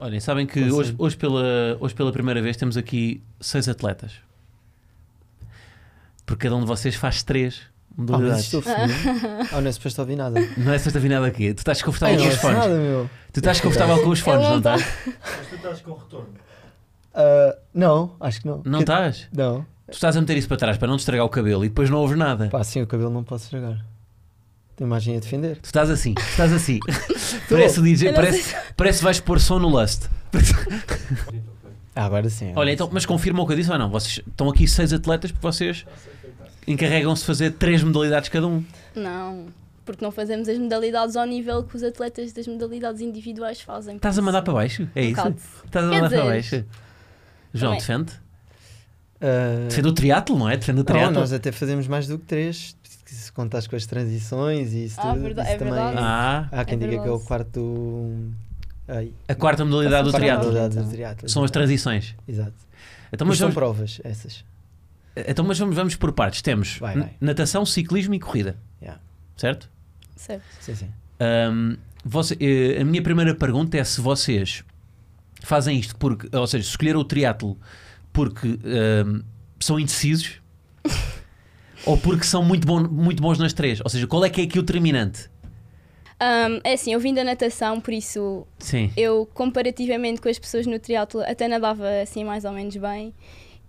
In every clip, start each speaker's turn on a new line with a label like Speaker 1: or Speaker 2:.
Speaker 1: Olhem, sabem que hoje, hoje, pela, hoje pela primeira vez temos aqui seis atletas. Porque cada um de vocês faz três
Speaker 2: Ah, mas
Speaker 1: modalidades.
Speaker 2: estou feliz. Ah, não é suposto ouvir nada.
Speaker 1: não é certa vir nada aqui. Tu estás
Speaker 2: Ai,
Speaker 1: confortável
Speaker 2: não
Speaker 1: com os
Speaker 2: ouço É nada,
Speaker 1: fones.
Speaker 2: meu.
Speaker 1: Tu estás confortável com os fones, não estás?
Speaker 3: Mas tu estás com retorno.
Speaker 2: Ah, não, acho que não.
Speaker 1: Não tá?
Speaker 2: Que-
Speaker 1: estás?
Speaker 2: Não.
Speaker 1: Tu estás a meter isso para trás para não te estragar o cabelo e depois não ouves nada.
Speaker 2: Pá, assim o cabelo não posso estragar. Tem imagem a defender.
Speaker 1: Tu estás assim, tu estás assim. parece o DJ,
Speaker 4: Eu não
Speaker 1: parece, parece que vais pôr som no Lust.
Speaker 2: É Ah, agora sim. agora
Speaker 1: Olha, então, mas confirmam o que eu disse ou não? Vocês estão aqui seis atletas porque vocês encarregam-se de fazer três modalidades cada um.
Speaker 4: Não, porque não fazemos as modalidades ao nível que os atletas das modalidades individuais fazem.
Speaker 1: Estás a mandar para baixo? É
Speaker 4: Um
Speaker 1: isso?
Speaker 4: bocado.
Speaker 1: Estás a
Speaker 4: Quer
Speaker 1: mandar para
Speaker 4: dizer,
Speaker 1: baixo? João,
Speaker 4: também.
Speaker 1: defende?
Speaker 2: Ah,
Speaker 1: Defende o triatlo, não é? Defende o
Speaker 2: não,
Speaker 1: triatlo.
Speaker 2: nós até fazemos mais do que três. Se contares com as transições e isso
Speaker 4: Ah,
Speaker 2: tudo.
Speaker 4: verdade-
Speaker 2: isso
Speaker 4: é
Speaker 2: também...
Speaker 4: verdade.
Speaker 1: Ah,
Speaker 2: Há quem
Speaker 4: É
Speaker 2: diga que é o
Speaker 4: verdade.
Speaker 2: quarto. Ai,
Speaker 1: a quarta modalidade do
Speaker 4: Essa
Speaker 2: quarta
Speaker 1: triatlo.
Speaker 4: triatlo.
Speaker 2: modalidade do
Speaker 4: Então.
Speaker 2: triatlo. é?
Speaker 1: São as transições.
Speaker 2: Exato.
Speaker 1: Então,
Speaker 2: Mas
Speaker 1: mas
Speaker 2: são
Speaker 1: vamos,
Speaker 2: provas, essas.
Speaker 1: então, mas vamos, vamos por partes. Temos
Speaker 2: Vai,
Speaker 1: n-
Speaker 2: vai.
Speaker 1: natação, ciclismo e corrida.
Speaker 2: Yeah.
Speaker 1: Certo?
Speaker 4: Certo.
Speaker 2: Sim, sim.
Speaker 1: Ahm, você- eh, a minha primeira pergunta é se vocês fazem isto porque, ou seja, escolheram o triatlo porque ahm, são indecisos ou porque são muito, bom, muito bons nas três. Ou seja, qual é que é aqui o terminante?
Speaker 4: Ahm, é assim, eu vim da natação, por isso
Speaker 1: Sim.
Speaker 4: eu, comparativamente com as pessoas no triatlo, até nadava assim mais ou menos bem.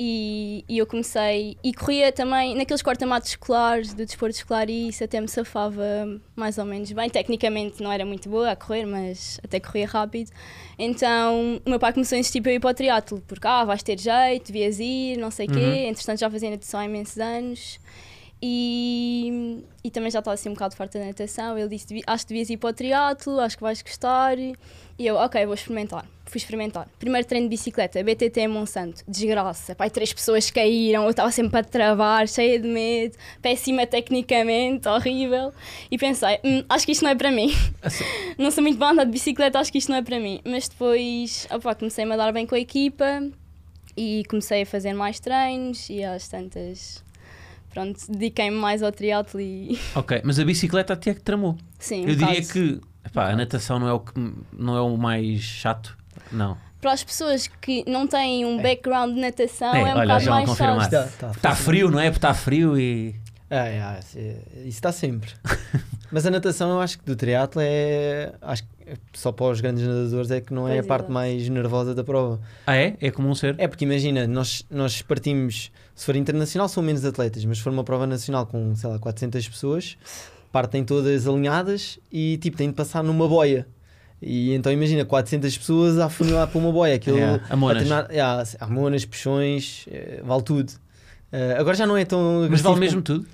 Speaker 4: E, e eu comecei e corria também naqueles cortamatos escolares do desporto escolar e isso até me safava mais ou menos bem. Tecnicamente não era muito boa a correr, mas até corria rápido. Então o meu pai começou a insistir para eu ir para o triatlo, porque ah, vais ter jeito, devias ir, não sei o quê. Entretanto já fazia natação há imensos anos. E, e também já estava assim um bocado farta da natação. Ele disse: "Devi- Acho que devias ir para o triatlo, acho que vais gostar. E eu, ok, vou experimentar. Fui experimentar. Primeiro treino de bicicleta, BTT em Monsanto, desgraça. Pai, três pessoas caíram, eu estava sempre a travar, cheia de medo, péssima tecnicamente, horrível. E pensei: "Hum, Acho que isto não é para mim. não sou muito boa a andar de bicicleta, acho que isto não é para mim. Mas depois, opa, comecei-me a dar bem com a equipa e comecei a fazer mais treinos e às tantas. Pronto, dediquei-me mais ao triatlo e.
Speaker 1: Ok, mas a bicicleta até que tramou.
Speaker 4: Sim, um
Speaker 1: Eu diria
Speaker 4: bocado.
Speaker 1: que epá, a natação não é, o que, não é o mais chato. Não.
Speaker 4: Para as pessoas que não têm um background de natação,
Speaker 1: É,
Speaker 4: é, um
Speaker 1: olha,
Speaker 4: bocado
Speaker 1: já me
Speaker 4: mais
Speaker 1: confirmaram.
Speaker 4: chato.
Speaker 2: Está, está.
Speaker 1: Está frio, não é? Porque está frio e.
Speaker 2: Ah, é, ah, isso isso está sempre. Mas a natação, eu acho que do triatlo é. Acho que só para os grandes nadadores é que não é
Speaker 4: Pois,
Speaker 2: a parte
Speaker 4: exato.
Speaker 2: mais nervosa da prova.
Speaker 1: Ah, é? É comum ser?
Speaker 2: É porque imagina, nós, nós partimos. Se for internacional, são menos atletas, mas se for uma prova nacional com, sei lá, 400 pessoas, partem todas alinhadas e tipo têm de passar numa boia. E então imagina 400 pessoas a afunilar para uma boia. Aquilo,
Speaker 1: Yeah.
Speaker 2: a
Speaker 1: É, Amonas.
Speaker 2: treinar- yeah, amonas, puxões, eh, vale tudo. Eh, agora já não é tão.
Speaker 1: Mas
Speaker 2: agressivo
Speaker 1: vale mesmo tudo?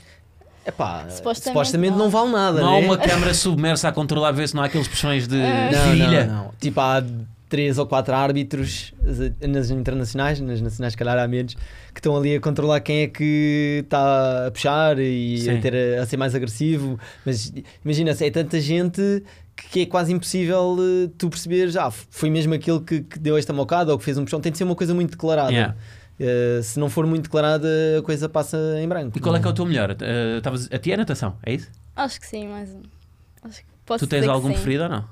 Speaker 2: Epá,
Speaker 4: Supostamente
Speaker 2: supostamente, não vale nada,
Speaker 1: Não há
Speaker 2: né?
Speaker 1: uma câmara submersa a controlar, ver se não há aqueles puxões de
Speaker 2: Não,
Speaker 1: virilha.
Speaker 2: não, não. Tipo, há três ou quatro árbitros eh, nas internacionais, nas nacionais, se calhar há menos, que estão ali a controlar quem é que está a puxar e
Speaker 1: Sim.
Speaker 2: a, ter- a ser mais agressivo. Mas imagina, é tanta gente que que é quase impossível eh, tu perceberes, ah, foi mesmo aquele que, que deu esta mocada ou que fez um puxão. Tem de ser uma coisa muito declarada.
Speaker 1: Yeah.
Speaker 2: Eh, se não for muito declarada, a coisa passa em branco. né?
Speaker 1: E qual é que é o teu melhor? Eh, estavas- a ti é natação, é isso?
Speaker 4: Acho que sim, mas. Acho que posso
Speaker 1: tu tens
Speaker 4: dizer
Speaker 1: algum
Speaker 4: que sim.
Speaker 1: preferido ou não?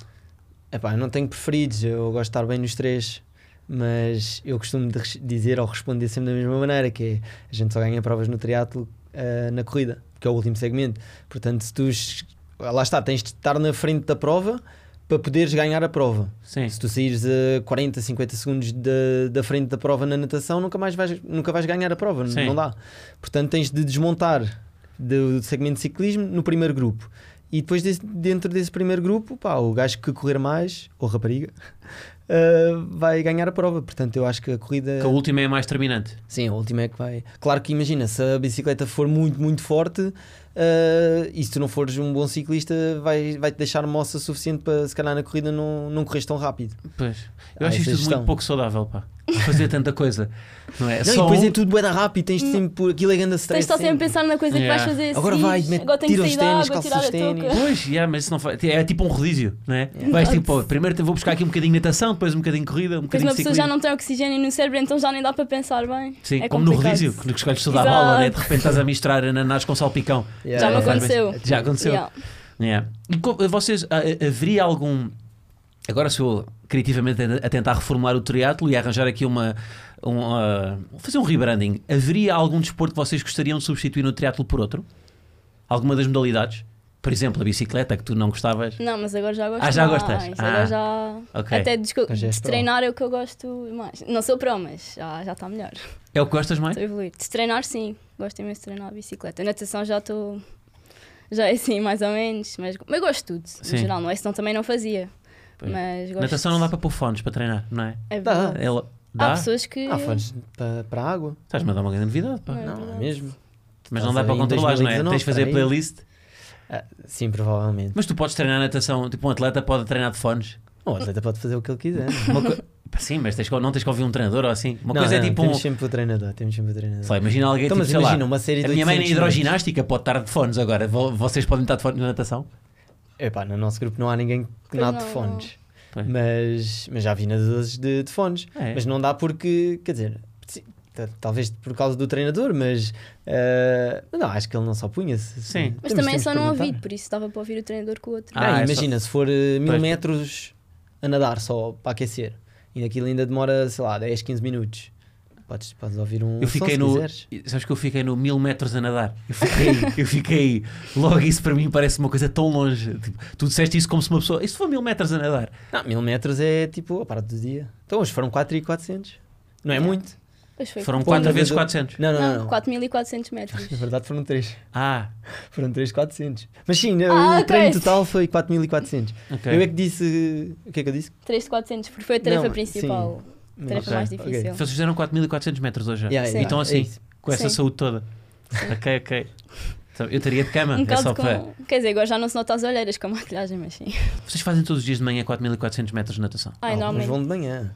Speaker 2: Epá, eu não tenho preferidos, eu gosto de estar bem nos três, mas eu costumo de res- dizer ou responder sempre da mesma maneira, que é a gente só ganha provas no triatlo ah, na corrida, que é o último segmento. Portanto, se tu es- lá está, tens de estar na frente da prova para poderes ganhar a prova.
Speaker 1: Sim.
Speaker 2: Se tu saíres a 40, 50 segundos da, da frente da prova na natação, nunca mais vais, nunca vais ganhar a prova, n-
Speaker 1: Sim.
Speaker 2: não dá. Portanto, tens de desmontar do, do segmento de ciclismo no primeiro grupo. E depois desse- dentro desse primeiro grupo, pá, o gajo que correr mais, ou rapariga, eh, vai ganhar a prova. Portanto, eu acho que a corrida.
Speaker 1: Que a última é a mais terminante.
Speaker 2: Sim, a última é que vai. Claro que imagina, se a bicicleta for muito, muito forte, eh, e se tu não fores um bom ciclista, vai- vai-te deixar moça suficiente para, se calhar, na corrida não, não corres tão rápido.
Speaker 1: Pois. Eu
Speaker 2: Ah,
Speaker 1: acho
Speaker 2: essa
Speaker 1: isto tudo
Speaker 2: gestão.
Speaker 1: muito pouco saudável, pá. Fazer tanta coisa. Não é?
Speaker 2: Não, e
Speaker 1: Só
Speaker 2: depois
Speaker 1: um-
Speaker 2: é tudo bué da rápido, tens de sempre por aquilo é grande
Speaker 4: Hum. Tens
Speaker 2: stress.
Speaker 4: de estar sempre a pensar na coisa
Speaker 1: Yeah.
Speaker 4: que vais fazer a
Speaker 2: Agora
Speaker 4: seguir.
Speaker 2: vai, mete-
Speaker 4: Agora tenho
Speaker 2: tira
Speaker 4: que
Speaker 2: os
Speaker 4: sair
Speaker 2: ténis,
Speaker 4: da água,
Speaker 2: calça
Speaker 4: tirar
Speaker 2: os
Speaker 4: a touca.
Speaker 2: ténis.
Speaker 1: Pois, yeah, mas isso não faz... é tipo um rodízio, não é? Vais tipo, pô, primeiro te- vou buscar aqui um bocadinho de natação, depois um bocadinho de corrida, um
Speaker 4: Depois
Speaker 1: bocadinho
Speaker 4: uma
Speaker 1: de
Speaker 4: pessoa
Speaker 1: ciclismo.
Speaker 4: já não tem oxigênio no cérebro, então já nem dá para pensar bem.
Speaker 1: Sim,
Speaker 4: É
Speaker 1: como no
Speaker 4: complicado.
Speaker 1: rodízio, que estudar a bala, né? de repente estás a misturar ananás com salpicão.
Speaker 2: Yeah,
Speaker 4: Já me
Speaker 1: não faz bem.
Speaker 4: aconteceu.
Speaker 1: Já aconteceu.
Speaker 4: Yeah.
Speaker 1: Yeah. E co- vocês, ah, ah, haveria algum. Agora sou criativamente a a tentar reformular o triatlo e a arranjar aqui uma. um, ah, fazer um rebranding. Haveria algum desporto que vocês gostariam de substituir no triatlo por outro? Alguma das modalidades? Por exemplo, a bicicleta que tu não gostavas?
Speaker 4: Não, mas agora já gosto
Speaker 1: Ah, já
Speaker 4: mais.
Speaker 1: gostas? Ah.
Speaker 4: Agora já...
Speaker 1: Ok.
Speaker 4: Até de, esco-
Speaker 2: Hoje Então és
Speaker 4: de
Speaker 2: pro.
Speaker 4: treinar é o que eu gosto mais. Não sou pro, mas já já está melhor.
Speaker 1: É o que gostas mais?
Speaker 4: Estou a evoluir. De treinar, sim. Gosto imenso de treinar a bicicleta. A natação já estou. Já é assim, mais ou menos. Mas, mas gosto de tudo,
Speaker 1: Sim.
Speaker 4: no geral, não é? Senão também não fazia.
Speaker 1: Pois.
Speaker 4: Mas gosto.
Speaker 1: Natação não dá para pôr fones para treinar, não é?
Speaker 4: É
Speaker 2: Dá.
Speaker 4: verdade.
Speaker 1: Ela-
Speaker 4: Há
Speaker 1: dá?
Speaker 4: pessoas que.
Speaker 2: Há Ah, fones para, para a água.
Speaker 1: Estás-me a dar uma grande novidade, pá.
Speaker 4: Não.
Speaker 2: Não, não é mesmo?
Speaker 1: Mas não
Speaker 2: Estás
Speaker 1: dá
Speaker 2: aí
Speaker 1: para
Speaker 2: em
Speaker 1: controlar, não é?
Speaker 2: 2019,
Speaker 1: Tens de fazer
Speaker 2: aí.
Speaker 1: playlist.
Speaker 2: Sim, provavelmente.
Speaker 1: Mas tu podes treinar natação, tipo um atleta pode treinar de fones.
Speaker 2: O atleta pode fazer o que ele quiser.
Speaker 1: Uma co- Pá, Sim, mas tens que- não tens que ouvir um treinador ou assim. Uma
Speaker 2: Não,
Speaker 1: coisa
Speaker 2: não,
Speaker 1: é tipo um.
Speaker 2: Temos sempre o treinador, temos sempre o treinador.
Speaker 1: Sei lá, imagina alguém
Speaker 2: Então,
Speaker 1: tipo,
Speaker 2: mas
Speaker 1: sei lá,
Speaker 2: imagina uma série de
Speaker 1: A minha mãe é na
Speaker 2: 800 metros.
Speaker 1: hidroginástica pode estar de fones agora. Vo- Vocês podem estar de fones na natação?
Speaker 2: Epá, no nosso grupo não há ninguém que
Speaker 4: Pois
Speaker 2: nada de
Speaker 4: não,
Speaker 2: fones.
Speaker 1: Pois.
Speaker 2: Mas, mas já vi nadadores de, de fones.
Speaker 1: É.
Speaker 2: Mas não dá porque, quer dizer, sim, ta- talvez por causa do treinador, mas ah, não, acho que ele não só punha-se.
Speaker 1: Sim.
Speaker 4: Mas
Speaker 2: Temos-
Speaker 4: também é
Speaker 2: temos
Speaker 4: só
Speaker 2: que
Speaker 4: num
Speaker 2: perguntar.
Speaker 4: ouvido, por isso estava para ouvir o treinador com o outro.
Speaker 1: Ah,
Speaker 2: Não,
Speaker 1: é
Speaker 2: imagina, se for eh, mil
Speaker 1: Pois.
Speaker 2: metros a nadar só para aquecer e aquilo ainda demora, sei lá, 10, 15 minutos. Podes, podes ouvir um
Speaker 1: Eu
Speaker 2: som,
Speaker 1: fiquei
Speaker 2: se
Speaker 1: no.
Speaker 2: quiseres.
Speaker 1: Sabes que eu fiquei no mil metros a nadar. Eu fiquei, eu fiquei. Logo, isso para mim parece uma coisa tão longe. Tipo, tu disseste isso como se uma pessoa. Isso foi mil metros a nadar.
Speaker 2: Não, mil metros é tipo a parte do dia. Então hoje foram 4,400. Não é muito?
Speaker 4: Pois foi.
Speaker 1: Ah, Foram
Speaker 2: Pô,
Speaker 1: 4
Speaker 2: nadador-
Speaker 1: vezes 400.
Speaker 2: Não, não, não.
Speaker 4: Não,
Speaker 2: não.
Speaker 4: 4.400 metros.
Speaker 2: Na verdade foram 3.
Speaker 1: Ah,
Speaker 2: Foram 3,400. Mas sim,
Speaker 4: Ah,
Speaker 2: o
Speaker 4: ok.
Speaker 2: treino total foi 4.400.
Speaker 1: ok.
Speaker 2: Eu é que disse. O que é que eu disse?
Speaker 4: 3.400, porque foi a tarefa
Speaker 2: Não,
Speaker 4: principal. A tarefa
Speaker 1: Ok,
Speaker 4: mais
Speaker 2: ok.
Speaker 4: difícil.
Speaker 1: Então, Vocês fizeram 4.400 metros hoje já.
Speaker 2: Yeah,
Speaker 4: Sim.
Speaker 2: yeah,
Speaker 1: Então,
Speaker 2: é
Speaker 1: assim,
Speaker 2: isso.
Speaker 1: com essa
Speaker 4: Sim.
Speaker 1: saúde toda. Ok, ok. Então, Eu estaria de cama.
Speaker 4: Um
Speaker 1: é só
Speaker 4: bocado
Speaker 1: para...
Speaker 4: com. Quer dizer, agora já não se nota as olheiras com a maquilhagem, mas sim.
Speaker 1: Vocês fazem todos os dias de manhã 4.400 metros de natação.
Speaker 4: Ai,
Speaker 2: Alguns
Speaker 4: normalmente.
Speaker 2: vão de manhã.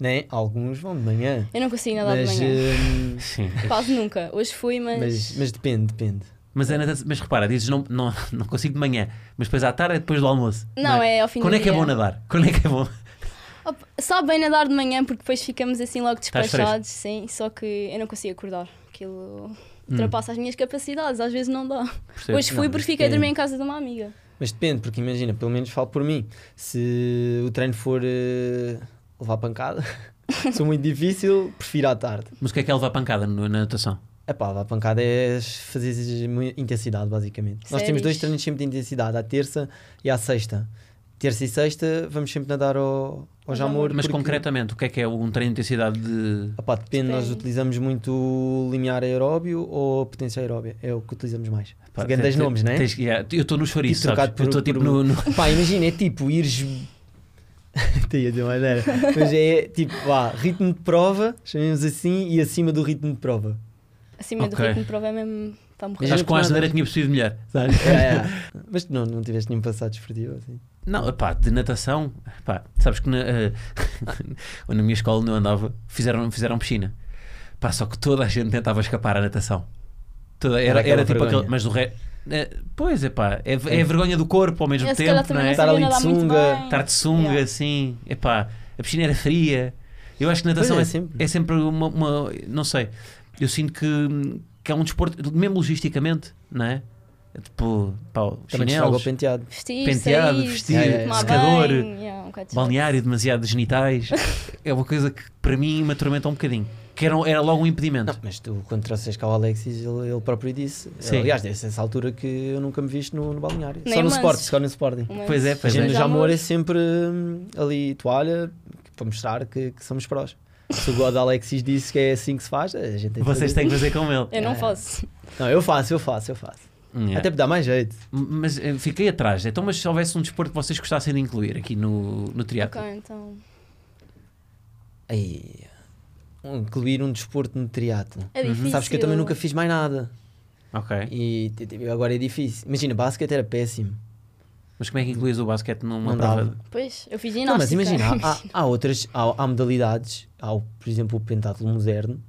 Speaker 2: Nem? Alguns vão de manhã.
Speaker 4: Eu não consigo nadar
Speaker 2: Mas,
Speaker 4: de manhã.
Speaker 2: hum,
Speaker 1: Sim.
Speaker 4: Quase nunca. Hoje fui,
Speaker 2: mas, mas depende, depende.
Speaker 1: Mas, é natação- mas repara, dizes não, não, não consigo de manhã, mas depois à tarde é depois do almoço.
Speaker 4: Não, é ao fim
Speaker 1: Quando
Speaker 4: do
Speaker 1: é que é
Speaker 4: dia.
Speaker 1: bom nadar? Quando é que é bom?
Speaker 4: Opa, Só bem nadar de manhã, porque depois ficamos assim logo
Speaker 1: Estás
Speaker 4: despachados, sim. Só que eu não consigo acordar. Aquilo
Speaker 1: Hum.
Speaker 4: ultrapassa as minhas capacidades, às vezes não dá.
Speaker 1: Percebo.
Speaker 4: Hoje fui
Speaker 2: Não, mas
Speaker 4: porque fiquei a
Speaker 1: é-
Speaker 2: tem-
Speaker 4: dormir em casa de uma amiga.
Speaker 2: Mas depende, porque imagina, pelo menos falo por mim. Se o treino for eh, levar pancada, sou muito difícil, prefiro à tarde.
Speaker 1: Mas o que é que é levar pancada no- na natação?
Speaker 2: Epá, levar pancada é fazer mu- intensidade, basicamente. Nós temos
Speaker 4: Séries.
Speaker 2: dois treinos sempre de intensidade, à terça e à sexta. Terça e sexta vamos sempre nadar ao, ao
Speaker 4: Ao
Speaker 2: Jamor.
Speaker 4: Jamor.
Speaker 1: Mas
Speaker 2: porque-
Speaker 1: concretamente, o que é que é um treino de intensidade de.
Speaker 2: Epá, depende, nós
Speaker 4: Depende.
Speaker 2: utilizamos muito o limiar aeróbio ou a potência aeróbia. É o que utilizamos mais.
Speaker 1: Pá,
Speaker 2: Pegando
Speaker 1: te-
Speaker 2: das
Speaker 1: te-
Speaker 2: nomes, não é?
Speaker 1: tens- yeah, eu estou no chouriço,
Speaker 2: Tipo, trocado
Speaker 1: sabes? Eu estou
Speaker 2: por-
Speaker 1: tipo
Speaker 2: por-
Speaker 1: no. no-
Speaker 2: Pá, imagina, é tipo ires. Tem a dizer mais era. Mas é tipo, vá, ritmo de prova, chamemos assim, e acima do ritmo de prova.
Speaker 4: Acima do
Speaker 1: Ok.
Speaker 4: ritmo de prova é mesmo para morrer.
Speaker 2: Imagina
Speaker 1: Acho que com a
Speaker 2: que
Speaker 1: asneira
Speaker 2: nadas.
Speaker 1: tinha percebido melhor. sabes?
Speaker 2: É, é. Mas tu não, não tiveste nenhum passado desportivo assim.
Speaker 1: Não, pá, de natação, pá, sabes que na, eh, na minha escola onde eu andava fizeram, fizeram piscina. Pá, só que toda a gente tentava escapar à natação. Toda, era,
Speaker 2: Era aquela
Speaker 1: era tipo
Speaker 2: vergonha.
Speaker 1: aquele. Mas do resto. pois é, pá, é, é a vergonha do corpo ao mesmo
Speaker 4: Eu se calhar
Speaker 1: tempo, não
Speaker 4: também não
Speaker 1: é?
Speaker 2: Estar ali
Speaker 4: sabia
Speaker 2: de
Speaker 4: nadar muito
Speaker 2: sunga,
Speaker 4: bem.
Speaker 1: Estar de sunga,
Speaker 4: Yeah.
Speaker 1: assim. É pá, a piscina era fria. Eu acho que natação
Speaker 2: Pois é,
Speaker 1: é,
Speaker 2: sempre.
Speaker 1: é sempre uma, uma- Não sei. Eu sinto que, que é um desporto, mesmo logisticamente, não é? É Tipo, pá,
Speaker 2: Também te estraga o
Speaker 1: chinelos,
Speaker 2: penteado.
Speaker 4: Vestir,
Speaker 1: Penteado,
Speaker 4: sair,
Speaker 1: vestir,
Speaker 2: Yeah, yeah.
Speaker 4: tomar
Speaker 1: secador,
Speaker 4: banho, yeah, um bocado de
Speaker 1: balneário demasiado de genitais é uma coisa que para mim me atormenta um bocadinho que era, era logo um
Speaker 2: Não,
Speaker 1: impedimento
Speaker 2: mas tu, quando trouxeste cá o Alexis, ele, ele próprio disse.
Speaker 1: Sim.
Speaker 2: Aliás, desde essa altura que eu nunca me viste no, no balneário.
Speaker 4: Nem
Speaker 2: só no
Speaker 4: mansos.
Speaker 2: Sporting, só no Sporting.
Speaker 4: chumbo.
Speaker 1: Pois é,
Speaker 2: A
Speaker 1: pois é.
Speaker 2: gente do
Speaker 1: Mas
Speaker 2: Jamor é sempre hum, ali toalha para mostrar que, que somos prós. Se o God Alexis disse que é assim que se faz, a gente tem que
Speaker 1: vocês
Speaker 2: fazer.
Speaker 1: têm que fazer como ele
Speaker 4: Eu não
Speaker 2: É.
Speaker 4: faço.
Speaker 2: Não, eu faço, eu faço, eu faço.
Speaker 1: Yeah.
Speaker 2: Até me dá mais jeito.
Speaker 1: mas eh, fiquei atrás então mas se houvesse um desporto que vocês gostassem de incluir aqui no, no triatlo
Speaker 4: Ok, então.
Speaker 2: Aí, incluir um desporto no triatlo.
Speaker 1: Uhum.
Speaker 2: Uhum.
Speaker 4: É difícil.
Speaker 2: Sabes que eu também nunca fiz mais nada.
Speaker 1: ok,
Speaker 2: E t- t- agora é difícil. Imagina, basquete era péssimo.
Speaker 1: mas como é que incluías o basquete numa
Speaker 2: Não
Speaker 1: prova
Speaker 2: dava.
Speaker 4: Pois, eu fiz
Speaker 2: Não,
Speaker 4: ginástica.
Speaker 2: mas imagina, ah, há, há- há outras, há, há modalidades. Há, o- por exemplo, o pentátulo moderno,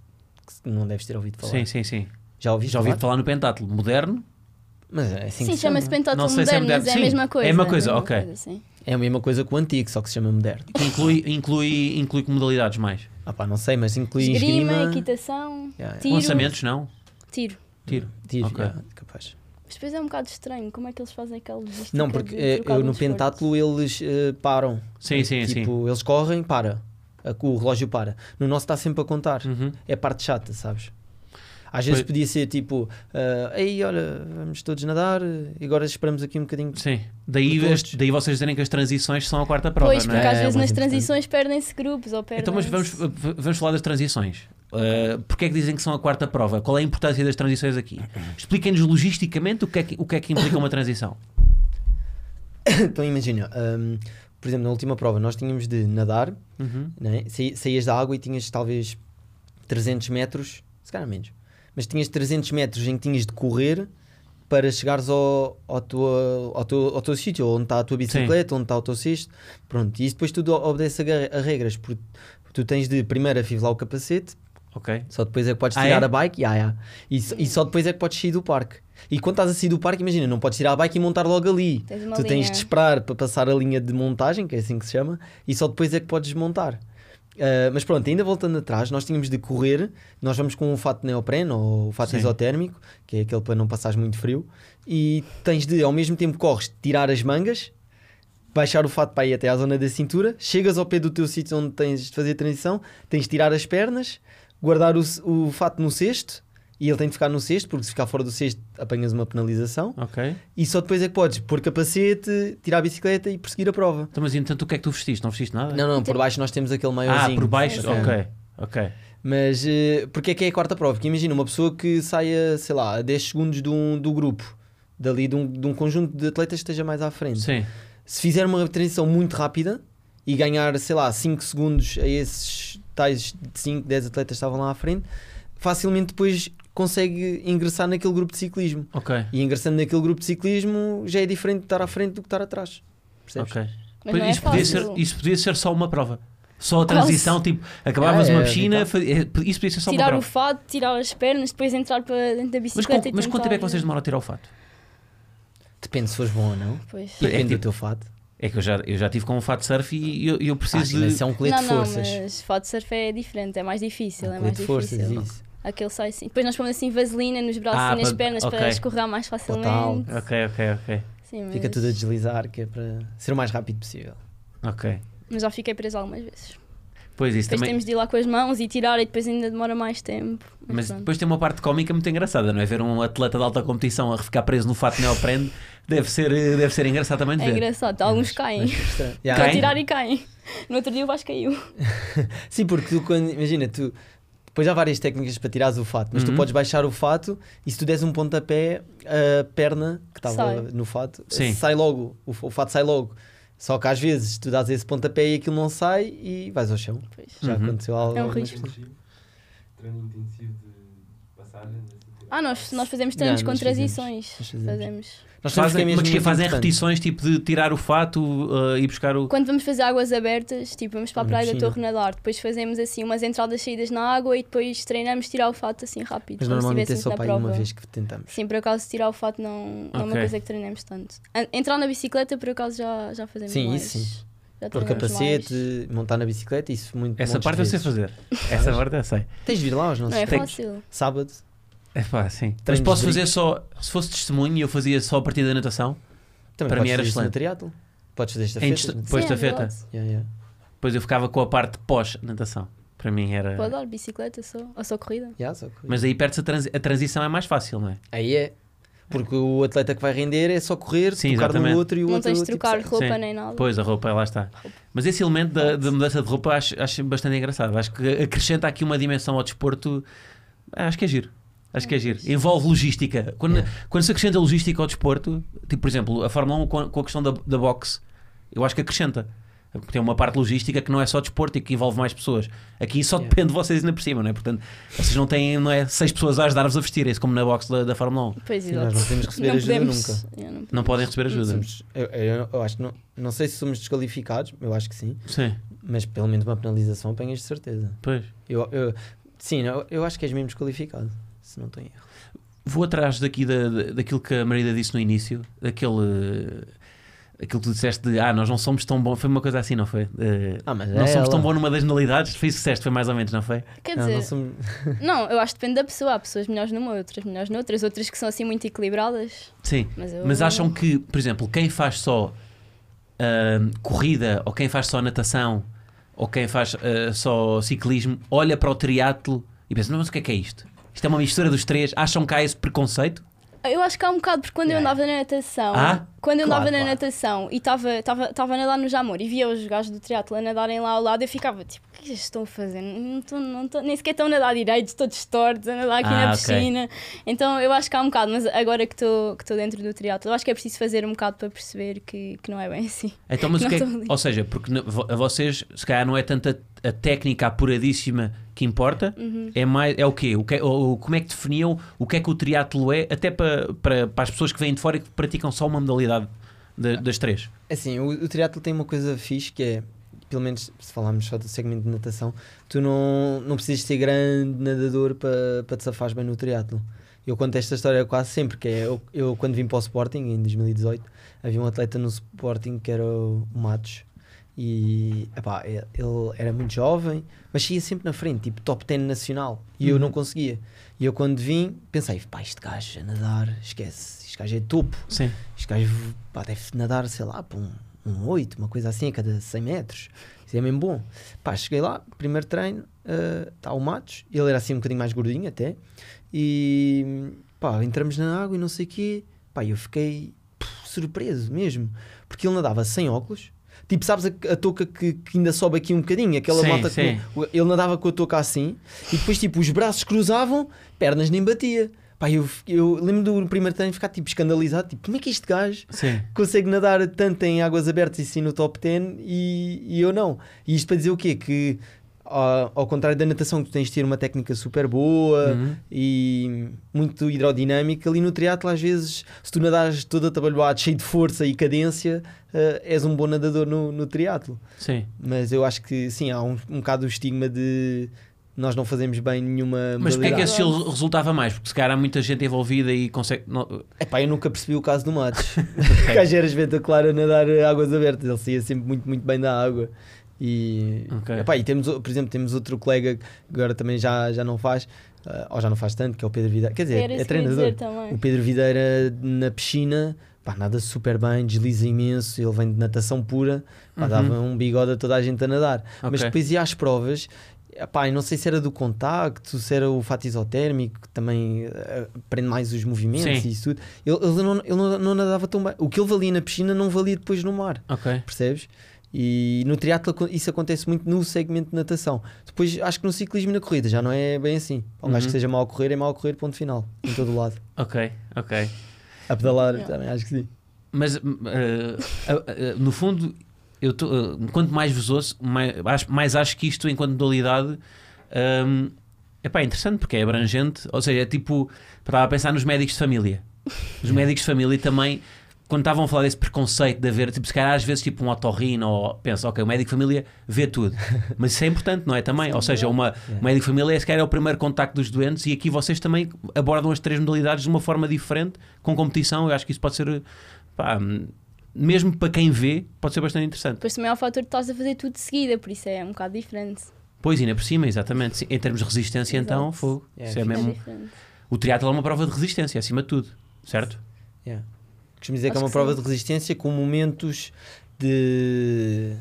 Speaker 2: que se- não deves ter ouvido falar.
Speaker 1: sim, sim, sim
Speaker 2: Já ouvi
Speaker 1: já ouvi falar no pentátulo moderno
Speaker 2: Mas é assim que
Speaker 4: Sim,
Speaker 2: se chama.
Speaker 4: chama-se pentatlo
Speaker 1: Não sei se é
Speaker 4: moderno, mas é a
Speaker 1: moderno. Sim,
Speaker 4: mesma coisa. assim.
Speaker 1: é uma coisa,
Speaker 4: a mesma
Speaker 1: ok.
Speaker 4: sim.
Speaker 2: É a mesma coisa que o antigo, só que se chama moderno.
Speaker 1: Inclui, inclui, inclui que modalidades mais.
Speaker 2: Ah pá, não sei, mas inclui
Speaker 4: Esgrima,
Speaker 2: esgrima.
Speaker 4: equitação,
Speaker 2: Yeah, yeah.
Speaker 4: Tiro.
Speaker 1: Lançamentos, não?
Speaker 4: tiro.
Speaker 1: Tiro.
Speaker 2: Tiro,
Speaker 1: Ok.
Speaker 2: yeah, capaz.
Speaker 4: Mas depois é um bocado estranho, como é que eles fazem aquela logística
Speaker 2: Não, porque
Speaker 4: de
Speaker 2: eh,
Speaker 4: trocar
Speaker 2: eu,
Speaker 4: de um
Speaker 2: no
Speaker 4: desporto?
Speaker 2: pentátulo eles eh, param.
Speaker 1: Sim, sim,
Speaker 2: tipo,
Speaker 1: sim.
Speaker 2: eles correm, para. A- O relógio para. No nosso está sempre a contar.
Speaker 1: Uhum.
Speaker 2: É a parte chata, sabes? Às vezes
Speaker 1: Pois.
Speaker 2: podia ser tipo, ah, ei, olha, vamos todos nadar e agora esperamos aqui um bocadinho.
Speaker 1: Sim. Daí,
Speaker 2: Todos.
Speaker 1: as- daí vocês dizerem que as transições são a quarta prova,
Speaker 4: Pois,
Speaker 1: não
Speaker 4: porque
Speaker 1: é?
Speaker 2: é?
Speaker 4: às
Speaker 2: É
Speaker 4: vezes
Speaker 2: muito
Speaker 4: nas
Speaker 2: importante.
Speaker 4: transições perdem-se grupos ou perdem
Speaker 1: Então, mas vamos, v- vamos falar das transições. Uh, porque é que dizem que são a quarta prova? Qual é a importância das transições aqui? Expliquem-nos logisticamente o que, é que, o que é que implica uma transição.
Speaker 2: então imagina, ahm, por exemplo, na última prova nós tínhamos de nadar,
Speaker 1: Uhum.
Speaker 2: né? Sai- saías da água e tinhas talvez 300 metros, se calhar menos, mas tinhas 300 metros em que tinhas de correr para chegares ao, ao, tua, ao, teu, ao teu sítio, onde está a tua bicicleta, onde está o teu cesto, pronto. E isso depois tudo obedece a, gar- a regras, porque tu tens de primeiro afivelar o capacete,
Speaker 1: Ok.
Speaker 2: só depois é que podes
Speaker 1: Ah,
Speaker 2: tirar
Speaker 1: é?
Speaker 2: a bike yeah, yeah. E, só- e só depois é que podes sair do parque. E quando estás a sair do parque, imagina, não podes tirar a bike e montar logo ali.
Speaker 4: Tens uma
Speaker 2: tu tens
Speaker 4: linha.
Speaker 2: de esperar para passar a linha de montagem, que é assim que se chama, e só depois é que podes montar. Ah, mas pronto, ainda voltando atrás, nós tínhamos de correr, nós vamos com um fato de neopreno ou fato
Speaker 1: Sim.
Speaker 2: isotérmico, que é aquele para não passares muito frio, e tens de, ao mesmo tempo que corres, tirar as mangas, baixar o fato para ir até à zona da cintura, chegas ao pé do teu sítio onde tens de fazer a transição, tens de tirar as pernas, guardar o, o fato no cesto, e ele tem de ficar no cesto, porque se ficar fora do cesto apanhas uma penalização,
Speaker 1: Ok.
Speaker 2: e só depois é que podes pôr capacete, tirar a bicicleta e prosseguir a prova.
Speaker 1: Então, mas entanto, o que é que tu vestiste? Não vestiste nada?
Speaker 2: Não, não,
Speaker 4: Então-
Speaker 2: por baixo nós temos aquele
Speaker 1: ah,
Speaker 2: maiorzinho.
Speaker 1: por baixo?
Speaker 4: Sim.
Speaker 1: Ok. Ok.
Speaker 2: Mas eh, porque é que é a quarta prova? Porque imagina uma pessoa que saia, sei lá, a 10 segundos de um- do grupo, dali de um, de um conjunto de atletas que esteja mais à frente.
Speaker 1: Sim.
Speaker 2: Se fizer uma transição muito rápida e ganhar, sei lá, 5 segundos a esses tais 5, 10 atletas que estavam lá à frente, facilmente depois consegue ingressar naquele grupo de ciclismo.
Speaker 1: Ok.
Speaker 2: E ingressando naquele grupo de ciclismo já é diferente de estar à frente do que estar atrás. Percebes?
Speaker 1: Ok.
Speaker 4: Mas não é
Speaker 1: isso, podia
Speaker 4: fácil.
Speaker 1: ser, isso podia ser só uma prova. Só a
Speaker 4: Quase.
Speaker 1: transição, tipo, acabavas
Speaker 2: Ah, é,
Speaker 1: uma piscina,
Speaker 2: vital.
Speaker 1: fa- é, isso podia ser só
Speaker 4: Tirar
Speaker 1: uma
Speaker 4: o
Speaker 1: prova.
Speaker 4: fato, tirar as pernas, depois entrar para dentro da
Speaker 1: Mas,
Speaker 4: bicicleta
Speaker 1: com-
Speaker 4: e um
Speaker 1: mas quanto tempo é que
Speaker 4: tentar-
Speaker 1: vocês demoram a tirar o fato?
Speaker 2: Depende se fores bom ou não.
Speaker 4: Pois.
Speaker 1: É,
Speaker 2: Depende
Speaker 1: tipo-
Speaker 2: do teu fato.
Speaker 1: É que eu já, eu já tive com um fato surf e eu, eu
Speaker 2: Ah,
Speaker 1: preciso
Speaker 2: Imagina,
Speaker 1: de.
Speaker 2: se é um colete
Speaker 4: não,
Speaker 2: de
Speaker 4: não,
Speaker 2: forças.
Speaker 4: mas foto surf é diferente, é mais difícil,
Speaker 2: Um
Speaker 4: é mais
Speaker 2: colete de forças,
Speaker 4: difícil.
Speaker 2: isso.
Speaker 4: Aquele sai assim. Depois nós pomos assim vaselina nos braços
Speaker 1: Ah,
Speaker 4: e nas
Speaker 1: para-
Speaker 4: pernas
Speaker 1: ok.
Speaker 4: para escorrer mais facilmente.
Speaker 2: Total.
Speaker 1: Ok, ok, ok.
Speaker 4: Sim, mas,
Speaker 2: Fica tudo a deslizar, que é para ser o mais rápido possível.
Speaker 1: Ok.
Speaker 4: mas já fiquei presa algumas vezes.
Speaker 1: Pois isso
Speaker 4: Depois
Speaker 1: também.
Speaker 4: temos de ir lá com as mãos e tirar e depois ainda demora mais tempo.
Speaker 1: Mas
Speaker 4: pronto.
Speaker 1: depois tem uma parte cómica muito engraçada, não é? Ver um atleta de alta competição a ficar preso no fato neoprene deve ser, eh, deve ser engraçado também de
Speaker 4: é
Speaker 1: ver.
Speaker 4: engraçado, alguns caem.
Speaker 2: Yeah.
Speaker 1: Caem?
Speaker 4: Para tirar e caem. No outro dia o Vasco caiu.
Speaker 2: Sim, porque tu quando, imagina, tu depois há várias técnicas para tirares o fato, mas
Speaker 1: Uhum.
Speaker 2: tu podes baixar o fato e se tu des um pontapé, a perna que
Speaker 4: Sai.
Speaker 2: estava no fato
Speaker 1: Sim.
Speaker 2: sai logo, o, f- o fato sai logo. Só que às vezes tu dás esse pontapé e aquilo não sai e vais ao chão.
Speaker 4: Pois.
Speaker 2: Já
Speaker 1: Uhum.
Speaker 2: aconteceu algo.
Speaker 4: É um
Speaker 2: algumas
Speaker 4: risco.
Speaker 2: pessoas.
Speaker 5: intensivo, treino intensivo de passagem. assim,
Speaker 4: Ah, nós, nós fazemos treinos
Speaker 2: Não,
Speaker 4: com
Speaker 2: nós fazemos,
Speaker 4: transições.
Speaker 2: nós
Speaker 4: Fazemos.
Speaker 2: fazemos. Nós temos que é
Speaker 1: Fazem,
Speaker 2: mesmo
Speaker 1: mas que
Speaker 2: muito
Speaker 1: fazem
Speaker 2: importante.
Speaker 1: repetições, tipo de tirar o fato eh, e buscar o.
Speaker 4: Quando vamos fazer águas abertas, tipo, vamos para a
Speaker 2: Na
Speaker 4: praia da
Speaker 2: piscina.
Speaker 4: Torre nadar, depois fazemos assim umas entradas saídas na água e depois treinamos tirar o fato assim rápido.
Speaker 2: Mas
Speaker 4: como se
Speaker 2: normalmente é
Speaker 4: estivéssemos
Speaker 2: só
Speaker 4: na
Speaker 2: para aí uma
Speaker 4: prova.
Speaker 2: vez que tentamos.
Speaker 4: Sim, por acaso tirar o fato não, não é uma
Speaker 1: Ok.
Speaker 4: coisa que treinamos tanto. An- Entrar na bicicleta, por acaso já, já fazemos
Speaker 2: Sim,
Speaker 4: mais.
Speaker 2: isso sim.
Speaker 4: Já
Speaker 2: Pôr
Speaker 4: treinamos
Speaker 2: capacete,
Speaker 4: mais.
Speaker 2: montar na bicicleta, isso muito
Speaker 1: Essa
Speaker 2: montes
Speaker 1: parte
Speaker 2: de
Speaker 1: eu sei
Speaker 2: vezes.
Speaker 1: fazer. Essa parte eu sei.
Speaker 2: Tens de vir lá aos nossos
Speaker 4: Não é
Speaker 1: treinos.
Speaker 4: fácil.
Speaker 2: sábado.
Speaker 1: É pá, sim. Mas
Speaker 2: Treinos
Speaker 1: posso
Speaker 2: de
Speaker 1: fazer só. Se fosse testemunho, eu fazia só a partir da natação. Para
Speaker 2: Também podes
Speaker 1: mim era
Speaker 2: fazer isso no
Speaker 1: excelente.
Speaker 2: triatlo. Podes fazer esta
Speaker 1: Em
Speaker 2: festa.
Speaker 1: dist- Depois
Speaker 4: Sim,
Speaker 1: da
Speaker 4: é
Speaker 1: feta.
Speaker 4: verdade.
Speaker 2: Yeah, yeah.
Speaker 1: Depois eu ficava com a parte pós-natação. Para mim era.
Speaker 4: Pode dar bicicleta só, ou só corrida.
Speaker 2: Yeah, só correr.
Speaker 1: Mas aí perde-se a, transi- a transição, é mais fácil, não é?
Speaker 2: Aí é. Porque o atleta que vai render é só correr,
Speaker 1: Sim,
Speaker 2: tocar
Speaker 1: exatamente.
Speaker 2: no outro e o
Speaker 4: Não
Speaker 2: outro.
Speaker 4: tens de trocar
Speaker 2: Tipo,
Speaker 4: roupa
Speaker 1: Sim.
Speaker 4: nem nada.
Speaker 1: Pois, a roupa, lá está. Mas esse elemento da, da mudança de roupa acho, acho bastante engraçado. Acho que acrescenta aqui uma dimensão ao desporto. Ah, Acho que é giro. Acho que é giro. Envolve logística. Quando,
Speaker 4: É.
Speaker 1: quando se acrescenta logística ao desporto, tipo, por exemplo, a Fórmula 1 com, com a questão da, da boxe, eu acho que acrescenta. Porque tem uma parte logística que não é só desporto e que envolve mais pessoas. Aqui
Speaker 4: É.
Speaker 1: só
Speaker 2: Yeah.
Speaker 1: depende de vocês ainda por cima, não é? Portanto, vocês não têm, não é? Seis pessoas a ajudar-vos a vestirem-se, como na boxe da, da Fórmula 1.
Speaker 4: Pois,
Speaker 2: Sim, nós
Speaker 4: exato.
Speaker 2: não podemos receber ajuda
Speaker 4: podemos.
Speaker 2: nunca.
Speaker 4: Eu não-
Speaker 1: Não podem receber ajuda.
Speaker 2: Somos- eu, eu- eu acho que não, não sei se somos desqualificados, eu acho que sim,
Speaker 1: Sim,
Speaker 2: mas pelo menos uma penalização apanhas de certeza.
Speaker 1: pois.
Speaker 2: Eu, eu- sim, eu, eu acho que és mesmo desqualificado, se não tenho erro.
Speaker 1: vou atrás daqui da, da- daquilo que a Marida disse no início, daquele. Aquilo que tu disseste de ah, nós não somos tão bons, foi uma coisa assim, não foi? Eh,
Speaker 2: Ah, mas
Speaker 1: não
Speaker 2: é
Speaker 1: somos tão
Speaker 2: ela.
Speaker 1: bons numa das modalidades, foi isso que disseste, foi mais ou menos, não foi?
Speaker 4: Quer
Speaker 2: Ah, Não,
Speaker 4: dizer,
Speaker 2: não somos-
Speaker 4: não, eu acho que depende da pessoa. Há pessoas melhores numa, outras melhores noutras, outras que são assim muito equilibradas.
Speaker 1: Sim.
Speaker 4: Mas, eu,
Speaker 1: Mas acham que, por exemplo, quem faz só ahm, corrida, ou quem faz só natação, ou quem faz ah, só ciclismo, olha para o triatlo e pensa, não, mas o que é que é isto? Isto é uma mistura dos três. Acham que há esse preconceito?
Speaker 4: Eu acho que há um bocado, porque quando
Speaker 2: Yeah.
Speaker 4: eu andava na natação,
Speaker 1: Ah?
Speaker 4: quando eu
Speaker 2: Claro,
Speaker 4: andava na
Speaker 2: claro.
Speaker 4: natação e estava a nadar no Jamor e via os gajos do triatlo a nadarem lá ao lado, eu ficava tipo, o que é que eles estão a fazer? Não tô- não tô- nem sequer estão a nadar direito, todos tortos, a nadar aqui
Speaker 1: Ah,
Speaker 4: na
Speaker 1: ok.
Speaker 4: piscina. Então eu acho que há um bocado, mas agora que estou que tô dentro do triatlo, eu acho que é preciso fazer um bocado para perceber que, que não é bem assim.
Speaker 1: Então, mas o
Speaker 4: Não
Speaker 1: que é,
Speaker 4: estou a ler.
Speaker 1: ou seja, porque na- vo- a vocês, se calhar, não é tanto a, a técnica apuradíssima que importa,
Speaker 4: Uhum.
Speaker 1: é mais é o quê? O que é- ou- ou como é que definiam o que é que o triatlo é, até para, para, para as pessoas que vêm de fora e que praticam só uma modalidade da- das três?
Speaker 2: Assim, o, o triatlo tem uma coisa fixe que é, pelo menos se falarmos só do segmento de natação, tu não, não precisas ser grande nadador para para te safares bem no triatlo. Eu conto esta história quase sempre, que é eu, eu quando vim para o Sporting em 2018, havia um atleta no Sporting que era o Matos. E epá, ele ele era muito jovem, mas ia sempre na frente, tipo top 10 nacional. E eu não conseguia. E eu quando vim, pensei: pá, este gajo a nadar, esquece, este gajo é topo.
Speaker 1: Sim.
Speaker 2: Este gajo pá, deve nadar, sei lá, para um, um 8, uma coisa assim a cada 100 metros. Isso é mesmo bom. Pá, cheguei lá, primeiro treino, está o Matos, ele era assim um bocadinho mais gordinho até, e pá, entramos na água e não sei o quê. Pá, eu fiquei pff, surpreso mesmo, porque ele nadava sem óculos. Tipo, sabes a, a touca que, que ainda sobe aqui um bocadinho, aquela
Speaker 1: Sim,
Speaker 2: malta
Speaker 1: sim.
Speaker 2: que o- ele nadava com a touca assim e depois, tipo, os braços cruzavam, pernas nem batia. Pá, eu, f- eu lembro do primeiro treino ficar tipo escandalizado, tipo, como é que este gajo
Speaker 1: Sim.
Speaker 2: consegue nadar tanto em águas abertas e sim no top 10 e, e eu não. E isto para dizer o quê? Que ah, ao contrário da natação, que tu tens de ter uma técnica super boa
Speaker 1: Uhum.
Speaker 2: e muito hidrodinâmica, ali no triatlo às vezes, se tu nadares todo atabalhoado, cheio de força e cadência, ah, és um bom nadador no, no triatlo.
Speaker 1: Sim.
Speaker 2: Mas eu acho que sim, há um, um bocado o estigma de nós não fazemos bem nenhuma
Speaker 1: Mas porque é que
Speaker 2: modalidade.
Speaker 1: esse estilo resultava mais? Porque se calhar há muita gente envolvida e consegue. não-
Speaker 2: Epá, eu nunca percebi o caso do Matos. O gajo era espetacular a nadar eh, águas abertas, ele saía sempre muito, muito bem da água. E,
Speaker 1: Ok.
Speaker 2: epá, e temos, o- por exemplo, temos outro colega que agora também já, já não faz, eh, ou já não faz tanto, que é o Pedro Videira. Quer dizer,
Speaker 4: Era
Speaker 2: é
Speaker 4: isso que eu ia dizer
Speaker 2: treinador.
Speaker 4: também.
Speaker 2: O Pedro Videira na piscina, pá, nada super bem, desliza imenso, ele vem de natação pura, pá,
Speaker 1: Uhum.
Speaker 2: dava um bigode a toda a gente a nadar. Mas
Speaker 1: Ok.
Speaker 2: depois ia às provas, epá, eu não sei se era do contacto, se era o fato isotérmico, que também eh, aprende mais os movimentos
Speaker 1: Sim.
Speaker 2: e isso tudo. Ele, ele não, ele não- não nadava tão bem. O que ele valia na piscina não valia depois no mar,
Speaker 1: Ok.
Speaker 2: percebes? E no triatlo acon- isso acontece muito no segmento de natação. Depois acho que no ciclismo e na corrida já não é bem assim. Um gajo
Speaker 1: Uhum.
Speaker 2: que seja mal a correr é mal a correr, ponto final, em todo o lado.
Speaker 1: Ok. Ok.
Speaker 2: A pedalar
Speaker 4: Yeah.
Speaker 2: também, acho que sim.
Speaker 1: Mas eh, eh, eh, no fundo, eu tô, eh, quanto mais vos ouço, mais acho, mais acho que isto, enquanto modalidade, hum, epá, é interessante porque é abrangente. Ou seja, é tipo, estava a pensar nos médicos de família. Os médicos de família também, quando estavam a falar desse preconceito de haver, tipo, se calhar às vezes, tipo, um otorrino, ou pensa, ok, o médico de família vê tudo. Mas isso é importante, não é? Também, ou seja, uma, o médico de família é, se calhar é o primeiro contacto dos doentes e aqui vocês também abordam as três modalidades de uma forma diferente, com competição. Eu acho que isso pode ser, pá, mesmo para quem vê, pode ser bastante interessante.
Speaker 4: Depois também há o fator de estás a fazer tudo de seguida, por isso é um bocado diferente.
Speaker 1: Pois, ainda por cima, exatamente. Sim, Em termos de resistência,
Speaker 4: Exato.
Speaker 1: então, fogo.
Speaker 2: É,
Speaker 1: Isso é
Speaker 2: fixe.
Speaker 4: É
Speaker 1: mesmo.
Speaker 4: diferente.
Speaker 1: O triatlo é uma prova de resistência, acima de tudo, certo?
Speaker 2: Yeah. Costumo dizer que é
Speaker 4: Acho
Speaker 2: uma
Speaker 4: que
Speaker 2: prova
Speaker 4: sim.
Speaker 2: de resistência com momentos de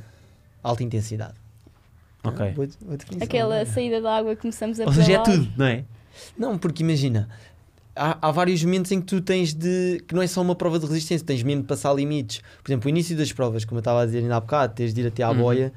Speaker 2: alta intensidade.
Speaker 1: Ok.
Speaker 2: Tá? Boa- boa definição,
Speaker 4: Aquela
Speaker 2: não é?
Speaker 4: saída da água que começamos a
Speaker 1: Ou seja, é
Speaker 4: pedalar.
Speaker 1: tudo, não é?
Speaker 2: Não, porque imagina, há, há vários momentos em que tu tens de. que não é só uma prova de resistência, tens mesmo de passar limites. Por exemplo, o início das provas, como eu estava a dizer ainda há bocado, tens de ir até à
Speaker 1: Uhum.
Speaker 2: boia.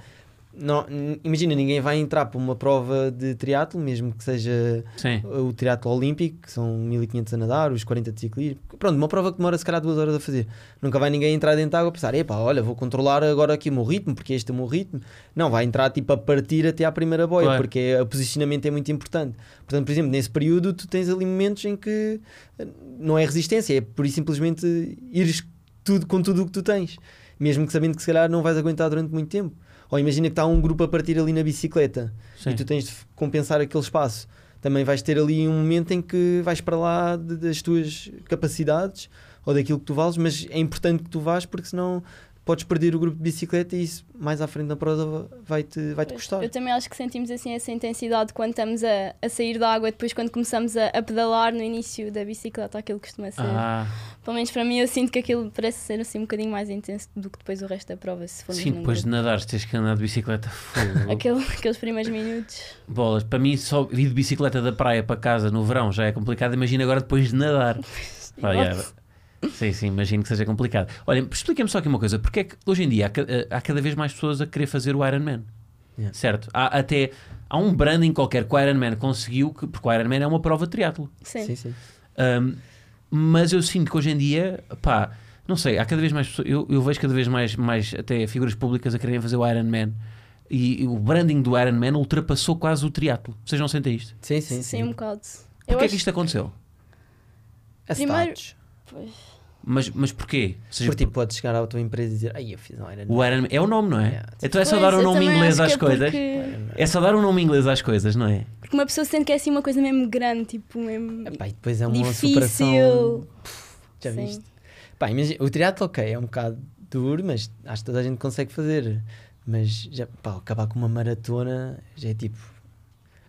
Speaker 2: Não, n- imagina, ninguém vai entrar para uma prova de triatlo, mesmo que seja
Speaker 1: Sim.
Speaker 2: o triatlo olímpico, que são 1500 a nadar, os 40 de ciclismo. Pronto, uma prova que demora se calhar duas horas a fazer. Nunca vai ninguém entrar dentro da água e pensar, epá, olha, vou controlar agora aqui o meu ritmo, porque este é o meu ritmo. Não, vai entrar tipo a partir até à primeira boia,
Speaker 1: Claro.
Speaker 2: porque é- o posicionamento é muito importante. Portanto, por exemplo, nesse período tu tens ali momentos em que eh, não é resistência, é por simplesmente ires tudo, com tudo o que tu tens. Mesmo que sabendo que se calhar não vais aguentar durante muito tempo. Ou imagina que está um grupo a partir ali na bicicleta
Speaker 1: Sim.
Speaker 2: e tu tens de f- compensar aquele espaço. também vais ter ali um momento em que vais para lá de- das tuas capacidades ou daquilo que tu vales, mas é importante que tu vás porque senão podes perder o grupo de bicicleta e isso mais à frente na prova vai-te vai -te custar.
Speaker 4: Eu também acho que sentimos assim essa intensidade quando estamos a, a sair da água, depois quando começamos a, a pedalar no início da bicicleta, aquilo costuma ser.
Speaker 1: Ah,
Speaker 4: Pelo menos para mim eu sinto que aquilo parece ser assim um bocadinho mais intenso do que depois o resto da prova, se formos
Speaker 1: sim,
Speaker 4: num
Speaker 1: depois de
Speaker 4: grupo.
Speaker 1: nadar, tens que andar de bicicleta. Fogo.
Speaker 4: Aquele, aqueles primeiros minutos.
Speaker 1: Bolas, para mim, só ir de bicicleta da praia para casa no verão já é complicado. Imagina agora depois de nadar. Pá,
Speaker 4: Igual.
Speaker 1: yeah. Sim, sim, imagino que seja complicado. Olhem, expliquem-me só aqui uma coisa: porque é que hoje em dia há, ca- eh, há cada vez mais pessoas a querer fazer o Iron Man?
Speaker 2: Yeah.
Speaker 1: Certo? Há até há um branding qualquer que o Iron Man conseguiu, que, porque o Iron Man é uma prova de triatlo.
Speaker 4: Sim.
Speaker 2: Sim, sim.
Speaker 1: Um, mas eu sinto que hoje em dia, pá, não sei, há cada vez mais pessoas, eu, eu vejo cada vez mais, mais até figuras públicas a quererem fazer o Iron Man e, e o branding do Iron Man ultrapassou quase o triatlo. Vocês não sentem isto?
Speaker 2: Sim,
Speaker 4: Sim,
Speaker 2: sim. sim.
Speaker 4: um bocado. Eu
Speaker 1: Porquê é que
Speaker 4: acho-
Speaker 1: isto é aconteceu?
Speaker 2: A
Speaker 4: Primeiro-
Speaker 2: status.
Speaker 4: pois.
Speaker 1: Mas, mas porquê? Ou seja,
Speaker 2: Porque tipo, podes chegar à tua empresa e dizer, ai, eu fiz um Iron Man.
Speaker 1: o Iron Man é o nome, não é?
Speaker 2: Yeah.
Speaker 1: Então é só
Speaker 4: Pois,
Speaker 1: dar um
Speaker 4: eu
Speaker 1: nome
Speaker 4: também
Speaker 1: inglês
Speaker 4: acho
Speaker 1: às
Speaker 4: que é
Speaker 1: coisas.
Speaker 4: Porque,
Speaker 1: É só dar um nome inglês às coisas, não é?
Speaker 4: porque uma pessoa sente que é assim uma coisa mesmo grande, tipo mesmo.
Speaker 2: Epá, e depois é uma
Speaker 4: Difícil.
Speaker 2: superação. Já
Speaker 4: Sim.
Speaker 2: viste? Pá, imagina, o triatlo, ok, é um bocado duro, mas acho que toda a gente consegue fazer. Mas já, pá, acabar com uma maratona já é tipo.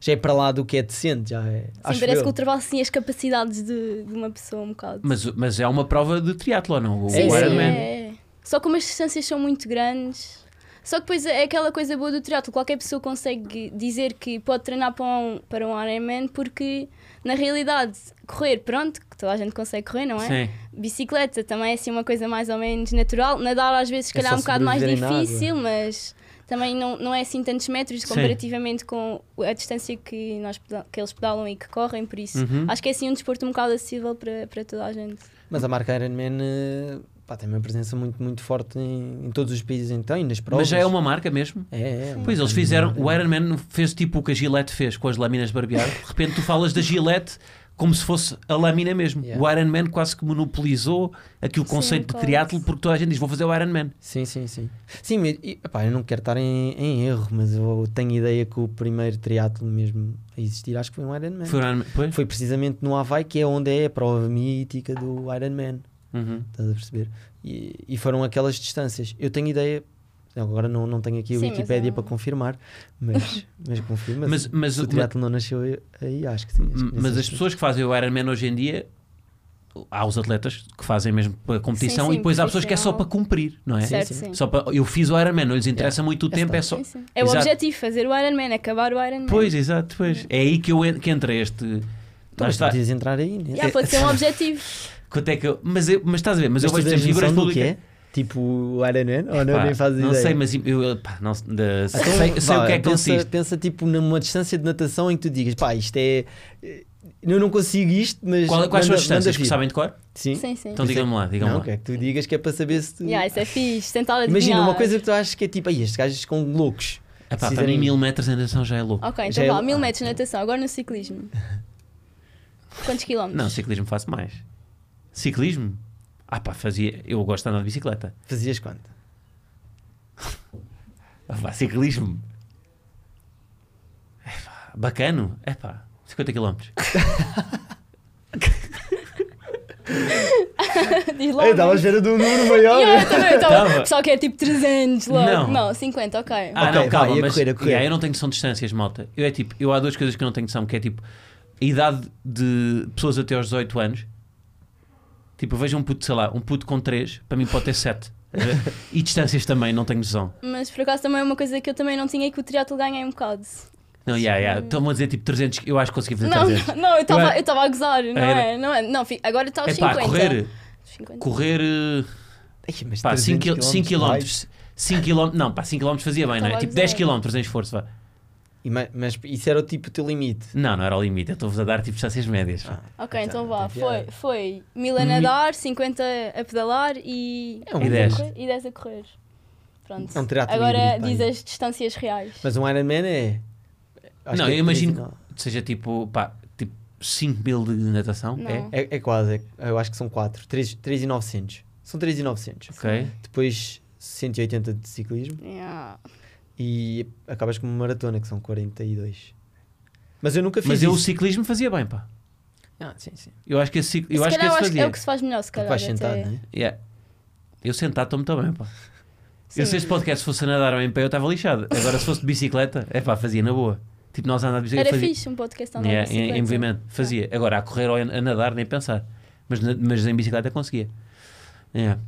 Speaker 2: Já é para lá do que é decente, já é.
Speaker 4: Sim, parece que ultrapassa assim, as capacidades de, de uma pessoa um bocado.
Speaker 1: Mas, mas é uma prova de triatlo, não? O
Speaker 4: Sim,
Speaker 1: Iron
Speaker 4: sim,
Speaker 1: Man.
Speaker 4: é. Só como as distâncias são muito grandes. Só que depois é aquela coisa boa do triatlo. Qualquer pessoa consegue dizer que pode treinar para um, para um Ironman porque, na realidade, correr, pronto, que toda a gente consegue correr, não é?
Speaker 1: Sim.
Speaker 4: Bicicleta também é assim uma coisa mais ou menos natural. Nadar às vezes, se
Speaker 2: É
Speaker 4: calhar,
Speaker 2: só
Speaker 4: um bocado mais
Speaker 2: sobreviver na
Speaker 4: difícil, mas também não, não é assim tantos metros comparativamente com a distância que, nós, pedal- que eles pedalam e que correm. Por isso,
Speaker 1: Uhum.
Speaker 4: acho que é assim um desporto um bocado acessível para, para toda a gente.
Speaker 2: Mas a marca Ironman eh, pá, tem uma presença muito, muito forte em, em todos os países, então, e nas provas.
Speaker 1: Mas já é uma marca mesmo?
Speaker 2: É, é, é uma
Speaker 1: Pois eles
Speaker 2: marca
Speaker 1: fizeram,
Speaker 2: Ironman.
Speaker 1: o Iron Man fez tipo o que a Gillette fez com as lâminas de barbear. De repente tu falas da Gillette como se fosse a lâmina mesmo.
Speaker 2: Yeah.
Speaker 1: O Iron Man quase que monopolizou aquele
Speaker 4: Sim,
Speaker 1: conceito de
Speaker 4: quase.
Speaker 1: triatlo porque toda a gente diz vou fazer o Iron Man.
Speaker 2: Sim, sim, sim. Sim, mas, e, epá, eu não quero estar em, em erro, mas eu tenho ideia que o primeiro triatlo mesmo a existir, acho que foi um Ironman.
Speaker 1: Foi o Iron Man. Pois?
Speaker 2: Foi precisamente no Havaí, que é onde é a prova mítica do Ironman.
Speaker 1: Uhum.
Speaker 2: Estás a perceber? E, e foram aquelas distâncias. Eu tenho ideia, agora não, não tenho aqui a
Speaker 4: Sim, mas
Speaker 2: Wikipédia
Speaker 4: é um-
Speaker 2: para confirmar, mas, mas confirma.
Speaker 1: Mas, mas,
Speaker 2: o
Speaker 1: mas,
Speaker 2: triatlo não nasceu aí- aí, acho que sim. acho que
Speaker 1: mas
Speaker 2: nessa-
Speaker 1: as pessoas que fazem o Iron Man hoje em dia, há os atletas que fazem mesmo para competição
Speaker 4: sim,
Speaker 1: e depois há pessoas que é só para
Speaker 4: profissional.
Speaker 1: cumprir, não é?
Speaker 4: certo,
Speaker 2: sim.
Speaker 4: sim.
Speaker 1: Só para, eu fiz o Iron Man, não lhes interessa muito o
Speaker 2: É
Speaker 1: tempo, é
Speaker 2: só-
Speaker 1: só.
Speaker 4: Sim, sim. É o
Speaker 1: Exato.
Speaker 4: objetivo, fazer o Iron Man, acabar o Iron Man.
Speaker 1: Pois, exato,
Speaker 4: Uhum.
Speaker 1: pois. É aí que, eu en- que entra este.
Speaker 2: Então,
Speaker 1: Lá
Speaker 2: mas tu
Speaker 1: está.
Speaker 2: podias entrar aí, né?
Speaker 1: É,
Speaker 4: Yeah, pode ser um objetivo.
Speaker 1: Quanto é que eu, mas, eu, mas estás a ver, mas, eu
Speaker 2: tu
Speaker 1: vejo
Speaker 2: tens
Speaker 1: sempre figuras
Speaker 2: noção do que
Speaker 1: públicas.
Speaker 2: é? Tipo o Ironman? Ou não,
Speaker 1: Pá,
Speaker 2: nem fazes
Speaker 1: não
Speaker 2: ideia?
Speaker 1: sei, mas eu pá, não, se- de-
Speaker 2: Então,
Speaker 1: sei, sei
Speaker 2: vá,
Speaker 1: o que é que
Speaker 2: pensa,
Speaker 1: consiste.
Speaker 2: Pensa tipo numa distância de natação em que tu digas, pá, isto é. Eu não consigo isto, mas.
Speaker 1: Qual- quais são
Speaker 2: manda-
Speaker 1: as distâncias
Speaker 2: manda
Speaker 1: que
Speaker 2: vir.
Speaker 1: sabem de cor?
Speaker 2: Sim.
Speaker 4: Sim, sim.
Speaker 1: Então digam-me lá, digam-me
Speaker 2: Não,
Speaker 1: lá.
Speaker 2: quer que tu digas que é para saber se tu.
Speaker 4: Yeah, isso é fixe, tentar adivinhar.
Speaker 2: Imagina uma coisa que tu achas que é tipo, aí estes gajos ficam
Speaker 1: Epá,
Speaker 2: loucos.
Speaker 1: para
Speaker 2: precisarem-
Speaker 1: mim, mil metros em natação já é louco.
Speaker 4: Ok,
Speaker 2: Já
Speaker 4: então
Speaker 2: é-
Speaker 4: vá, mil metros de natação, agora no ciclismo. Quantos quilómetros?
Speaker 1: Não, ciclismo faço mais. Ciclismo? Ah, pá, fazia. Eu gosto de andar de bicicleta.
Speaker 2: Fazias quanto?
Speaker 1: Ah, pá, ciclismo. Epá, bacano. É pá, 50 km.
Speaker 4: Diz logo. é?
Speaker 2: Eu estava à espera de um número maior.
Speaker 4: Yeah, eu também, eu tava-
Speaker 1: Tava.
Speaker 4: Só que é tipo 300 logo.
Speaker 1: Não.
Speaker 4: Não, 50, ok.
Speaker 1: Ah,
Speaker 2: Ok,
Speaker 1: não,
Speaker 2: vai,
Speaker 1: calma,
Speaker 2: e a
Speaker 1: mas
Speaker 2: correr, a correr.
Speaker 1: yeah, eu não tenho noção de distâncias, malta. Eu é tipo, eu há duas coisas que eu não tenho noção, que é tipo a idade de pessoas até aos 18 anos. Tipo, eu vejo um puto, sei lá, um puto com 3, para mim pode ter 7. e distâncias também, não tenho noção.
Speaker 4: Mas por acaso também é uma coisa que eu também não tinha e que o triatlo ganhei um bocado.
Speaker 1: Não, yeah, yeah. Estão a dizer tipo 300, eu acho que consegui fazer
Speaker 4: Não,
Speaker 1: 300.
Speaker 4: não, não, eu
Speaker 1: Não é?
Speaker 4: estava eu tava a gozar, não
Speaker 1: Era.
Speaker 4: é? Não é? Não, fi- agora está aos
Speaker 1: É pá,
Speaker 4: 50.
Speaker 1: correr,
Speaker 4: 50.
Speaker 1: correr, eh,
Speaker 2: Ai, mas
Speaker 1: pá, 5
Speaker 2: 300
Speaker 1: km. 5 km, não, pá, 5 km fazia bem, não é?
Speaker 4: Tava a
Speaker 1: Tipo
Speaker 4: gozar.
Speaker 1: 10 km em esforço, vá.
Speaker 2: E ma- Mas isso era o tipo o teu limite. Ah.
Speaker 1: Não, não era o limite, eu estou-vos a dar tipo distâncias médias. pá.
Speaker 4: Ok, então
Speaker 2: não
Speaker 4: vá,
Speaker 2: tem piada.
Speaker 4: foi, foi mil a
Speaker 1: Mi-
Speaker 4: nadar, 50 a pedalar e.
Speaker 2: É um
Speaker 1: E dez.
Speaker 4: correr- E 10 a correr. Pronto.
Speaker 2: É um triatlo
Speaker 4: Agora
Speaker 2: híbrido,
Speaker 4: diz
Speaker 2: pá.
Speaker 4: as distâncias reais.
Speaker 2: Mas um Ironman é. acho
Speaker 1: Não,
Speaker 2: que é
Speaker 1: eu imagino-
Speaker 2: 39.
Speaker 4: Ah.
Speaker 1: Seja tipo, pá, tipo 5 mil de natação,
Speaker 4: Não.
Speaker 1: é?
Speaker 2: É, é quase, é- eu acho que são 4. 3,900. São 3,900.
Speaker 1: Ok.
Speaker 2: Depois 180 de ciclismo
Speaker 4: Yeah.
Speaker 2: e acabas com uma maratona que são 42. Mas eu nunca fiz
Speaker 1: Mas eu o
Speaker 2: isso.
Speaker 1: ciclismo fazia bem, pá.
Speaker 2: Ah, sim, sim.
Speaker 1: Eu acho que esse, cic- eu
Speaker 4: se
Speaker 1: acho que esse
Speaker 4: calhar eu acho que é
Speaker 1: fazia.
Speaker 4: o que se faz melhor, se
Speaker 2: Porque
Speaker 4: calhar.
Speaker 2: vais sentado,
Speaker 4: até.
Speaker 2: não é?
Speaker 1: Yeah. Eu sentado estou-me também, pá. Eu
Speaker 4: Sim.
Speaker 1: se este podcast fosse a nadar em pé, eu estava lixado. Agora, se fosse de bicicleta, é pá, fazia na boa. Tipo, nós a andar de bicicleta.
Speaker 4: Era
Speaker 1: fazia...
Speaker 4: fixe um podcast andar de
Speaker 1: Yeah, em,
Speaker 4: bicicleta.
Speaker 1: em movimento, fazia. Agora, a correr ou a nadar, nem pensar. Mas, na- mas em bicicleta conseguia. Yeah.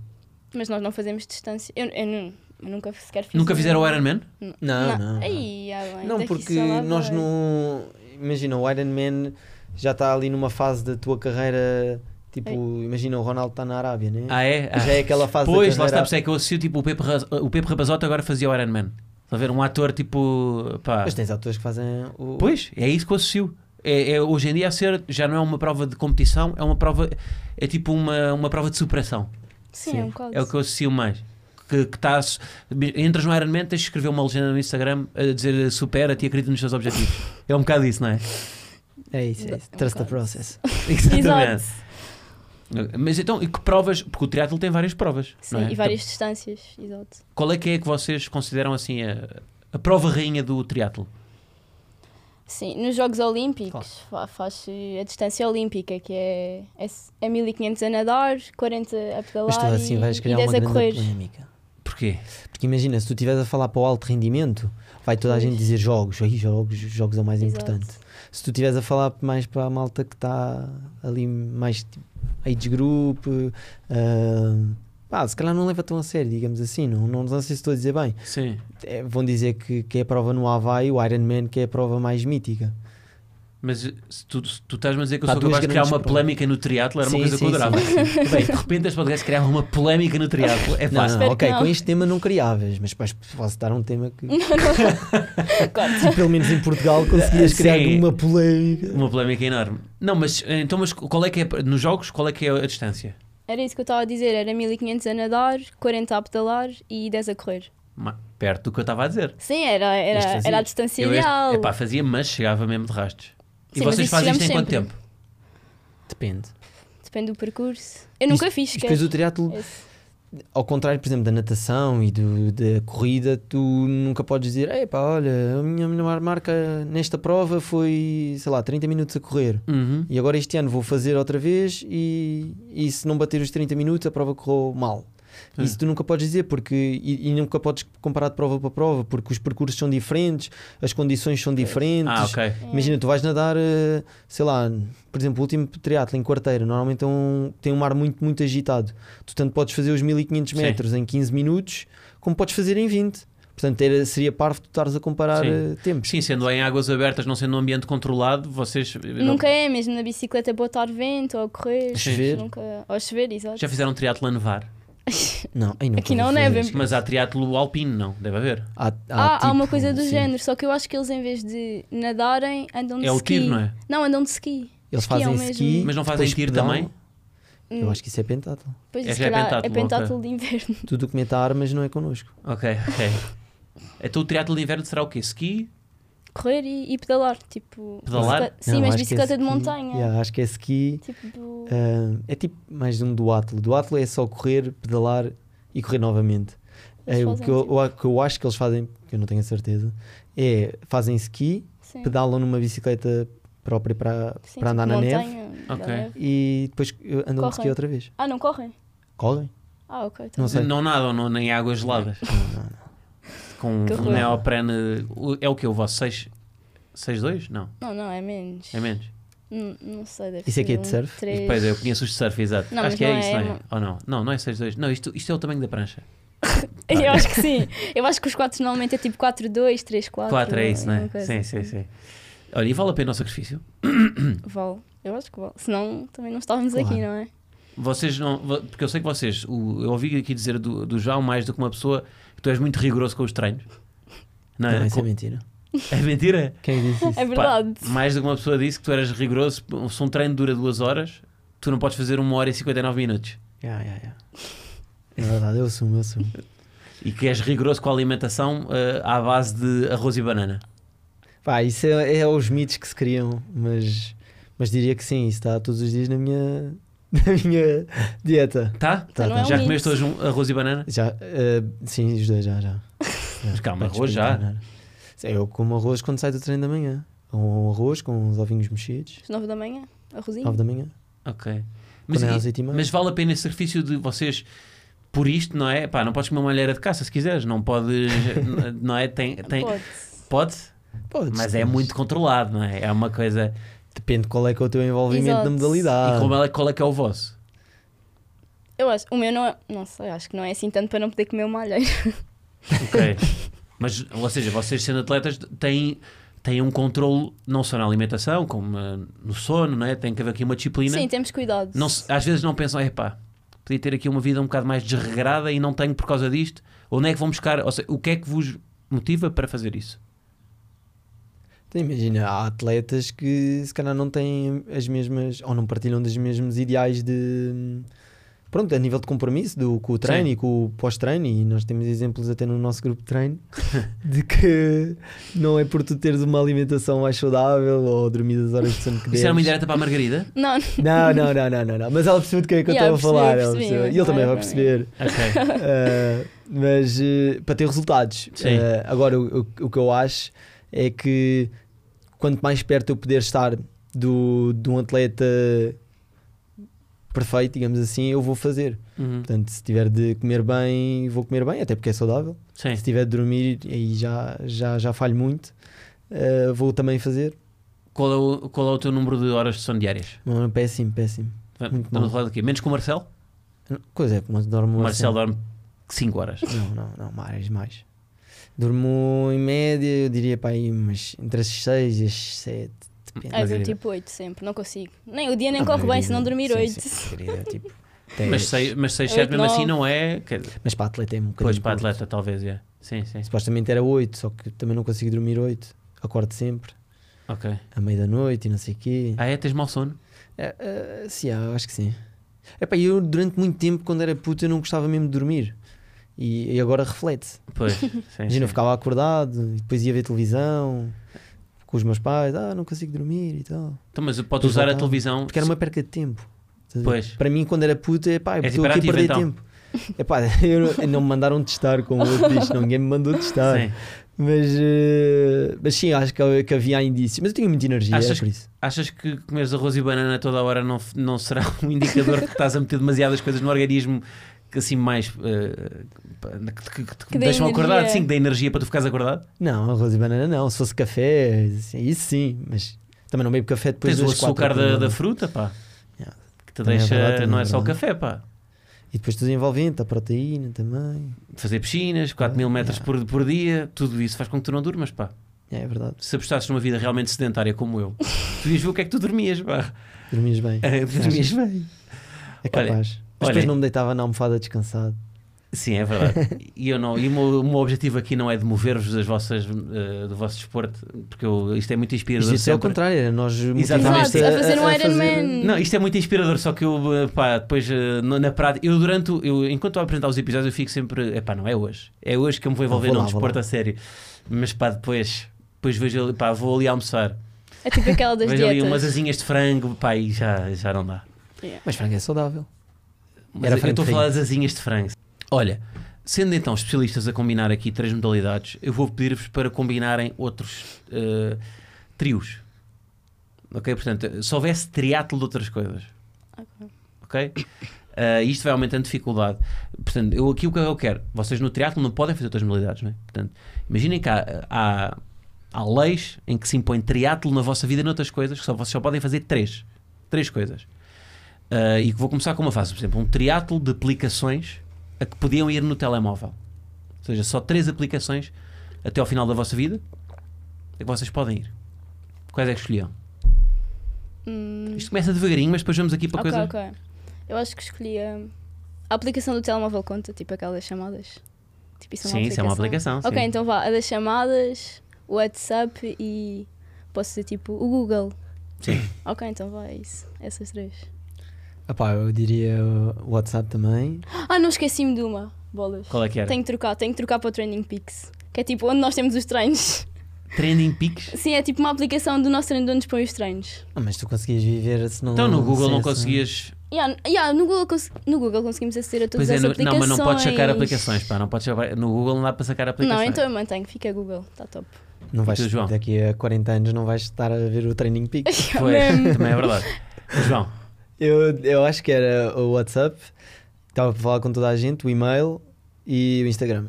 Speaker 4: Mas nós não fazemos distância. Eu, eu nu- eu nunca sequer fiz.
Speaker 1: Nunca
Speaker 4: um-
Speaker 1: fizeram o Ironman?
Speaker 4: Não,
Speaker 2: Não, não, não.
Speaker 4: Aí, ah, bem,
Speaker 2: Não,
Speaker 4: daqui
Speaker 2: porque
Speaker 4: só lá
Speaker 2: nós
Speaker 4: vai.
Speaker 2: não. Imagina, o Iron Man já está ali numa fase da tua carreira. Tipo, imagina, o Ronaldo está na Arábia, né?
Speaker 1: Ah, é? Ah.
Speaker 2: Já é aquela fase
Speaker 1: Pois,
Speaker 2: da
Speaker 1: lá está,
Speaker 2: carreira.
Speaker 1: por isso é que eu associo tipo o Pepe, Raz- o Pepe Rapazote agora fazia o Iron Man. Estás a ver? Um ator tipo. Pá.
Speaker 2: Mas tens atores que fazem o.
Speaker 1: Pois, é isso que eu associo. É, é- hoje em dia a ser, já não é uma prova de competição, é uma prova. É tipo uma, uma prova de superação.
Speaker 4: Sim,
Speaker 2: Sim.
Speaker 4: é um bocado.
Speaker 1: É o que eu associo mais. Que, que tá, asso- entras no Iron Man, tens de escrever uma legenda no Instagram a dizer supera-te e acredita nos teus objetivos. É um bocado isso, não é?
Speaker 2: É isso, é isso.
Speaker 4: É um
Speaker 2: Trust the
Speaker 4: bocado.
Speaker 2: process.
Speaker 1: Exatamente.
Speaker 4: Exato.
Speaker 1: Mas então, e que provas? Porque o triatlo tem várias provas.
Speaker 4: Sim,
Speaker 1: não é?
Speaker 4: e várias distâncias, exato.
Speaker 1: Qual é que é que vocês consideram assim a, a prova rainha do triatlo?
Speaker 4: Sim, nos Jogos Olímpicos fa- faz a distância olímpica, que é, é, s- é 1500 a nadar, 40 a pedalar
Speaker 2: Mas tu assim
Speaker 4: e,
Speaker 2: vais
Speaker 4: e
Speaker 2: criar
Speaker 4: 10
Speaker 2: uma
Speaker 4: a
Speaker 2: grande
Speaker 4: correr.
Speaker 2: polémica.
Speaker 1: Porquê?
Speaker 2: Porque imagina, se tu estiveres a falar para o alto rendimento, vai toda a gente dizer jogos. Aí, jogos, jogos é o mais
Speaker 4: Exato.
Speaker 2: importante. Se tu estiveres a falar mais para a malta que está ali mais tipo, age group, ah, pá, se calhar não leva tão a sério, digamos assim. Não, não, não sei se estou a dizer bem.
Speaker 1: Sim.
Speaker 2: É, vão dizer que, que é a prova no Havaí, o Iron Man, que é a prova mais mítica.
Speaker 1: Mas eh, se tu, se tu estás-me a dizer que eu
Speaker 2: Pá,
Speaker 1: sou
Speaker 2: duas
Speaker 1: capaz de criar
Speaker 2: grandes
Speaker 1: uma
Speaker 2: provas.
Speaker 1: polémica no triatlo, era uma
Speaker 2: Sim,
Speaker 1: coisa que eu
Speaker 2: sim,
Speaker 1: adorava.
Speaker 2: sim.
Speaker 1: Bem, de repente este podcast criava uma polémica no triatlo. É fácil.
Speaker 2: Não, não,
Speaker 4: Espero
Speaker 2: ok,
Speaker 4: que não.
Speaker 2: com este tema não criáveis, mas pá, posso dar um tema que, tipo,
Speaker 4: Corta.
Speaker 2: pelo menos em Portugal, conseguias
Speaker 1: Sim.
Speaker 2: criar uma polémica.
Speaker 1: Uma polémica enorme. Não, mas eh, então, mas qual é que é nos jogos? Qual é que é a distância?
Speaker 4: Era isso que eu estava a dizer, era 1500 a nadar, 40 a pedalar e 10 a correr.
Speaker 1: Ma- Perto do que eu estava a dizer.
Speaker 4: Sim, era,
Speaker 2: Este
Speaker 4: era,
Speaker 2: fazia.
Speaker 4: era a distância
Speaker 1: eu este-
Speaker 4: ideal.
Speaker 1: epá, fazia, mas chegava mesmo de rastos. e
Speaker 4: Sim, mas
Speaker 1: vocês
Speaker 4: isso
Speaker 1: fazem isto em
Speaker 4: chegamos
Speaker 1: quanto
Speaker 4: sempre.
Speaker 1: tempo?
Speaker 2: Depende.
Speaker 4: Depende do percurso. Eu nunca
Speaker 2: Isto-
Speaker 4: fiz,
Speaker 2: isto
Speaker 4: quer-
Speaker 2: Depois o triatlo,
Speaker 4: esse.
Speaker 2: ao contrário, por exemplo, da natação e do- da corrida, tu nunca podes dizer, epá, olha, a minha melhor marca nesta prova foi, sei lá, 30 minutos a correr.
Speaker 1: Uhum.
Speaker 2: E agora este ano vou fazer outra vez e, e se não bater os 30 minutos a prova correu mal.
Speaker 1: Sim.
Speaker 2: Isso tu nunca podes dizer porque e, e nunca podes comparar de prova para prova porque os percursos são diferentes, as condições são diferentes.
Speaker 1: Ah, ok.
Speaker 2: Imagina, tu vais nadar, eh, sei lá, por exemplo, o último triatlo em quarteira, normalmente é um- tem um mar muito, muito agitado. Tu tanto podes fazer os 1500
Speaker 1: Sim.
Speaker 2: metros em 15 minutos como podes fazer em 20. Portanto, era, seria parvo tu estares a comparar
Speaker 1: Sim.
Speaker 2: eh, tempos.
Speaker 1: Sim, sendo em águas abertas, não sendo um ambiente controlado, vocês. eh,
Speaker 4: Nunca é, mesmo na bicicleta botar vento ou correr.
Speaker 2: Chover.
Speaker 4: Nunca... Ou chover, exato.
Speaker 1: Já fizeram triatlo a nevar,
Speaker 2: Não, ai, nunca
Speaker 4: Aqui não
Speaker 2: vou
Speaker 4: neve.
Speaker 2: fazer.
Speaker 1: mas há triatlo alpino, não? Deve haver.
Speaker 2: Há, há
Speaker 1: Ah,
Speaker 4: Há, há uma
Speaker 2: tipo,
Speaker 4: coisa do
Speaker 2: sim.
Speaker 4: género, só que eu acho que eles em vez de nadarem andam de
Speaker 1: É o
Speaker 4: ski.
Speaker 1: tiro, não é?
Speaker 4: Não, andam de ski.
Speaker 2: Eles
Speaker 4: Esquiam
Speaker 2: fazem
Speaker 4: mesmo.
Speaker 2: ski,
Speaker 1: Mas não fazem
Speaker 2: depois
Speaker 1: tiro
Speaker 2: pedalam.
Speaker 1: também?
Speaker 2: Eu acho que isso é pentátil.
Speaker 4: Pois,
Speaker 1: É,
Speaker 4: se
Speaker 1: já é
Speaker 4: calhar, é
Speaker 1: pentátulo,
Speaker 4: pentátulo de inverno.
Speaker 2: Tu documentar, mas não é connosco.
Speaker 1: Ok, ok. Então o triatlo de inverno será o quê? Ski?
Speaker 4: Correr e, e pedalar, tipo...
Speaker 1: Pedalar?
Speaker 4: bicicleta- Sim,
Speaker 2: Não,
Speaker 4: mas
Speaker 2: acho que é
Speaker 4: bicicleta de
Speaker 2: ski.
Speaker 4: montanha.
Speaker 2: Yeah, acho que é ski.
Speaker 4: Tipo do...
Speaker 2: ah, é tipo mais um duatlo. Duatlo é só correr, pedalar e correr novamente.
Speaker 4: Eles
Speaker 2: É, o,
Speaker 4: fazem
Speaker 2: que eu,
Speaker 4: tipo-
Speaker 2: o a- que eu acho que eles fazem, que eu não tenho a certeza, é fazem ski,
Speaker 4: sim.
Speaker 2: pedalam numa bicicleta própria para,
Speaker 4: Sim,
Speaker 2: para
Speaker 4: tipo
Speaker 2: andar na neve
Speaker 4: montanha, na
Speaker 1: Ok.
Speaker 4: neve.
Speaker 2: e depois eh, andam de ski
Speaker 4: Correm.
Speaker 2: outra vez.
Speaker 4: Ah, não correm?
Speaker 2: Correm?
Speaker 4: Ah, ok. tá
Speaker 2: Não
Speaker 4: bem.
Speaker 2: sei.
Speaker 1: Não nadam, não, nem águas geladas. Com
Speaker 4: Que
Speaker 1: um
Speaker 4: horror.
Speaker 1: neoprene. o- É o que? O vosso 6? 6-2? Não,
Speaker 4: Não, não, é menos.
Speaker 1: é menos.
Speaker 4: N- Não sei, deve
Speaker 2: Isso é
Speaker 4: ser
Speaker 2: que é de
Speaker 4: um
Speaker 2: surf?
Speaker 1: E
Speaker 4: três.
Speaker 1: depois eu conheço os de surf, exato.
Speaker 4: Não,
Speaker 1: Acho
Speaker 4: mas
Speaker 1: que é
Speaker 4: não
Speaker 1: isso,
Speaker 4: é-
Speaker 1: não é? Ou não? Não, não é 6-2. Não, isto, isto é o tamanho da prancha.
Speaker 4: Eu acho que sim. Eu acho que os 4 normalmente é tipo 4, 2, 3, 4.
Speaker 1: 4 é isso, não é?
Speaker 4: uma coisa
Speaker 1: Sim, sim,
Speaker 4: assim.
Speaker 1: sim. Olha, e vale a pena o sacrifício?
Speaker 4: Vale. Eu acho que vale. Senão também não estávamos
Speaker 2: Claro.
Speaker 4: aqui, não é?
Speaker 1: Vocês não. vo- Porque eu sei que vocês. o- eu ouvi aqui dizer do, do João mais do que uma pessoa que tu és muito rigoroso com os treinos. Não,
Speaker 2: Não,
Speaker 1: é?
Speaker 2: isso é mentira.
Speaker 1: é mentira?
Speaker 2: Quem disse isso?
Speaker 4: É verdade.
Speaker 1: Pá, mais do que uma pessoa disse que tu eras rigoroso. Se um treino dura duas horas, tu não podes fazer uma hora e 59 minutos.
Speaker 2: Yeah, yeah, yeah. É verdade, eu assumo, eu assumo.
Speaker 1: E que és rigoroso com a alimentação eh, à base de arroz e banana.
Speaker 2: Pá, isso é, é os mitos que se criam, mas, mas diria que sim, isso está todos os dias na minha, na minha dieta.
Speaker 1: Tá?
Speaker 2: Tá,
Speaker 4: não
Speaker 2: tá.
Speaker 4: é um
Speaker 1: já
Speaker 4: mito.
Speaker 1: comeste hoje um arroz e banana?
Speaker 2: Já, eh, sim, os dois já, já.
Speaker 1: Mas calma,
Speaker 2: Para É,
Speaker 1: arroz já.
Speaker 2: despencar. Sim, Eu como arroz quando saio do treino da manhã. Com arroz, com os ovinhos mexidos,
Speaker 4: Às 9 da manhã, arrozinho.
Speaker 2: 9 da manhã.
Speaker 1: Ok. Mas,
Speaker 2: é
Speaker 1: e-
Speaker 2: às oito e meia.
Speaker 1: mas vale a pena esse sacrifício de vocês por isto, não é? Pá, não podes comer uma alheira de caça se quiseres, não podes, n- não é? Tem, tem,
Speaker 4: Pode.
Speaker 1: pode,
Speaker 2: Pode,
Speaker 1: mas é muito controlado, não é? É uma coisa.
Speaker 2: Depende qual é que é o teu envolvimento
Speaker 4: Exato.
Speaker 2: na
Speaker 1: E
Speaker 2: modalidade.
Speaker 1: como é, qual é que é o vosso?
Speaker 4: Eu acho, o meu não é, não sei, acho que não é assim tanto para não poder comer uma alheira.
Speaker 1: Ok. mas, ou seja, vocês sendo atletas têm, têm um controle não só na alimentação, como eh, no sono, não é? Tem que haver aqui uma disciplina.
Speaker 4: Sim, temos cuidado.
Speaker 1: Não se- às vezes não pensam, epá, podia ter aqui uma vida um bocado mais desregrada e não tenho por causa disto. Onde é que vão buscar? Ou seja, o que é que vos motiva para fazer isso?
Speaker 2: Então, Imagina, há atletas que se calhar não têm as mesmas, ou não partilham dos mesmos ideais de. Pronto, a nível de compromisso do, com o treino
Speaker 1: Sim.
Speaker 2: e com o pós-treino, e nós temos exemplos até no nosso grupo de treino de que não é por tu teres uma alimentação mais saudável ou dormir as horas de sono que deves.
Speaker 1: Isso era uma indireta para a Margarida?
Speaker 4: Não,
Speaker 2: Não, não, não, não, não, não. Mas ela percebeu do que é que eu
Speaker 4: Yeah,
Speaker 2: estava
Speaker 4: eu
Speaker 2: a falar.
Speaker 4: percebi,
Speaker 2: ela
Speaker 4: percebi,
Speaker 2: percebeu. E ele também vai
Speaker 4: mas não era para mim.
Speaker 2: perceber.
Speaker 1: Ok.
Speaker 2: Uh, mas uh, para ter resultados.
Speaker 1: Sim.
Speaker 2: Uh, agora, o, o- o que eu acho é que quanto mais perto eu puder estar do, de um atleta perfeito, digamos assim, eu vou fazer.
Speaker 1: Uhum.
Speaker 2: Portanto, se tiver de comer bem, vou comer bem, até porque é saudável.
Speaker 1: Sim.
Speaker 2: Se tiver de dormir, aí já, já, já falho muito. Uh, vou também fazer.
Speaker 1: Qual é, o, qual é o teu número de horas de sono diárias?
Speaker 2: Não, é péssimo, péssimo. Muito
Speaker 1: Estamos a
Speaker 2: bom.
Speaker 1: falar daqui. Menos que o Marcelo?
Speaker 2: Coisa é, mas dormo
Speaker 1: O Marcelo
Speaker 2: assim.
Speaker 1: dorme 5 horas.
Speaker 2: Não, não, não, mais, mais. Durmo em média, eu diria para aí umas, entre as 6 e as 7. Depende.
Speaker 4: ah, eu
Speaker 1: Margarida.
Speaker 4: tipo 8 sempre, não consigo. Nem, o dia nem
Speaker 2: A
Speaker 4: corre bem
Speaker 2: maioria
Speaker 4: se não dormir
Speaker 2: sim,
Speaker 4: 8.
Speaker 2: sim, a maioria é tipo 10.
Speaker 1: Mas 6, mas 7
Speaker 4: Oito,
Speaker 1: mesmo assim
Speaker 4: nove.
Speaker 1: não é. quer dizer,
Speaker 2: Mas para atleta é um bocadinho.
Speaker 1: Pois para
Speaker 2: pouco.
Speaker 1: atleta, talvez, é. Sim, sim.
Speaker 2: Supostamente era 8, só que também não consigo dormir 8. Acordo sempre,
Speaker 1: Ok.
Speaker 2: à meia da noite e não sei o quê.
Speaker 1: Ah, é? Tens mau sono?
Speaker 2: É, é, sim, eu acho que sim. Epá, eu durante muito tempo, quando era puto, eu não gostava mesmo de dormir. E, e agora reflete.
Speaker 1: Pois. Sim,
Speaker 2: Imagina, eu
Speaker 1: É, sim.
Speaker 2: ficava acordado e depois ia ver televisão com os meus pais. Ah, não consigo dormir e tal.
Speaker 1: Então, mas podes usar a
Speaker 2: Voltava.
Speaker 1: televisão.
Speaker 2: Porque era uma perca de tempo. Estás a ver?
Speaker 1: Pois.
Speaker 2: Para mim, quando era puta, é pá,
Speaker 1: És
Speaker 2: estou aqui a
Speaker 1: hiperativo,
Speaker 2: perder
Speaker 1: então.
Speaker 2: tempo. É pá, eu- não me mandaram testar, como o outro diz, ninguém me mandou testar.
Speaker 1: Sim.
Speaker 2: Mas, eh, mas sim, acho que, que havia indícios. Mas eu tinha muita energia,
Speaker 1: Achas
Speaker 2: era por isso.
Speaker 1: Achas que comeres arroz e banana toda a hora não, f- não será um indicador que estás a meter demasiadas coisas no organismo que assim mais eh, que, que, que,
Speaker 4: Que dê
Speaker 1: deixam acordado,
Speaker 4: energia.
Speaker 1: sim, que dê energia para tu ficares acordado?
Speaker 2: Não, arroz e banana não. Se fosse café, assim, isso sim. Mas também não bebo café depois
Speaker 1: Tens o
Speaker 2: das quatro,
Speaker 1: açúcar da,
Speaker 2: também
Speaker 1: da
Speaker 2: não.
Speaker 1: fruta, pá.
Speaker 2: Yeah.
Speaker 1: Que te
Speaker 2: Também é
Speaker 1: deixa,
Speaker 2: verdade, também
Speaker 1: não
Speaker 2: é
Speaker 1: é só o
Speaker 2: verdade.
Speaker 1: café, pá.
Speaker 2: E depois tudo envolvente, a proteína também.
Speaker 1: Fazer piscinas, 4 mil metros
Speaker 2: Yeah.
Speaker 1: por, por dia, tudo isso faz com que tu não durmas, pá.
Speaker 2: É, é verdade.
Speaker 1: Se apostasses numa vida realmente sedentária como eu, tu ias ver o que é que tu dormias, pá.
Speaker 2: Dormias bem.
Speaker 1: dormias
Speaker 2: bem. É
Speaker 1: Olha,
Speaker 2: capaz. mas
Speaker 1: olha-
Speaker 2: depois não me deitava na almofada descansado.
Speaker 1: Sim, é verdade. e eu não, e o meu, o meu objetivo aqui não é de mover-vos das vossas, eh, do vosso desporto, porque eu- isto é muito inspirador.
Speaker 2: Isto é ao
Speaker 1: sempre.
Speaker 2: contrário, era nós motivamos-te
Speaker 1: Exatamente.
Speaker 4: Exato, a fazer um Ironman.
Speaker 1: Não, isto é muito inspirador, só que eu, eh, pá, depois eh, no- na prática, eu durante, o- eu, enquanto eu a apresentar os episódios, eu fico sempre, epá, não é hoje, é hoje que eu me vou envolver
Speaker 2: vou
Speaker 1: num
Speaker 2: lá, vou
Speaker 1: desporto
Speaker 2: lá.
Speaker 1: a sério, mas pá, depois, depois vejo ali, pá, vou ali almoçar,
Speaker 4: É tipo aquela das
Speaker 1: vejo ali
Speaker 4: dietas.
Speaker 1: umas asinhas de frango, pá, e já, já não dá.
Speaker 2: Mas frango é saudável.
Speaker 1: Mas
Speaker 2: Era
Speaker 1: eu
Speaker 2: frango
Speaker 1: estou a falar
Speaker 2: frito.
Speaker 1: das asinhas de frango. Olha, sendo então especialistas a combinar aqui três modalidades, eu vou pedir-vos para combinarem outros eh, trios. Ok? Portanto, se houvesse triatlo de outras coisas. Ok? Eh, isto vai aumentando dificuldade. Portanto, eu, aqui o que eu quero, vocês no triatlo não podem fazer outras modalidades, não é? Portanto, imaginem que há, há, há leis em que se impõe triatlo na vossa vida e noutras coisas, que só, vocês só podem fazer três. Três coisas. Uh, e que vou começar com uma fase, por exemplo, um triatlo de aplicações a que podiam ir no telemóvel. Ou seja, só três aplicações até ao final da vossa vida é que vocês podem ir. Quais é que escolhiam?
Speaker 4: Hum,
Speaker 1: Isto é começa devagarinho, mas depois vamos aqui para
Speaker 4: ok,
Speaker 1: coisas.
Speaker 4: ok. Eu acho que escolhi hum, a aplicação do telemóvel conta, tipo aquelas chamadas. Tipo, isso é uma
Speaker 1: Sim, isso é uma aplicação.
Speaker 4: Ok,
Speaker 1: sim.
Speaker 4: então vá, a das chamadas, o WhatsApp e posso dizer tipo o Google.
Speaker 1: Sim.
Speaker 4: Ok, então vá, é isso. Essas três.
Speaker 2: Ah pá, eu diria o WhatsApp também.
Speaker 4: Ah, não esqueci-me de uma. Bolas.
Speaker 1: Qual é que era?
Speaker 4: Tenho que trocar, tenho que trocar para o Training Peaks. Que é tipo onde nós temos os treinos.
Speaker 1: Trending Peaks?
Speaker 4: Sim, é tipo uma aplicação do nosso treinador onde nos põe os treinos.
Speaker 2: Ah, mas tu conseguias viver se não. né?
Speaker 1: Então no Google não
Speaker 2: se- se-
Speaker 1: conseguias.
Speaker 4: Yeah, yeah, no, Google, cons- no Google conseguimos aceder a todas
Speaker 1: Pois é,
Speaker 4: as
Speaker 1: no- não,
Speaker 4: aplicações. então
Speaker 1: mas não podes sacar aplicações, pá, não podes sacar- No Google não dá para sacar aplicações.
Speaker 4: Não, então eu mantenho, fica Google, está top.
Speaker 2: Não vais,
Speaker 1: tu, João?
Speaker 2: daqui a 40 anos não vais estar a ver o Training Peak.
Speaker 1: Pois, também é verdade. João,
Speaker 2: Eu, eu acho que era o WhatsApp, estava para falar com toda a gente, o e-mail e o Instagram.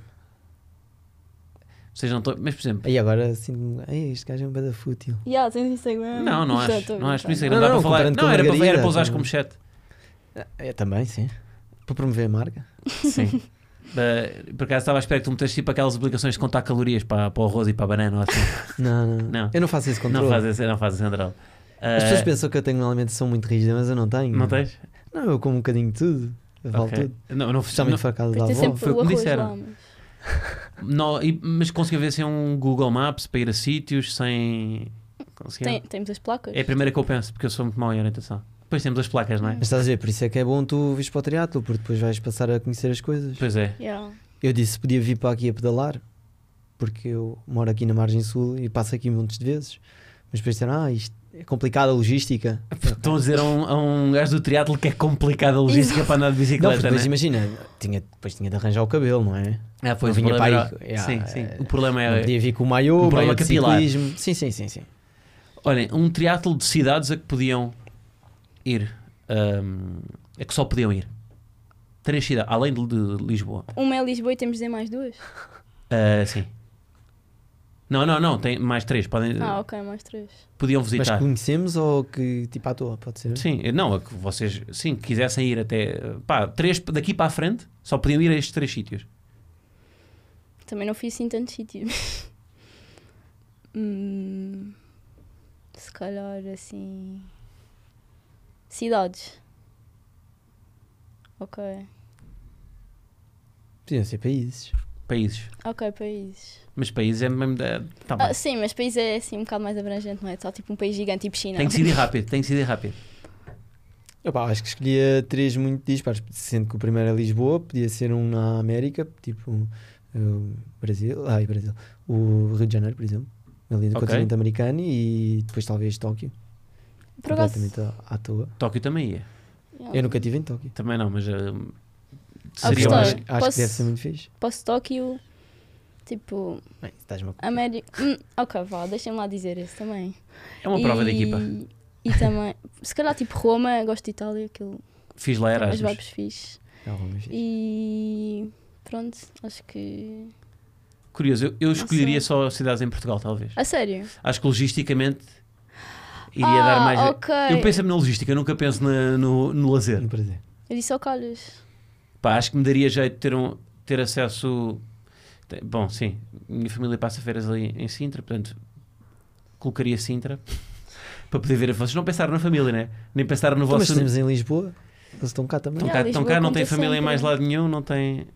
Speaker 1: vocês não estão. Mas, por exemplo,
Speaker 2: Aí agora sinto-me, "Ei, este gajo é um bada fútil.
Speaker 4: Yeah, tens Instagram. Tá
Speaker 1: não, não
Speaker 4: Ah, Já estou
Speaker 1: acho.
Speaker 4: a
Speaker 1: Não acho. Por isso é
Speaker 4: brincar.
Speaker 1: que não, dá para
Speaker 2: Não, não,
Speaker 1: falar.
Speaker 2: comparando com
Speaker 1: Não,
Speaker 2: a
Speaker 1: era para, era
Speaker 2: Margarida,
Speaker 1: para usares
Speaker 2: não.
Speaker 1: como chat.
Speaker 2: É, também, sim. Para promover a marca.
Speaker 1: Sim. Eh, por acaso estava à espera que tu metesse tipo aquelas aplicações de contar calorias para, para o arroz e para a banana. ou Assim.
Speaker 2: Não, não.
Speaker 1: Não.
Speaker 2: Eu não faço esse controle.
Speaker 1: Não fazes não fazes central.
Speaker 2: As pessoas
Speaker 1: Ah,
Speaker 2: pensam que eu tenho uma alimentação muito rígida, mas eu não tenho.
Speaker 1: Não tens?
Speaker 2: Não, eu como um bocadinho de tudo. Eu falo
Speaker 1: Ok.
Speaker 2: tudo.
Speaker 1: Não, não,
Speaker 2: Especialmente
Speaker 1: não,
Speaker 2: para a casa da
Speaker 4: Tem
Speaker 2: avó.
Speaker 4: sempre
Speaker 1: foi o
Speaker 4: o
Speaker 1: que me
Speaker 4: arroz
Speaker 1: disseram.
Speaker 4: lá, mas-
Speaker 1: não, e- mas conseguiu ver sem um Google Maps para ir a sítios sem. Conseguiram?
Speaker 4: Tem- Temos as placas.
Speaker 1: É a primeira que eu penso, porque eu sou muito mau em orientação. Depois temos as placas, não é?
Speaker 2: Mas estás a ver, por isso é que é bom tu vires para o triatlo, porque depois vais passar a conhecer as coisas.
Speaker 1: Pois é.
Speaker 4: Yeah.
Speaker 2: Eu disse podia vir para aqui a pedalar, porque eu moro aqui na margem sul e passo aqui montes de vezes. Mas depois disseram, ah, isto é complicado a logística.
Speaker 1: Estão a dizer a um, a um gajo do triatlo que é complicada a logística para andar de
Speaker 2: Não, porque
Speaker 1: bicicleta, né?
Speaker 2: depois
Speaker 1: não
Speaker 2: imagina, tinha, depois tinha de arranjar o cabelo, não é?
Speaker 1: é? Ah, pois,
Speaker 2: não
Speaker 1: o
Speaker 2: vinha
Speaker 1: problema
Speaker 2: para aí.
Speaker 1: era-
Speaker 2: Yeah,
Speaker 1: Sim, sim.
Speaker 2: eh,
Speaker 1: O problema
Speaker 2: Não
Speaker 1: é...
Speaker 2: podia vir com o
Speaker 1: um
Speaker 2: maiô,
Speaker 1: problema
Speaker 2: meio de
Speaker 1: capilar.
Speaker 2: ciclismo. Sim, sim, sim, sim.
Speaker 1: Olhem, um triatlo de cidades a que podiam ir. ahm, a que só podiam ir. Três cidades, além de, de Lisboa.
Speaker 4: Uma é Lisboa e temos de dizer mais duas.
Speaker 1: Ah, sim. Não, não, não. Tem mais três. Podem,
Speaker 4: Ah, ok, mais três.
Speaker 1: Podiam
Speaker 2: Mas
Speaker 1: visitar.
Speaker 2: que conhecemos ou que tipo à toa, pode ser?
Speaker 1: Sim, eh, não, a que vocês sim, quisessem ir até eh, pá, três, daqui para a frente, só podiam ir a estes três sítios.
Speaker 4: Também não fui assim em tantos sítios. Hum, se calhar assim. Cidades. Ok.
Speaker 2: Podiam ser países.
Speaker 1: Países.
Speaker 4: Ok, países.
Speaker 1: Mas países é mesmo. da- tá bem.
Speaker 4: Ah, sim, mas país é assim um bocado mais abrangente, não é? Só tipo um país gigante, tipo China.
Speaker 1: tem que decidir rápido, tem que decidir rápido.
Speaker 2: Eu pá, acho que escolhia três muito dispares, sendo que o primeiro é Lisboa, podia ser um na América, tipo eh, Brasil, ai, Brasil, o Rio de Janeiro, por exemplo, ali no
Speaker 1: Ok.
Speaker 2: continente americano e depois talvez Tóquio,
Speaker 4: Por acaso-
Speaker 2: completamente à, à toa.
Speaker 1: Tóquio também ia.
Speaker 4: Yeah.
Speaker 2: Eu nunca estive em Tóquio.
Speaker 1: Também não, mas. ah,
Speaker 2: Eu
Speaker 1: seria
Speaker 4: Apostar.
Speaker 1: mais.
Speaker 2: acho, acho
Speaker 4: Posso-
Speaker 2: que deve ser muito fixe.
Speaker 4: Posso Tóquio, tipo,
Speaker 2: Bem, estás uma...
Speaker 4: América. Hum, ok, vá, deixem-me lá dizer isso também.
Speaker 1: É uma prova
Speaker 4: E-
Speaker 1: de equipa.
Speaker 4: E também, se calhar tipo Roma, gosto de Itália, aquilo,
Speaker 1: Fiz lá
Speaker 4: as
Speaker 1: Erasmus.
Speaker 4: vibes fixe.
Speaker 2: É algo muito fixe.
Speaker 4: E pronto, acho que.
Speaker 1: Curioso, eu, eu escolheria só cidades em Portugal, talvez.
Speaker 4: A sério?
Speaker 1: Acho que logisticamente iria
Speaker 4: ah,
Speaker 1: dar mais.
Speaker 4: Ok.
Speaker 1: Eu penso-me na logística, eu nunca penso na- no, no lazer.
Speaker 2: No um prazer. Então,
Speaker 4: Eu disse ao Calhas.
Speaker 1: Pá, acho que me daria jeito de ter, um, ter acesso. te- Bom, sim, minha família passa férias ali em Sintra, portanto, colocaria Sintra para poder ver. a- Vocês não pensaram na família, né? Nem pensaram no
Speaker 2: Então, mas
Speaker 1: vosso.
Speaker 2: estivemos em Lisboa, eles estão cá também.
Speaker 1: Estão
Speaker 4: Yeah,
Speaker 1: cá,
Speaker 4: Lisboa
Speaker 1: estão cá, não
Speaker 4: conta
Speaker 1: têm família em
Speaker 4: sempre.
Speaker 1: mais lado nenhum, não têm.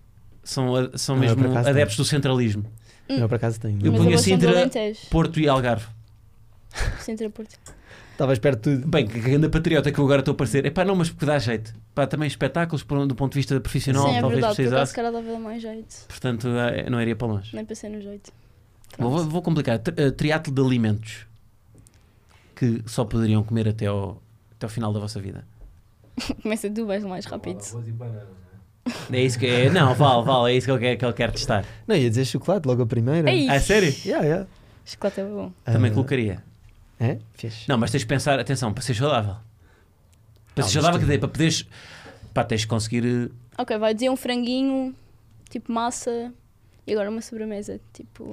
Speaker 1: São, a- são
Speaker 2: Não, eu
Speaker 1: mesmo
Speaker 2: por acaso
Speaker 1: adeptos do centralismo.
Speaker 2: Não, por acaso tenho.
Speaker 1: Eu
Speaker 4: Hum,
Speaker 1: assim
Speaker 4: mas
Speaker 1: punha
Speaker 4: eu gosto tanto
Speaker 1: Sintra-
Speaker 4: do Alentejo,
Speaker 1: Porto e Algarve.
Speaker 4: Sintra Porto.
Speaker 2: Estavas perto de tudo.
Speaker 1: Bem, que grande patriota que eu agora estou a parecer. Epá, não, mas porque dá jeito. Pá, também espetáculos por um- do ponto de vista profissional,
Speaker 4: Sim, é
Speaker 1: talvez
Speaker 4: verdade, por acaso se
Speaker 1: precisasse.
Speaker 4: calhar dava mais jeito.
Speaker 1: Portanto, eh, não iria para longe.
Speaker 4: Nem pensei no jeito.
Speaker 1: Vou, vou- vou complicar. Tri- eh, Triatlo de alimentos que só poderiam comer até ao, até ao final da vossa vida.
Speaker 4: Começa tu, vais mais rápido.
Speaker 5: Arroz e banana, não é?
Speaker 1: É isso que é. Não, vale, vale. É isso que eu quero, que eu quero testar.
Speaker 2: Não, ia dizer chocolate logo a primeira.
Speaker 4: Ei.
Speaker 1: A Ah, sério?
Speaker 2: Yeah, yeah.
Speaker 4: É Chocolate é bom.
Speaker 1: Também
Speaker 2: Ah,
Speaker 1: colocaria.
Speaker 2: É? Fixe.
Speaker 1: Não, mas tens de pensar, atenção, para ser saudável. Para
Speaker 2: Não,
Speaker 1: ser saudável, quer
Speaker 2: Ah, mas tem-
Speaker 1: dizer, para poderes. Pá, tens de conseguir. eh,
Speaker 4: Ok, vai dizer um franguinho, tipo massa, e agora uma sobremesa, tipo.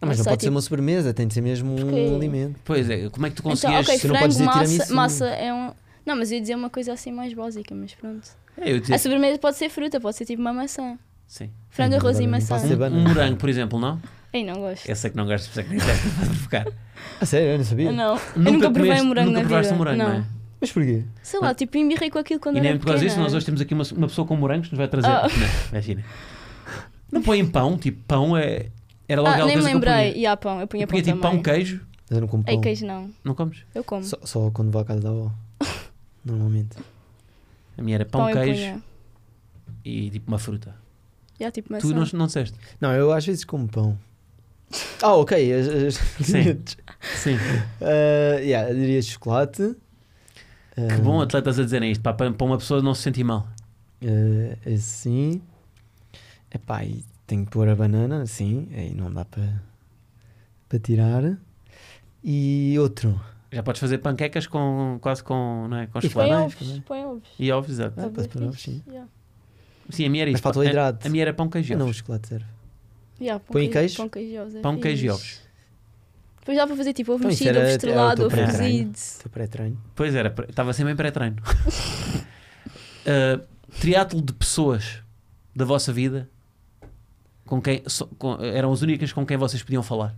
Speaker 2: Não, mas não
Speaker 4: sei,
Speaker 2: pode ser
Speaker 4: tipo-
Speaker 2: uma sobremesa, tem de ser mesmo
Speaker 4: Porque-
Speaker 2: um alimento.
Speaker 1: Pois é, como é que tu
Speaker 4: Então,
Speaker 1: conseguias.
Speaker 4: ok,
Speaker 2: tu não podes dizer
Speaker 4: frango, massa,
Speaker 2: tiramisu.
Speaker 4: massa é um. Não, mas eu ia dizer uma coisa assim mais básica, mas pronto.
Speaker 1: É, eu te-
Speaker 4: A sobremesa pode ser fruta, pode ser tipo uma maçã.
Speaker 1: Sim.
Speaker 4: Frango,
Speaker 2: Hum,
Speaker 4: arroz e
Speaker 2: agora não
Speaker 4: maçã.
Speaker 2: faço ideia.
Speaker 1: Um,
Speaker 2: Banana.
Speaker 1: um morango, por exemplo, não?
Speaker 4: Ei, não gosto.
Speaker 1: Eu sei que não gostas, por isso é que nem disseste para provocar.
Speaker 2: A sério, eu não sabia.
Speaker 4: Eu não. eu nunca provei
Speaker 1: comeste-
Speaker 4: um morango
Speaker 1: nunca
Speaker 4: na
Speaker 1: provaste
Speaker 4: vida.
Speaker 1: um morango, não, é?
Speaker 2: Mas porquê?
Speaker 4: Sei lá, tipo, embirrei com aquilo quando
Speaker 1: E
Speaker 4: era
Speaker 1: nem é por causa
Speaker 4: pequena.
Speaker 1: disso, nós hoje temos aqui uma, uma pessoa com morangos que nos vai trazer.
Speaker 4: Ah.
Speaker 1: Não, imagina. Não põem pão, tipo, pão é. Era logo
Speaker 4: Ah,
Speaker 1: aquela
Speaker 4: nem me
Speaker 1: coisa
Speaker 4: lembrei.
Speaker 1: que eu
Speaker 4: E há pão,
Speaker 1: punha.
Speaker 4: eu punha
Speaker 1: Eu
Speaker 4: pão
Speaker 1: punha tipo
Speaker 4: também.
Speaker 1: pão, queijo.
Speaker 2: Mas eu não como pão.
Speaker 4: Ei, queijo não.
Speaker 1: Não comes?
Speaker 4: Eu como.
Speaker 2: Só, só quando vou à casa da avó. Normalmente.
Speaker 1: A minha era pão,
Speaker 4: eu
Speaker 1: queijo
Speaker 4: punha.
Speaker 1: e tipo uma fruta.
Speaker 4: E há tipo maçã.
Speaker 1: Tu não, não disseste?
Speaker 2: Não, eu às vezes como pão. Ah, ok. As, as...
Speaker 1: Sim. Sim.
Speaker 2: Ah, yeah, eu diria chocolate. Ah,
Speaker 1: Que
Speaker 2: Eh,
Speaker 1: bom atletas a dizerem isto, pá, para para uma pessoa não se sentir mal.
Speaker 2: Uh, assim. ah, Epá, e Tenho que pôr a banana, sim, aí não dá para para tirar. E outro.
Speaker 1: Já podes fazer panquecas com, quase com, não é? com
Speaker 2: E
Speaker 1: chocolate
Speaker 4: Põe
Speaker 2: Flanais,
Speaker 4: ovos,
Speaker 2: também.
Speaker 4: põe ovos.
Speaker 1: e ovos. exato.
Speaker 2: Ah, posso pôr ovos, sim.
Speaker 4: Yeah.
Speaker 1: Sim, a minha era
Speaker 2: Mas
Speaker 1: isso.
Speaker 2: falta o
Speaker 1: A-
Speaker 2: hidrato.
Speaker 1: A minha era pão, queijo e
Speaker 2: Ah, Não, o
Speaker 1: ovos.
Speaker 2: chocolate serve.
Speaker 4: Yeah, pão
Speaker 2: Põe
Speaker 4: queijo-
Speaker 2: queijo?
Speaker 4: Pão, queijo e ovos. é
Speaker 1: Pão, queijo e
Speaker 4: fixe.
Speaker 1: ovos.
Speaker 4: Depois dá para fazer tipo ovo
Speaker 2: Então, isso era-
Speaker 4: mexido, ovo
Speaker 2: era o
Speaker 4: estrelado,
Speaker 2: teu
Speaker 4: ovo
Speaker 2: pré-treino.
Speaker 4: cozido.
Speaker 2: Estou pré-treino.
Speaker 1: Pois era, pre- estava sempre em pré-treino. uh, triatlo de pessoas da vossa vida com quem só- com- eram as únicas com quem vocês podiam falar.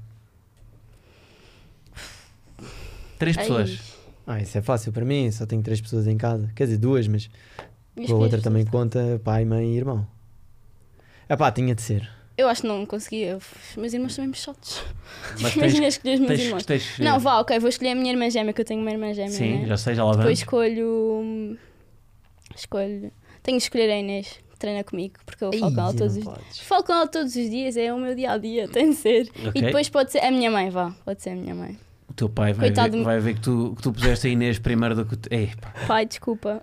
Speaker 1: Três
Speaker 4: Ai,
Speaker 1: pessoas.
Speaker 2: Ah, isso é fácil para mim, só tenho três pessoas em casa. Quer dizer, duas, mas
Speaker 4: e as
Speaker 2: com a outra
Speaker 4: crianças?
Speaker 2: também conta pai, mãe e irmão. Ah pá, tinha de ser.
Speaker 4: Eu acho que não conseguia. Os meus irmãos são mesmo chatos.
Speaker 1: Mas tens,
Speaker 4: Imagina escolher os meus
Speaker 1: tens,
Speaker 4: irmãos.
Speaker 1: tens- eh,
Speaker 4: Não, vá, ok, vou escolher a minha irmã gêmea, que eu tenho uma irmã gêmea.
Speaker 1: Sim,
Speaker 4: né?
Speaker 1: já sei, já lá
Speaker 4: Depois
Speaker 1: vamos.
Speaker 4: escolho. Escolho. Tenho de escolher a Inês, que treina comigo, porque eu falo com ela
Speaker 2: Ih,
Speaker 4: todos
Speaker 2: não
Speaker 4: os dias.
Speaker 2: podes.
Speaker 4: Falo com ela todos os dias, é o meu dia a dia, tem de ser.
Speaker 1: Ok.
Speaker 4: E depois pode ser a minha mãe, vá, pode ser a minha mãe.
Speaker 1: O teu pai vai,
Speaker 4: Coitado
Speaker 1: ver,
Speaker 4: do-
Speaker 1: vai ver que tu, que tu puseste a Inês primeiro do que. tu- Ei, pá.
Speaker 4: Pai, desculpa.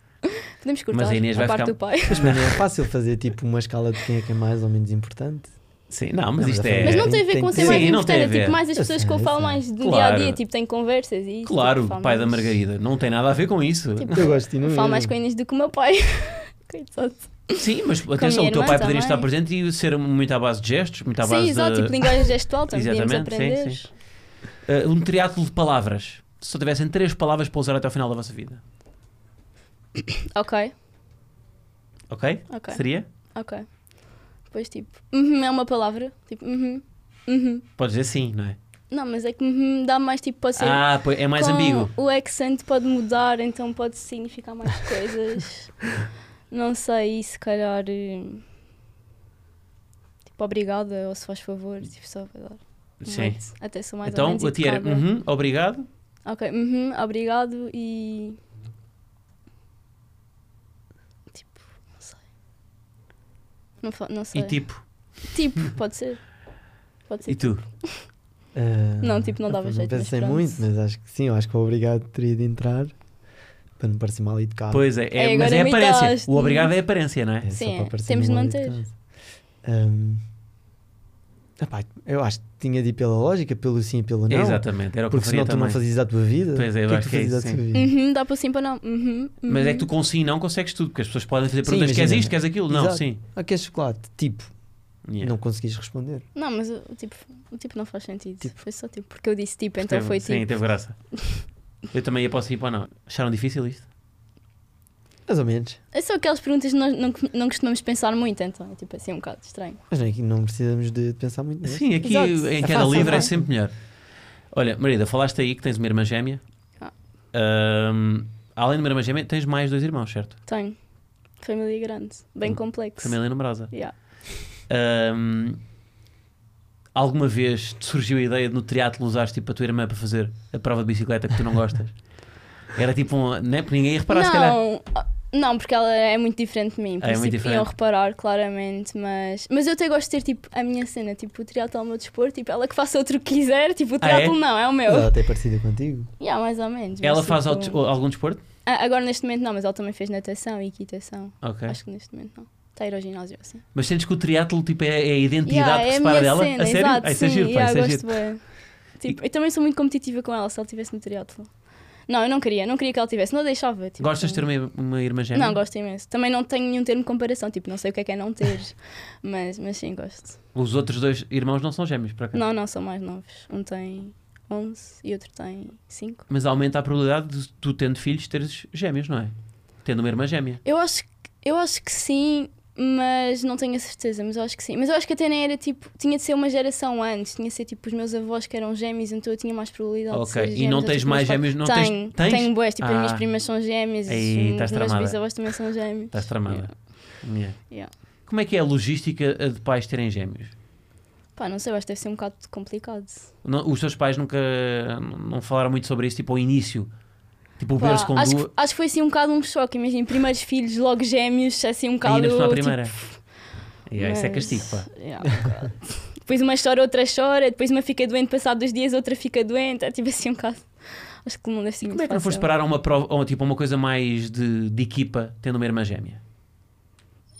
Speaker 4: Podemos cortar
Speaker 1: Mas a Inês vai
Speaker 4: parte
Speaker 1: ficar-
Speaker 4: do pai.
Speaker 2: Mas mano, é fácil fazer tipo uma escala de quem é que é mais ou menos importante.
Speaker 1: Sim, não, mas
Speaker 2: Não,
Speaker 1: isto
Speaker 2: mas é-
Speaker 1: é.
Speaker 4: Mas não tem a
Speaker 2: tem
Speaker 4: ver com
Speaker 2: que
Speaker 4: ser
Speaker 2: ser.
Speaker 4: mais
Speaker 1: Sim, não tem a
Speaker 4: importante, é
Speaker 1: ver.
Speaker 4: tipo mais as
Speaker 2: Eu
Speaker 4: pessoas
Speaker 2: sei,
Speaker 4: que eu
Speaker 2: eu
Speaker 4: falo
Speaker 2: sei.
Speaker 4: mais do
Speaker 1: Claro.
Speaker 4: dia a dia, tipo, tem conversas e isso.
Speaker 1: Claro,
Speaker 4: tipo, falo
Speaker 1: pai da
Speaker 4: mais-
Speaker 1: Margarida, não tem nada a ver com isso.
Speaker 4: Tipo,
Speaker 2: Eu gosto é.
Speaker 4: Eu
Speaker 2: imenso.
Speaker 4: falo mais com a Inês do que o meu pai. Coitado.
Speaker 1: Sim, mas atenção,
Speaker 4: minha
Speaker 1: o teu
Speaker 4: irmã
Speaker 1: pai poderia
Speaker 4: também.
Speaker 1: estar presente e ser um, muito à base de gestos, muito à base
Speaker 4: Sim,
Speaker 1: de.
Speaker 4: exato, tipo linguagem gestual, também podíamos
Speaker 1: Tá eh, Exatamente, sim,
Speaker 4: aprender.
Speaker 1: sim. Uh, um triatlo de palavras. Se só tivessem três palavras para usar até ao final da vossa vida,
Speaker 4: Ok,
Speaker 1: ok?
Speaker 4: ok,
Speaker 1: Seria?
Speaker 4: ok. Depois tipo, uhum, é uma palavra, tipo, uhum, uhum.
Speaker 1: Podes dizer sim, não é?
Speaker 4: Não, mas é que uhum, dá mais tipo, pode ser.
Speaker 1: Ah, pois, é mais
Speaker 4: com-
Speaker 1: ambíguo.
Speaker 4: O accent pode mudar, então pode significar mais coisas. Não sei, se calhar. eh, Tipo, obrigada, ou se faz favor, tipo, só para dar. um
Speaker 1: Sim.
Speaker 4: leite. Até sou mais ou
Speaker 1: Então,
Speaker 4: menos
Speaker 1: a ti era
Speaker 4: educada.
Speaker 1: uhum, obrigado.
Speaker 4: Ok, uhum, obrigado e. Tipo, não sei. Não, fa- não sei.
Speaker 1: E tipo,
Speaker 4: Tipo, pode ser. Pode ser.
Speaker 1: e tu?
Speaker 2: Ah,
Speaker 4: Não, tipo, não dava
Speaker 2: opa,
Speaker 4: jeito,
Speaker 2: Não
Speaker 4: mas
Speaker 2: pensei
Speaker 4: pronto.
Speaker 2: muito, mas acho que sim, eu acho que o obrigado teria de entrar para não parecer mal educado.
Speaker 1: Pois é, é-
Speaker 4: É,
Speaker 1: mas
Speaker 4: agora
Speaker 1: é a aparência.
Speaker 4: imitaste.
Speaker 1: O obrigado é a aparência, não é?
Speaker 2: É só
Speaker 4: Sim,
Speaker 2: para
Speaker 4: é.
Speaker 2: parecer
Speaker 4: Temos de
Speaker 2: mal
Speaker 4: manter.
Speaker 2: educado. Ahm, epá, eu acho que tinha de ir pela lógica, pelo sim e pelo não.
Speaker 1: Exatamente, era o que eu
Speaker 2: Porque
Speaker 1: faria
Speaker 2: senão tu não
Speaker 1: também.
Speaker 2: fazias a tua vida.
Speaker 1: Pois é, eu
Speaker 2: o que é
Speaker 1: acho
Speaker 2: que tu
Speaker 1: que é
Speaker 2: fazias
Speaker 1: isso,
Speaker 2: à tua
Speaker 1: sim.
Speaker 2: vida?
Speaker 4: Uhum, dá para sim para não. Uhum,
Speaker 1: Mas é que tu
Speaker 4: uhum.
Speaker 1: com sim não consegues tudo, porque as pessoas podem fazer
Speaker 2: Sim,
Speaker 1: perguntas: queres
Speaker 2: imagina.
Speaker 1: isto, queres aquilo? Não,
Speaker 2: Exato.
Speaker 1: sim.
Speaker 2: Ah, queres chocolate? Tipo,
Speaker 1: Yeah.
Speaker 2: não conseguiste responder.
Speaker 4: Não, mas o o tipo, o tipo não faz sentido.
Speaker 2: Tipo.
Speaker 4: Foi só tipo, porque eu disse tipo, então
Speaker 1: Teve-
Speaker 4: foi
Speaker 1: Sim,
Speaker 4: tipo.
Speaker 1: teve graça. Eu também ia para o sim para o não. Acharam difícil isto?
Speaker 2: Mais ou menos.
Speaker 4: É só aquelas perguntas que nós não, não costumamos pensar muito, então é tipo assim um bocado estranho.
Speaker 2: Mas não, é que não precisamos de de pensar muito nisso.
Speaker 1: Sim, aqui
Speaker 4: Exato.
Speaker 1: em
Speaker 2: É
Speaker 1: queda
Speaker 2: fácil,
Speaker 1: livre
Speaker 2: não
Speaker 1: é
Speaker 2: é?
Speaker 1: sempre melhor. Olha, Marida, falaste aí que tens uma irmã gêmea.
Speaker 4: Ah.
Speaker 1: Ahm, além de uma irmã gêmea, tens mais dois irmãos, certo?
Speaker 4: Tenho. Família grande, bem
Speaker 1: Hum,
Speaker 4: complexo.
Speaker 1: Família numerosa.
Speaker 4: Yeah.
Speaker 1: Ahm, alguma vez te surgiu a ideia de no triatlo usares tipo a tua irmã para fazer a prova de bicicleta que tu não gostas? Era tipo um. Não é? Porque ninguém ia reparar, se calhar.
Speaker 4: não, ah, não, porque ela é muito diferente de mim. Por
Speaker 1: Ah, é
Speaker 4: isso
Speaker 1: muito
Speaker 4: tipo, iam
Speaker 1: diferente.
Speaker 4: reparar, claramente. Mas, mas eu até gosto de ter tipo a minha cena, tipo o triatlo é o meu desporto, tipo ela que faça outro que quiser, tipo o
Speaker 1: Ah, é?
Speaker 4: triatlo não, é o meu.
Speaker 2: Ela até é parecida contigo.
Speaker 4: Yeah, mais ou menos. mas,
Speaker 1: Ela faz
Speaker 4: tipo,
Speaker 1: alt- algum desporto?
Speaker 4: ah, Agora neste momento não, mas ela também fez natação e equitação.
Speaker 1: Ok.
Speaker 4: Acho que neste momento não. Está a ir ao ginásio assim.
Speaker 1: Mas sentes que o triatlo tipo, é, é a identidade
Speaker 4: Yeah,
Speaker 1: que
Speaker 4: é a
Speaker 1: separa
Speaker 4: minha
Speaker 1: dela?
Speaker 4: Cena,
Speaker 1: a sério?
Speaker 4: Exato,
Speaker 1: Ah, isso
Speaker 4: sim,
Speaker 1: é giro, pá,
Speaker 4: yeah,
Speaker 1: isso é
Speaker 4: gosto
Speaker 1: giro.
Speaker 4: bué. Tipo, Eu também sou muito competitiva com ela, se ela estivesse no triatlo. Não, eu não queria, não queria que ela tivesse, não a deixava. Tipo,
Speaker 1: Gostas de ter uma, uma irmã gêmea?
Speaker 4: Não, gosto imenso. Também não tenho nenhum termo de comparação, tipo, não sei o que é que é não ter, mas, mas sim, gosto.
Speaker 1: Os outros dois irmãos não são gêmeos, para cá.
Speaker 4: Não, não, são mais novos. Um tem 11 e outro tem 5.
Speaker 1: Mas aumenta a probabilidade de tu, tendo filhos, teres gêmeos, não é? Tendo uma irmã gêmea.
Speaker 4: Eu acho, que- eu acho que sim, mas não tenho a certeza, mas eu acho que sim. Mas eu acho que até nem era tipo, tinha de ser uma geração antes, tinha de ser tipo os meus avós que eram gêmeos, então eu tinha mais probabilidade de
Speaker 1: ok.
Speaker 4: ser
Speaker 1: E não
Speaker 4: gêmeos, ou,
Speaker 1: tens
Speaker 4: tipo,
Speaker 1: mais
Speaker 4: meus pais-
Speaker 1: gêmeos? Não
Speaker 4: tenho,
Speaker 1: tens? Tens?
Speaker 4: tenho boas, tipo, as minhas
Speaker 1: Ah.
Speaker 4: primas são gêmeas,
Speaker 1: Aí,
Speaker 4: os
Speaker 1: estás
Speaker 4: meus
Speaker 1: tramada.
Speaker 4: bisavós também são gêmeos.
Speaker 1: Estás Tá tramada. Yeah.
Speaker 4: Yeah.
Speaker 1: Como é que é a logística eh, de pais terem gêmeos?
Speaker 4: Pá, não sei, eu acho que deve ser um bocado complicado.
Speaker 1: Não- os teus pais nunca eh, não falaram muito sobre isso, tipo ao início. Tipo o
Speaker 4: Pá,
Speaker 1: berço com
Speaker 4: acho,
Speaker 1: duas.
Speaker 4: que, acho que foi assim um bocado um choque, imagina, primeiros filhos, logo gêmeos, assim um bocado.
Speaker 1: Ainda na
Speaker 4: tipo,
Speaker 1: primeira. Yeah, Isso é
Speaker 4: mas-
Speaker 1: castigo, pá.
Speaker 4: yeah, um bocado. depois uma chora, outra chora, depois uma fica doente, passado dois dias, outra fica doente, é tipo assim um bocado. Acho que não deve ser
Speaker 1: E
Speaker 4: assim muito
Speaker 1: como é que não foste
Speaker 4: fácil.
Speaker 1: parar a uma prova, a, tipo, a uma coisa mais de, de equipa, tendo uma irmã gêmea?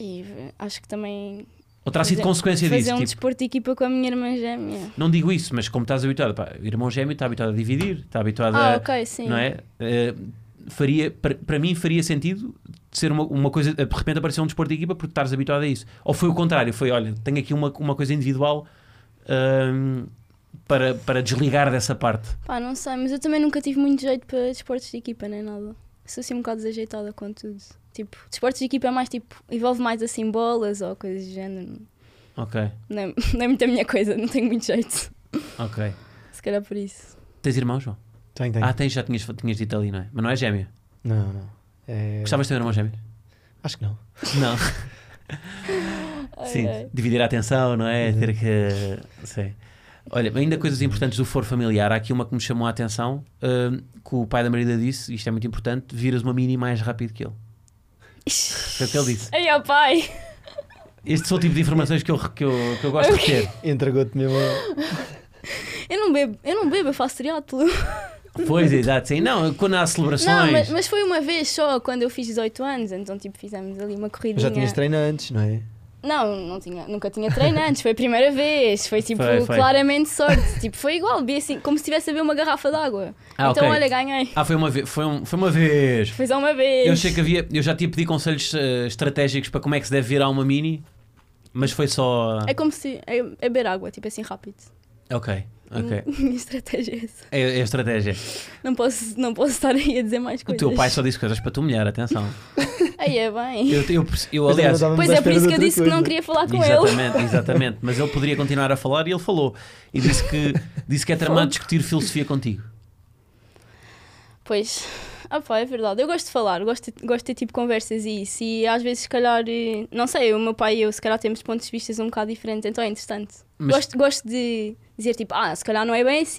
Speaker 4: E eh, acho que também
Speaker 1: Ou terá sido
Speaker 4: Fazer-
Speaker 1: consequência
Speaker 4: fazer
Speaker 1: disso?
Speaker 4: um
Speaker 1: tipo,
Speaker 4: desporto de equipa com a minha irmã gêmea.
Speaker 1: Não digo isso, mas como estás habituado, pá, o irmão gêmeo está habituado a dividir, está habituado
Speaker 4: Ah,
Speaker 1: a.
Speaker 4: ok, sim.
Speaker 1: Não é? Eh, faria, para, para mim faria sentido ser uma, uma coisa, de repente aparecer um desporto de equipa porque estás habituado a isso. Ou foi o contrário, foi olha, tenho aqui uma, uma coisa individual ahm, para, para desligar dessa parte.
Speaker 4: Pá, não sei, mas eu também nunca tive muito jeito para desportos de equipa, nem nada. Sou assim um bocado desajeitada com tudo. Tipo, desportos de equipa é mais tipo, envolve mais assim bolas ou coisas do género.
Speaker 1: Ok,
Speaker 4: Não é, não é muito a minha coisa, não tenho muito jeito.
Speaker 1: ok.
Speaker 4: Se calhar por isso.
Speaker 1: Tens irmãos, João?
Speaker 2: Tenho, tenho.
Speaker 1: Ah, tens, já tinhas, tinhas dito ali, não é? Mas não é gêmeo.
Speaker 2: Não, não. É...
Speaker 1: Gostavas de ter um irmão gêmeo?
Speaker 2: Acho que não.
Speaker 1: Não.
Speaker 4: Ai,
Speaker 1: Sim,
Speaker 4: ai.
Speaker 1: dividir a atenção, não é? Ter que. Sim. Olha, ainda coisas importantes do foro familiar. Há aqui uma que me chamou a atenção: hum, que o pai da Marida disse, isto é muito importante, viras uma mini mais rápido que ele. Foi o que ele disse.
Speaker 4: Ai, ó pai!
Speaker 1: Este são o tipo de informações que eu, que eu, que eu gosto de ter.
Speaker 2: Entregou-te mesmo.
Speaker 4: Eu não bebo, eu não bebo, eu faço triatlo.
Speaker 1: Pois, exato, sim. Não, é quando há celebrações.
Speaker 4: Não, mas, mas foi uma vez só quando eu fiz 18 anos, então tipo fizemos ali uma corridinha.
Speaker 2: Já tinhas treino antes, não é?
Speaker 4: Não, não tinha, nunca tinha treino antes, foi a primeira vez, foi tipo
Speaker 1: Foi, foi.
Speaker 4: claramente sorte, tipo foi igual, bebi assim, como se estivesse a beber uma garrafa de água.
Speaker 1: Ah,
Speaker 4: então
Speaker 1: ok.
Speaker 4: olha, ganhei,
Speaker 1: Ah, foi uma vez. Foi, um- foi uma vez.
Speaker 4: foi só uma vez.
Speaker 1: Eu sei que havia. Eu já tinha pedido conselhos eh, estratégicos para como é que se deve virar uma mini, mas foi só.
Speaker 4: É como se, é, é beber água, tipo assim rápido.
Speaker 1: Ok, ok.
Speaker 4: Minha estratégia é essa.
Speaker 1: É, é a estratégia.
Speaker 4: Não posso, não posso estar aí a dizer mais
Speaker 1: O
Speaker 4: coisas.
Speaker 1: teu pai só disse coisas para tu mulher, atenção.
Speaker 4: Aí é bem.
Speaker 1: Eu, eu, eu,
Speaker 2: Mas eu
Speaker 1: aliás,
Speaker 2: não estava-
Speaker 4: Pois
Speaker 2: à
Speaker 4: é, por
Speaker 2: espera
Speaker 4: isso
Speaker 2: de
Speaker 4: que eu
Speaker 2: outra
Speaker 4: disse que não
Speaker 2: coisa.
Speaker 4: queria falar Ah, com ele.
Speaker 1: exatamente, exatamente. Mas ele poderia continuar a falar e ele falou. E disse que, disse que é tramado discutir filosofia contigo.
Speaker 4: Pois, ah pá, é verdade. Eu gosto de falar, gosto de, gosto de ter tipo conversas e isso. E às vezes, se calhar, eh, não sei, o meu pai e eu, se calhar, temos pontos de vista um bocado diferentes, então é interessante.
Speaker 1: Mas-
Speaker 4: Gosto, gosto de dizer tipo, ah, se calhar não é bem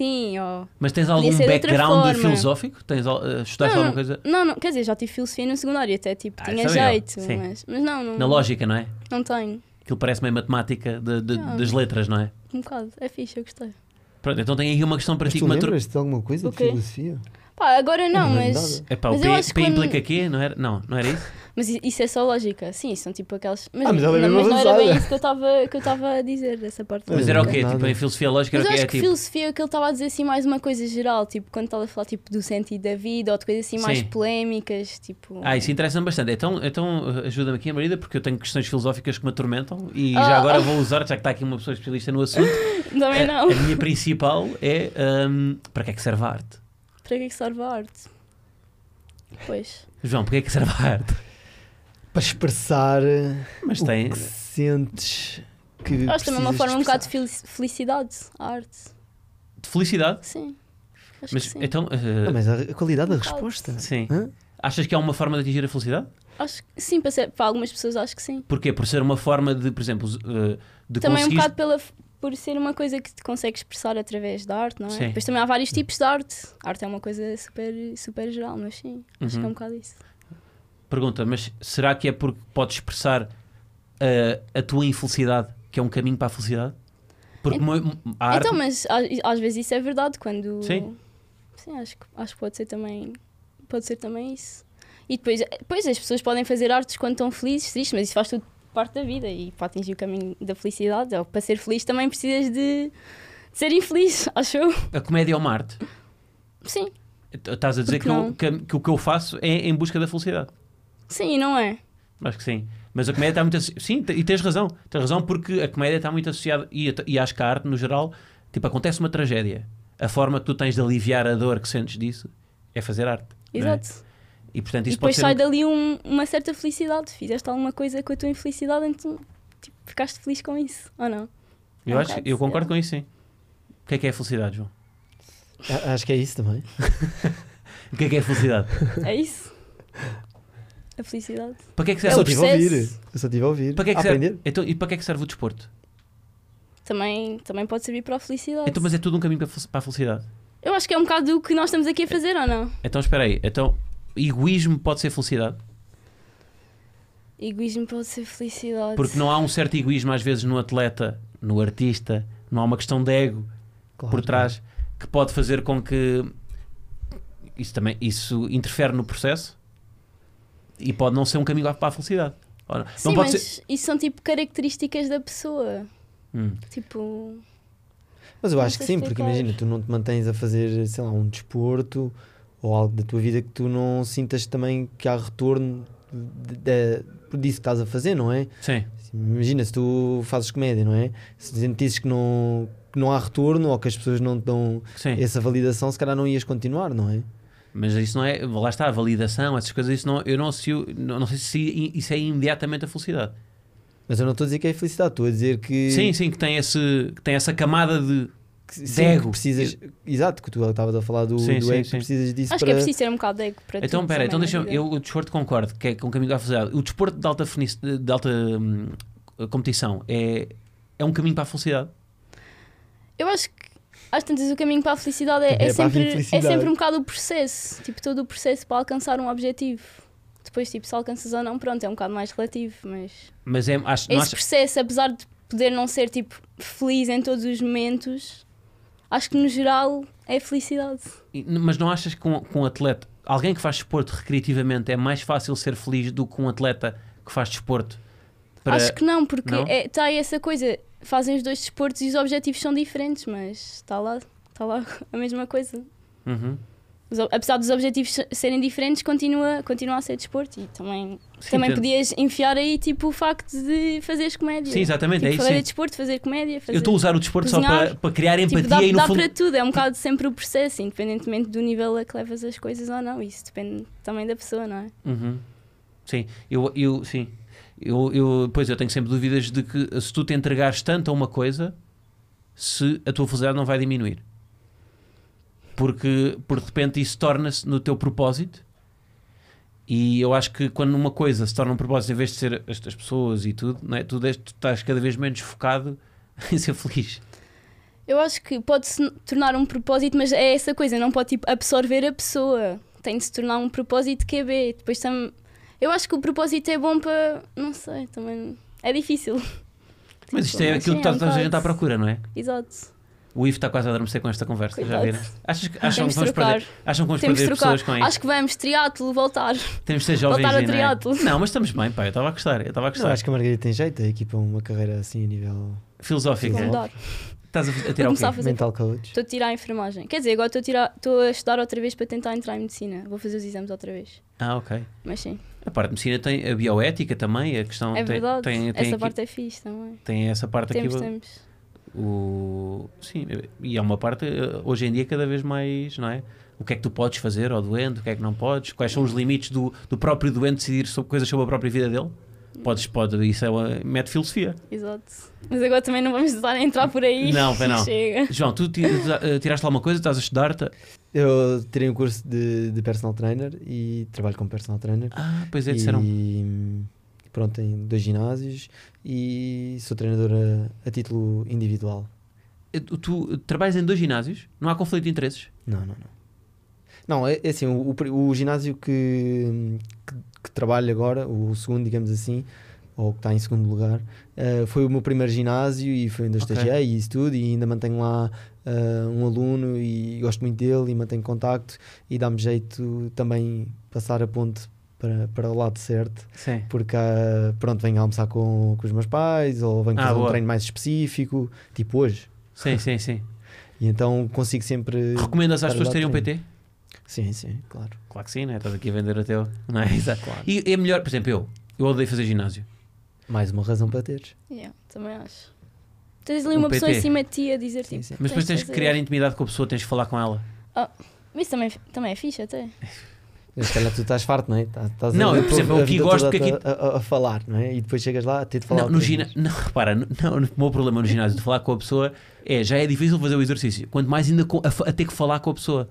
Speaker 1: Mas tens algum background eh, é? é? então Tipo, É Ah, Então, eh, é- hum, é então- eh, é eh, é eh, é um
Speaker 2: Tá Ah, é é eh, Ah,
Speaker 4: assim, ou. ser de outra forma. tipo, Um É é tipo é assim, tipo, assim, tipo, Oh, é um um é? é um
Speaker 1: é é tipo, é um é é é então, é Então, é um Então, um um Ou não? Não pode ser.
Speaker 2: é É tipo é?
Speaker 4: Então, é eh, é. um, então, tipo, É É um Sim, mas isso são tipo características da pessoa.
Speaker 1: Hum.
Speaker 4: Tipo,
Speaker 2: Mas eu
Speaker 4: Não
Speaker 2: acho que
Speaker 4: sei
Speaker 2: sim, porque
Speaker 4: explicar.
Speaker 2: imagina, tu não te mantens a fazer, sei lá, um desporto ou algo da tua vida que tu não sintas também que há retorno de- de- disso que estás a fazer, não é?
Speaker 1: Sim,
Speaker 2: Imagina se tu fazes comédia, não é? Se sentires que não, que não há retorno ou que as pessoas não te dão
Speaker 1: sim.
Speaker 2: essa validação, se calhar não ias continuar, não é?
Speaker 1: Mas isso não é. Lá está, a validação, essas coisas, isso não, eu não, associo, não, não sei se isso é imediatamente a felicidade.
Speaker 2: Mas eu não estou a dizer que é felicidade, estou a dizer que.
Speaker 1: Sim, sim, que tem, esse, que tem essa camada de.
Speaker 2: que, sim,
Speaker 1: de ego.
Speaker 2: que precisas. Exato, que tu estavas a falar do,
Speaker 1: Sim,
Speaker 2: do
Speaker 1: sim,
Speaker 2: ego,
Speaker 1: sim.
Speaker 2: tu precisas disso
Speaker 4: acho
Speaker 2: para.
Speaker 4: que é preciso ter um bocado de ego para
Speaker 1: Então,
Speaker 4: tudo
Speaker 1: espera, então
Speaker 4: também é?
Speaker 1: deixa-me.
Speaker 4: na vida.
Speaker 1: Eu, o desporto concordo, que é com o caminho da felicidade. O desporto de alta, defini- de alta hum, competição é, é um caminho para a felicidade.
Speaker 4: Eu acho que às tantas o caminho para a felicidade é,
Speaker 2: É para
Speaker 4: é
Speaker 2: a
Speaker 4: sempre, é
Speaker 2: felicidade.
Speaker 4: sempre um bocado o processo, tipo todo o processo para alcançar um objetivo. Depois, tipo, se alcanças ou não, pronto, é um bocado mais relativo, mas
Speaker 1: Mas é, acho, não
Speaker 4: esse
Speaker 1: acho-
Speaker 4: processo, apesar de poder não ser tipo feliz em todos os momentos, acho que no geral é felicidade.
Speaker 1: E- Mas não achas que um, que um atleta, alguém que faz desporto recreativamente, é mais fácil ser feliz do que um atleta que faz desporto? Para...
Speaker 4: Acho que não, porque
Speaker 1: Não?
Speaker 4: é- está aí essa coisa, fazem os dois desportos e os objetivos são diferentes, mas está lá, está lá a mesma coisa.
Speaker 1: Uhum.
Speaker 4: Os o- apesar dos objetivos se- serem diferentes, continua, continua a ser desporto e também,
Speaker 1: Sim,
Speaker 4: também
Speaker 1: entendo.
Speaker 4: podias enfiar aí tipo o facto de fazeres comédia.
Speaker 1: Sim, exatamente,
Speaker 4: Tipo,
Speaker 1: é isso.
Speaker 4: fazer
Speaker 1: sim.
Speaker 4: desporto, fazer comédia, fazer.
Speaker 1: Eu estou a usar o desporto só
Speaker 4: cozinhar.
Speaker 1: para, para criar empatia
Speaker 4: Tipo, dá,
Speaker 1: e no
Speaker 4: dá
Speaker 1: fundo.
Speaker 4: para tudo, é um bocado sempre o processo, independentemente do nível a que levas as coisas ou não. Isso depende também da pessoa, não é?
Speaker 1: Uhum. Sim, eu, eu sim. Eu, eu, pois eu tenho sempre dúvidas de que se tu te entregares tanto a uma coisa, se a tua felicidade não vai diminuir. Porque por de repente isso torna-se no teu propósito. E eu acho que quando uma coisa se torna um propósito, em vez de ser estas pessoas e tudo, não é? tu, des- tu estás cada vez menos focado em ser feliz.
Speaker 4: Eu acho que pode-se tornar um propósito, mas é essa coisa, não pode tipo, absorver a pessoa. Tem de se tornar um propósito que é B. Depois tam... Eu acho que o propósito é bom para. Não sei, também. É difícil.
Speaker 1: Mas isto é
Speaker 4: mas
Speaker 1: aquilo
Speaker 4: sim,
Speaker 1: que
Speaker 4: é um
Speaker 1: toda a gente
Speaker 4: bocado.
Speaker 1: à procura, não é?
Speaker 4: Exato.
Speaker 1: O Ivo está quase a adormecer com esta conversa, já
Speaker 4: Coitado.
Speaker 1: viram? Achas que, acham,
Speaker 4: Temos
Speaker 1: que
Speaker 4: de
Speaker 1: vamos
Speaker 4: trocar.
Speaker 1: perder, acham que vamos
Speaker 4: Temos de
Speaker 1: perder
Speaker 4: trocar.
Speaker 1: pessoas com isso?
Speaker 4: Acho que vamos, triatlo, voltar.
Speaker 1: Temos de ser jovens
Speaker 4: Voltar ao
Speaker 1: e, não é?
Speaker 4: triatlo.
Speaker 1: Não, mas estamos bem, pá. Eu estava a gostar. Eu estava a
Speaker 2: Não,
Speaker 1: gostar.
Speaker 2: acho que a Margarida tem jeito aqui para uma carreira assim a nível
Speaker 1: Filosófica.
Speaker 4: Vou mudar.
Speaker 1: Estás a, a tirar
Speaker 4: Vou
Speaker 1: o quê?
Speaker 4: começar a fazer.
Speaker 2: mental coach.
Speaker 4: Estou a tirar a enfermagem. Quer dizer, agora estou a, tirar... estou a estudar outra vez para tentar entrar em medicina. Vou fazer os exames outra vez.
Speaker 1: Ah, ok.
Speaker 4: Mas sim,
Speaker 1: A parte de medicina tem a bioética também, a questão
Speaker 4: é
Speaker 1: tem,
Speaker 4: verdade.
Speaker 1: tem, tem
Speaker 4: essa
Speaker 1: aqui-
Speaker 4: parte é fixe também.
Speaker 1: tem essa parte
Speaker 4: Temos,
Speaker 1: aqui.
Speaker 4: temos.
Speaker 1: O, sim, e é uma parte eh, hoje em dia cada vez mais, não é? O que é que tu podes fazer ao doente, o que é que não podes, quais são os limites do, do próprio doente decidir sobre coisas sobre a própria vida dele? Podes, pode, isso é uma mete filosofia.
Speaker 4: Exato. Mas agora também não vamos estar a entrar por aí.
Speaker 1: Não, vai não.
Speaker 4: Chega.
Speaker 1: João, tu ti- eh, tiraste lá uma coisa, estás a estudar-te.
Speaker 2: Eu tirei um curso de, de personal trainer e trabalho como personal trainer.
Speaker 1: Ah, pois é, disseram.
Speaker 2: e pronto, tenho dois ginásios e sou treinadora a título individual.
Speaker 1: Eh, Tu, tu trabalhas em dois ginásios, não há conflito de interesses.
Speaker 2: Não, não, não. Não, é, é assim, o, o pri- o ginásio que, que, que trabalho agora, o segundo, digamos assim, ou que está em segundo lugar, eh, foi o meu primeiro ginásio e foi onde eu
Speaker 1: Ok.
Speaker 2: estagiei e isso tudo, e ainda mantenho lá eh, um aluno e gosto muito dele e mantenho contacto e dá-me jeito também passar a ponte para, para o lado certo
Speaker 1: Sim.
Speaker 2: porque ah, pronto, venho almoçar com, com os meus pais ou venho
Speaker 1: Ah,
Speaker 2: fazer um
Speaker 1: boa.
Speaker 2: treino mais específico, tipo hoje.
Speaker 1: Sim, sim, sim.
Speaker 2: E então consigo sempre.
Speaker 1: Recomendas às
Speaker 2: Para
Speaker 1: pessoas
Speaker 2: dar
Speaker 1: terem um PT?
Speaker 2: treino. Sim, sim, claro.
Speaker 1: Claro que sim, né? Estás aqui a vender o teu. Não é? Exato.
Speaker 2: Claro.
Speaker 1: E é melhor, por exemplo, eu. Eu odeio fazer ginásio.
Speaker 2: Mais uma razão para teres.
Speaker 4: Yeah, também acho. Tens ali
Speaker 1: Um
Speaker 4: uma pessoa
Speaker 1: PT.
Speaker 4: em cima de ti a dizer
Speaker 2: Sim,
Speaker 4: tipo.
Speaker 2: sim.
Speaker 1: Mas depois tens
Speaker 4: de
Speaker 1: que
Speaker 4: fazer.
Speaker 1: criar intimidade com a pessoa, tens que falar com ela.
Speaker 4: Isso também, também é fixe até.
Speaker 2: Mas se calhar tu estás farto, não é? Tá- estás a-
Speaker 1: Não, eu, por
Speaker 2: a-
Speaker 1: exemplo,
Speaker 2: a
Speaker 1: eu aqui
Speaker 2: vida
Speaker 1: gosto é
Speaker 2: toda
Speaker 1: que
Speaker 2: a- A, a falar, não é? E depois chegas lá a ter de falar.
Speaker 1: Não, no
Speaker 2: outra
Speaker 1: gina...
Speaker 2: vez.
Speaker 1: não, repara, n- não, o meu problema no ginásio de falar com a pessoa é já é difícil fazer o exercício. Quanto mais ainda com- a, fa- a ter que falar com a pessoa,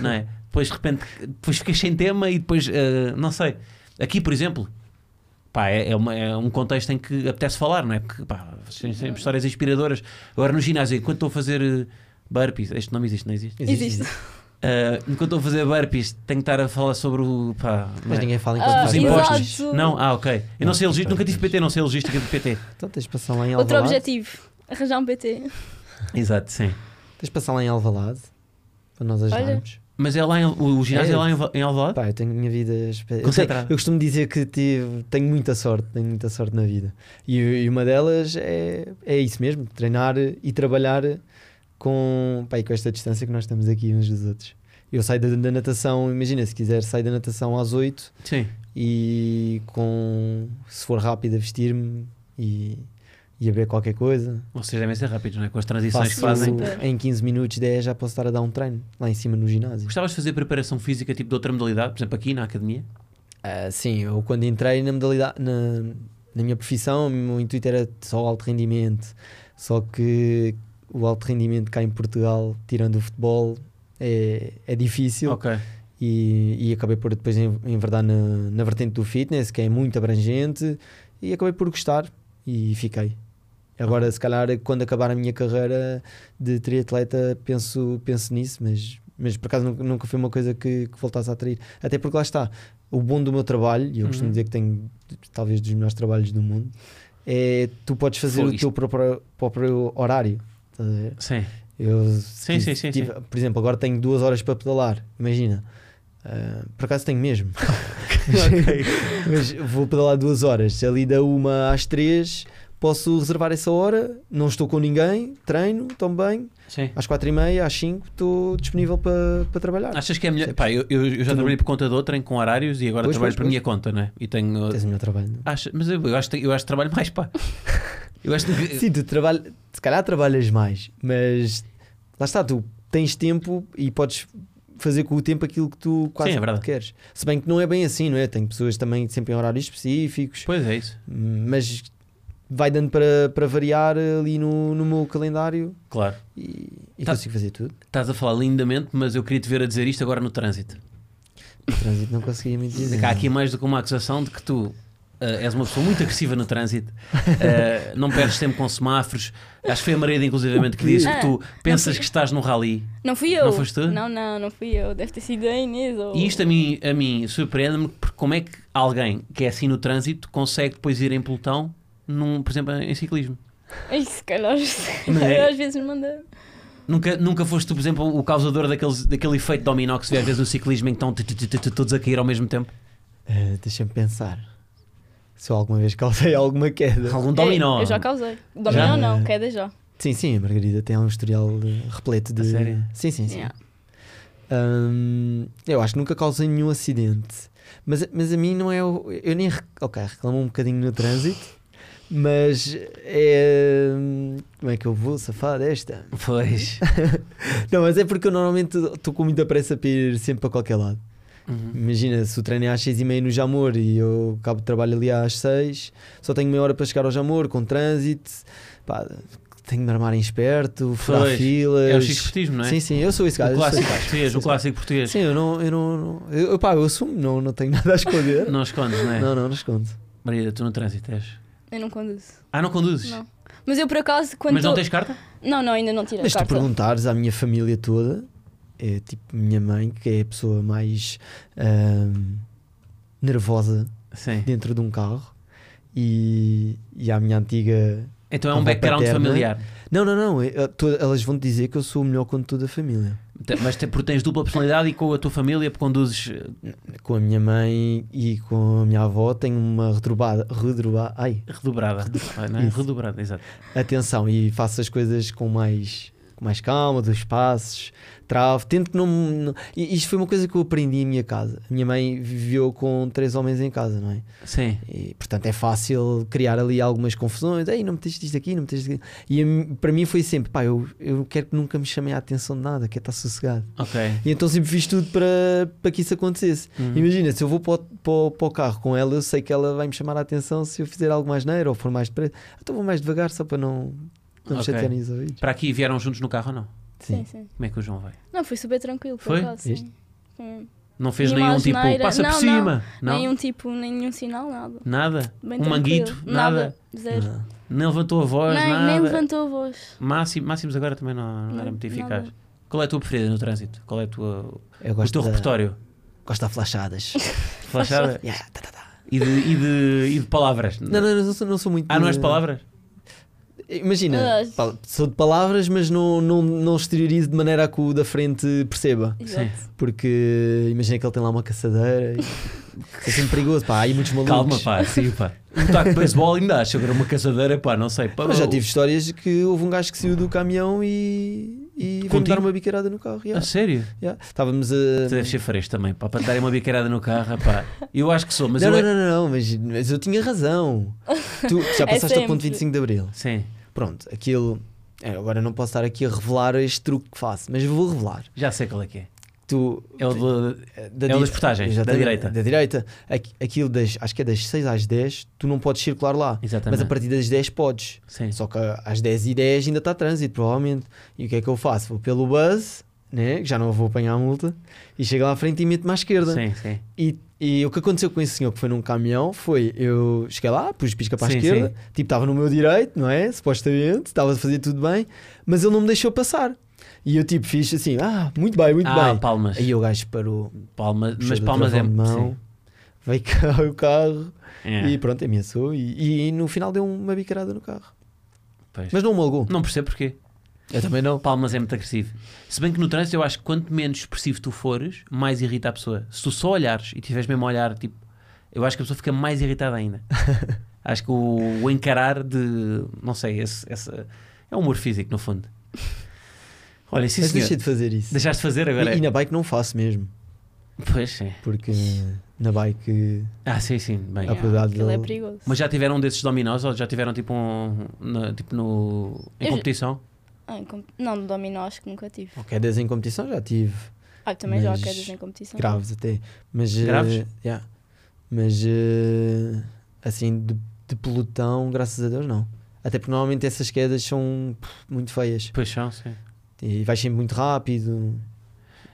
Speaker 1: não é? Depois de repente, depois ficas sem tema e depois, eh, não sei. Aqui, por exemplo, pá, é, é uma- é um contexto em que apetece falar, não é? Porque, pá, vocês têm sempre histórias inspiradoras. Agora no ginásio, enquanto estou a fazer eh, burpees, este nome existe, não existe?
Speaker 4: Existe.
Speaker 1: Ah, enquanto estou a fazer burpees, tenho que estar a falar sobre o. Pá, não
Speaker 2: Mas
Speaker 1: é?
Speaker 2: ninguém fala
Speaker 4: Ah,
Speaker 2: enquanto
Speaker 1: Os
Speaker 2: tu
Speaker 1: impostos.
Speaker 2: impostos.
Speaker 4: exato.
Speaker 1: Não, ah, ok. Eu não sei
Speaker 2: Não,
Speaker 1: elogio, nunca tive
Speaker 2: pois.
Speaker 1: PT, não sei logística de PT.
Speaker 2: Então tens de passar lá em Alvalade.
Speaker 4: Outro objetivo. Arranjar um PT.
Speaker 1: Exato, sim.
Speaker 2: Tens de passar lá em Alvalade para nós ajudarmos.
Speaker 1: Mas é lá em- o, o ginásio é,
Speaker 2: É.
Speaker 1: lá em, Alva- em Alvalade?
Speaker 2: Pá, eu tenho a minha vida. espe- Eu, tenho-
Speaker 1: Concentrada.
Speaker 2: eu costumo dizer que tive, tenho muita sorte, tenho muita sorte na vida. E, e uma delas é, é isso mesmo: treinar e trabalhar com, pá, e com esta distância que nós estamos aqui uns dos outros. Eu saio da, da natação, imagina, se quiser, saio da natação às 8
Speaker 1: Sim.
Speaker 2: e com, se for rápido, a vestir-me e, e a beber qualquer coisa.
Speaker 1: Vocês devem ser rápidos, não é? Com as transições que
Speaker 2: Faço-
Speaker 1: fazem.
Speaker 4: Super.
Speaker 2: Em 15 minutos, 10 já posso estar a dar um treino lá em cima no ginásio.
Speaker 1: Gostavas de fazer preparação física tipo de outra modalidade? Por exemplo, aqui na academia?
Speaker 2: Ah, sim, eu quando entrei na modalidade na, na minha profissão, o meu intuito era só alto rendimento. Só que o alto rendimento cá em Portugal, tirando o futebol, é, é difícil
Speaker 1: Ok.
Speaker 2: e, e acabei por depois en- enverdar na, na vertente do fitness, que é muito abrangente, e acabei por gostar e fiquei. Agora, se calhar, quando acabar a minha carreira de triatleta, penso, penso nisso, mas, mas por acaso nunca, nunca foi uma coisa que, que voltasse a atrair. Até porque lá está, o bom do meu trabalho, e eu costumo
Speaker 1: Uhum.
Speaker 2: dizer que tenho talvez dos melhores trabalhos do mundo, é tu podes fazer
Speaker 1: Fogo,
Speaker 2: o teu próprio, próprio horário. Estás a ver?
Speaker 1: Sim.
Speaker 2: Eu
Speaker 1: Sim, sim, sim,
Speaker 2: Por exemplo, agora tenho duas horas para pedalar. Imagina. Ah, por acaso tenho mesmo. Mas vou pedalar duas horas. Se é Ali da uma às três posso reservar essa hora. Não estou com ninguém. Treino, tomo bem.
Speaker 1: Sim.
Speaker 2: Às quatro e meia, às cinco estou disponível para, para trabalhar.
Speaker 1: Achas que é melhor.
Speaker 2: Ah, Sim.
Speaker 1: Pá, eu, eu- eu já
Speaker 2: Tu não-
Speaker 1: trabalhei por conta de outra, em- com horários, e agora
Speaker 2: Pois,
Speaker 1: trabalho
Speaker 2: pois,
Speaker 1: por
Speaker 2: pois.
Speaker 1: minha conta, não é? E tenho.
Speaker 2: Tens o meu trabalho. não? é?
Speaker 1: Acho- mas eu, eu acho, que- eu acho que trabalho mais, pá. Eu acho que.
Speaker 2: Sim, tu trabalha, se calhar trabalhas mais, mas lá está, tu tens tempo e podes fazer com o tempo aquilo que tu quase
Speaker 1: Sim, é verdade.
Speaker 2: queres. Se bem que não é bem assim, não é? Tem pessoas também sempre em horários específicos,
Speaker 1: Pois é, isso.
Speaker 2: mas vai dando para, para variar ali no, no meu calendário
Speaker 1: Claro.
Speaker 2: e, e
Speaker 1: Tá.
Speaker 2: consigo fazer tudo.
Speaker 1: Estás a falar lindamente, mas eu queria te ver a dizer isto agora no trânsito.
Speaker 2: No trânsito não conseguia me dizer.
Speaker 1: Há aqui mais do que uma acusação de que tu ah, és uma pessoa muito agressiva no trânsito, ah, não perdes tempo com semáforos. Acho que foi a Maria, inclusivamente, que disse que tu
Speaker 4: É.
Speaker 1: pensas que estás num rally.
Speaker 4: Não fui eu.
Speaker 1: Não foste tu?
Speaker 4: Não, não, não fui eu. Deve ter sido a Inês ou...
Speaker 1: E isto a mim, a mim surpreende-me porque como é que alguém que é assim no trânsito consegue depois ir em pelotão, num, por exemplo, em ciclismo.
Speaker 4: Ai, se calhar,
Speaker 1: Não é?
Speaker 4: às vezes manda...
Speaker 1: Nunca, nunca foste tu, por exemplo, o causador daqueles, daquele efeito dominó que se vê às vezes no ciclismo em que estão tu, tu, tu, tu, tu, todos a cair ao mesmo tempo?
Speaker 2: Ah, Deixa-me pensar. Se eu alguma vez causei alguma queda.
Speaker 1: Algum Um dominó.
Speaker 4: É, eu já causei. Dominó
Speaker 1: Já?
Speaker 4: não, queda já.
Speaker 2: Sim, sim, a Margarida tem um historial eh, repleto de.
Speaker 1: A sério?
Speaker 2: Sim, sim, sim.
Speaker 4: Yeah.
Speaker 2: Hum, eu acho que nunca causei nenhum acidente. Mas, mas a mim não é. o- Eu nem. rec- Ok, reclamo um bocadinho no trânsito. Mas é. hum, Como é que eu vou safar desta?
Speaker 1: Pois.
Speaker 2: Não, mas é porque eu normalmente estou com muita pressa para ir sempre para qualquer lado.
Speaker 1: Uhum.
Speaker 2: Imagina, se o treino é às 6h30 no Jamor e eu acabo de trabalho ali às 6, só tenho meia hora para chegar ao Jamor com trânsito. Pá, tenho de me armar em esperto, furar
Speaker 1: Pois,
Speaker 2: filas.
Speaker 1: É o xispetismo, não é?
Speaker 2: Sim, sim, eu sou esse
Speaker 1: O
Speaker 2: gajo. eu sou
Speaker 1: clássico
Speaker 2: esse gajo.
Speaker 1: português, o clássico português.
Speaker 2: Sim, eu não, eu não, não- eu, eu, pá, eu assumo, não, não tenho nada a esconder.
Speaker 1: Não escondes, não é?
Speaker 2: Não, não, não escondo.
Speaker 1: Maria, tu no trânsito és.
Speaker 4: Eu não conduzo.
Speaker 1: Ah, não conduzes?
Speaker 4: Não. Mas eu, por acaso, quando...
Speaker 1: Mas não
Speaker 4: tô-
Speaker 1: tens carta?
Speaker 4: Não, não, ainda não tirei
Speaker 2: Mas se tu
Speaker 4: carta.
Speaker 2: perguntares à minha família toda, é tipo minha mãe, que é a pessoa mais ahm, nervosa
Speaker 1: Sim.
Speaker 2: dentro de um carro, e, e à minha antiga.
Speaker 1: Então é
Speaker 2: Avó
Speaker 1: um background
Speaker 2: paterna.
Speaker 1: familiar.
Speaker 2: Não, não, não, é- é- to- elas vão te dizer que eu sou o melhor condutor da família.
Speaker 1: Te- Mas te, porque tens dupla personalidade e com a tua família conduzes. eh,
Speaker 2: Com a minha mãe e com a minha avó tenho uma redobrada. redobrada ai,
Speaker 1: Redobrada. não é?
Speaker 2: Isso.
Speaker 1: Redobrada, exato.
Speaker 2: atenção e faço as coisas com mais, com mais calma, dos passos, travo, tento não, não. e Isto foi uma coisa que eu aprendi em minha casa. A minha mãe viveu com três homens em casa, não é?
Speaker 1: Sim.
Speaker 2: E, portanto, é fácil criar ali algumas confusões. Ei, não meteste isto aqui, não meteste isto aqui. E a mim- para mim foi sempre, pá, eu, eu quero que nunca me chamem a atenção de nada, quero estar sossegado.
Speaker 1: Ok.
Speaker 2: E então sempre fiz tudo para, para que isso acontecesse.
Speaker 1: Uhum.
Speaker 2: Imagina, se eu vou para o, para, o- para o carro com ela, eu sei que ela vai me chamar a atenção se eu fizer algo mais neiro ou for mais depressa. Então vou mais devagar só para não, não me
Speaker 1: Ok.
Speaker 2: chatearem os ouvidos.
Speaker 1: Para aqui vieram juntos no carro ou não?
Speaker 4: Sim, sim.
Speaker 1: Como é que o João vai?
Speaker 4: Não, foi super tranquilo, por
Speaker 1: Foi?
Speaker 4: acaso.
Speaker 2: Viste?
Speaker 4: Sim. Hum.
Speaker 1: Não fez
Speaker 4: Nenhuma
Speaker 1: nenhum tipo.
Speaker 4: asneira.
Speaker 1: Passa
Speaker 4: Não,
Speaker 1: por
Speaker 4: não.
Speaker 1: cima. Não.
Speaker 4: Nenhum tipo, nem nenhum sinal, nada.
Speaker 1: Nada.
Speaker 4: Bem
Speaker 1: um
Speaker 4: tranquilo.
Speaker 1: manguito. Nada.
Speaker 4: Zero.
Speaker 2: Ah.
Speaker 1: Nem levantou a voz.
Speaker 4: nem,
Speaker 1: nada.
Speaker 4: nem levantou a voz.
Speaker 1: Máximo, máximos agora também não, não era
Speaker 4: Não,
Speaker 1: muito
Speaker 4: nada.
Speaker 1: eficaz. Qual é a tua preferida no trânsito? Qual é a tua,
Speaker 2: Eu
Speaker 1: o
Speaker 2: gosto
Speaker 1: teu
Speaker 2: da-
Speaker 1: repertório?
Speaker 2: Gosto de flashadas.
Speaker 1: Flashada?
Speaker 2: Yeah, tá, tá, tá.
Speaker 1: E de, e de, e de palavras?
Speaker 2: Não, não, não, sou, não sou muito.
Speaker 1: Ah, não és
Speaker 2: de-
Speaker 1: de palavras?
Speaker 2: Imagina,
Speaker 4: Ah.
Speaker 2: pá, sou de palavras, mas não, não, não exteriorizo de maneira a que o da frente perceba.
Speaker 4: Exato.
Speaker 2: Porque imagina que ele tem lá uma caçadeira e é sempre perigoso. Pá, há aí muitos malucos.
Speaker 1: Calma, pá, sim, pá. Um taco de beisebol ainda acho, agora uma caçadeira, pá, não sei. Pá,
Speaker 2: Mas já
Speaker 1: o-
Speaker 2: tive histórias que houve um gajo que saiu do caminhão e, e veio-me
Speaker 1: Contigo? Ah,
Speaker 2: dar uma bicarada no carro.
Speaker 1: A
Speaker 2: yeah,
Speaker 1: sério?
Speaker 2: yeah. Estávamos a.
Speaker 1: Tu deves ser fresco também, pá, para te darem uma biqueirada no carro, pá. Eu acho que sou, mas
Speaker 2: não,
Speaker 1: eu.
Speaker 2: não,
Speaker 1: é-
Speaker 2: não, não, não, mas, mas eu tinha razão. tu já passaste ao ponto
Speaker 4: sempre.
Speaker 2: 25 de Abril.
Speaker 1: Sim,
Speaker 2: Pronto, aquilo. é, agora não posso estar aqui a revelar este truque que faço, mas vou revelar.
Speaker 1: já sei qual é que é.
Speaker 2: Tu, eh,
Speaker 1: É o do-
Speaker 2: da
Speaker 1: É o
Speaker 2: di-
Speaker 1: das portagens, da
Speaker 2: Exatamente,
Speaker 1: direita.
Speaker 2: Da direita. Aqu- Aquilo das, acho que é das 6 às 10, tu não podes circular lá.
Speaker 1: Exatamente.
Speaker 2: Mas a partir das 10 podes.
Speaker 1: Sim.
Speaker 2: Só que às 10 e 10 ainda está trânsito, provavelmente. E o que é que eu faço? Vou pelo buzz, né? que já não vou apanhar a multa, e chego lá à frente e meto-me à esquerda.
Speaker 1: Sim, sim.
Speaker 2: E, e o que aconteceu com esse senhor que foi num caminhão foi: eu cheguei lá, pus pisca para a
Speaker 1: Sim,
Speaker 2: esquerda,
Speaker 1: sim.
Speaker 2: tipo, estava no meu direito, não é? Supostamente, estava a fazer tudo bem, mas ele não me deixou passar. E eu, tipo, fiz assim: ah, muito bem, muito
Speaker 1: ah,
Speaker 2: bem.
Speaker 1: palmas.
Speaker 2: Aí o gajo parou,
Speaker 1: Palmas,
Speaker 2: puxou
Speaker 1: mas
Speaker 2: do
Speaker 1: palmas é.
Speaker 2: travão de mão,
Speaker 1: Sim.
Speaker 2: veio cá o carro
Speaker 1: É,
Speaker 2: e pronto, ameaçou. E, e no final deu uma bicarada no carro,
Speaker 1: pois.
Speaker 2: mas não me alugou.
Speaker 1: Não percebo porquê.
Speaker 2: Eu também não.
Speaker 1: Palmas é muito agressivo. Se bem que no trânsito eu acho que quanto menos expressivo tu fores, mais irrita a pessoa. Se tu só olhares e tiveres mesmo a olhar, tipo, eu acho que a pessoa fica mais irritada ainda. acho que o, o encarar de. Não sei, esse, essa- é humor físico, no fundo. Olha, sim,
Speaker 2: mas
Speaker 1: senhor.
Speaker 2: deixei de fazer isso.
Speaker 1: Deixaste de fazer agora?
Speaker 2: E, e na bike não faço mesmo,
Speaker 1: Pois é.
Speaker 2: porque na bike
Speaker 1: Ah, sim, sim. Bem.
Speaker 2: A probabilidade
Speaker 4: aquilo é
Speaker 2: dele-
Speaker 4: perigoso.
Speaker 1: Mas já tiveram um desses dominós ou já tiveram tipo um. na- tipo no. em
Speaker 4: Eu-
Speaker 1: competição?
Speaker 4: Ah, em com- Não, no dominó acho que nunca tive.
Speaker 2: ou quedas em competição já tive.
Speaker 4: Ah, também já há
Speaker 2: Mas
Speaker 4: quedas em competição.
Speaker 2: graves até. Mas, eh,
Speaker 1: Graves?
Speaker 2: yeah. Mas eh, assim, de, de pelotão, graças a Deus, não. Até porque normalmente essas quedas são pff, muito feias
Speaker 1: Pois são, sim.
Speaker 2: e vais sempre muito rápido.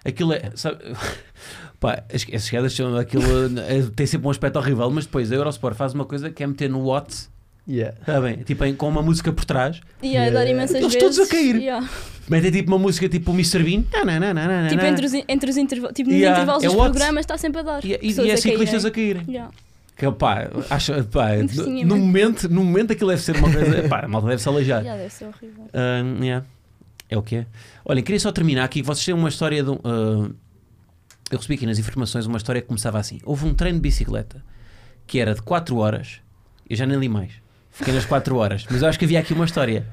Speaker 1: Aquilo é. Sabe, pá, as, as chegadas são aquilo. é- tem sempre um aspecto horrível, mas depois a Eurosport faz uma coisa que é meter no Watt,
Speaker 2: Yeah.
Speaker 1: está bem? Tipo, em- com uma música por trás,
Speaker 4: E a dar
Speaker 2: Yeah.
Speaker 4: imensas
Speaker 1: Eles
Speaker 4: vezes.
Speaker 1: todos a cair.
Speaker 4: yeah.
Speaker 1: metem tipo uma música tipo o Mr. Bean. nananana,
Speaker 4: Tipo, entre os, in- entre os interva- tipo, nos
Speaker 1: É, Yeah.
Speaker 4: intervalos
Speaker 1: É
Speaker 4: dos
Speaker 1: what?
Speaker 4: programas está sempre a dar.
Speaker 1: E, e- e
Speaker 4: pessoas
Speaker 1: é
Speaker 4: a
Speaker 1: ciclistas
Speaker 4: caírem. é
Speaker 1: a caírem.
Speaker 4: Yeah.
Speaker 1: Que, é, pá, acho, pá, no,
Speaker 4: Interessantíssimo.
Speaker 1: no momento, no momento aquilo deve ser uma coisa. pá, a malta deve se aleijar.
Speaker 4: Yeah, deve ser horrível.
Speaker 1: Ahn, Ah, yeah. É o que é. Olha, queria só terminar aqui. Vocês têm uma história de. um, ah, eu recebi aqui nas informações uma história que começava assim: houve um treino de bicicleta que era de 4 horas. Eu já nem li mais. Fiquei nas 4 horas. Mas eu acho que havia aqui uma história.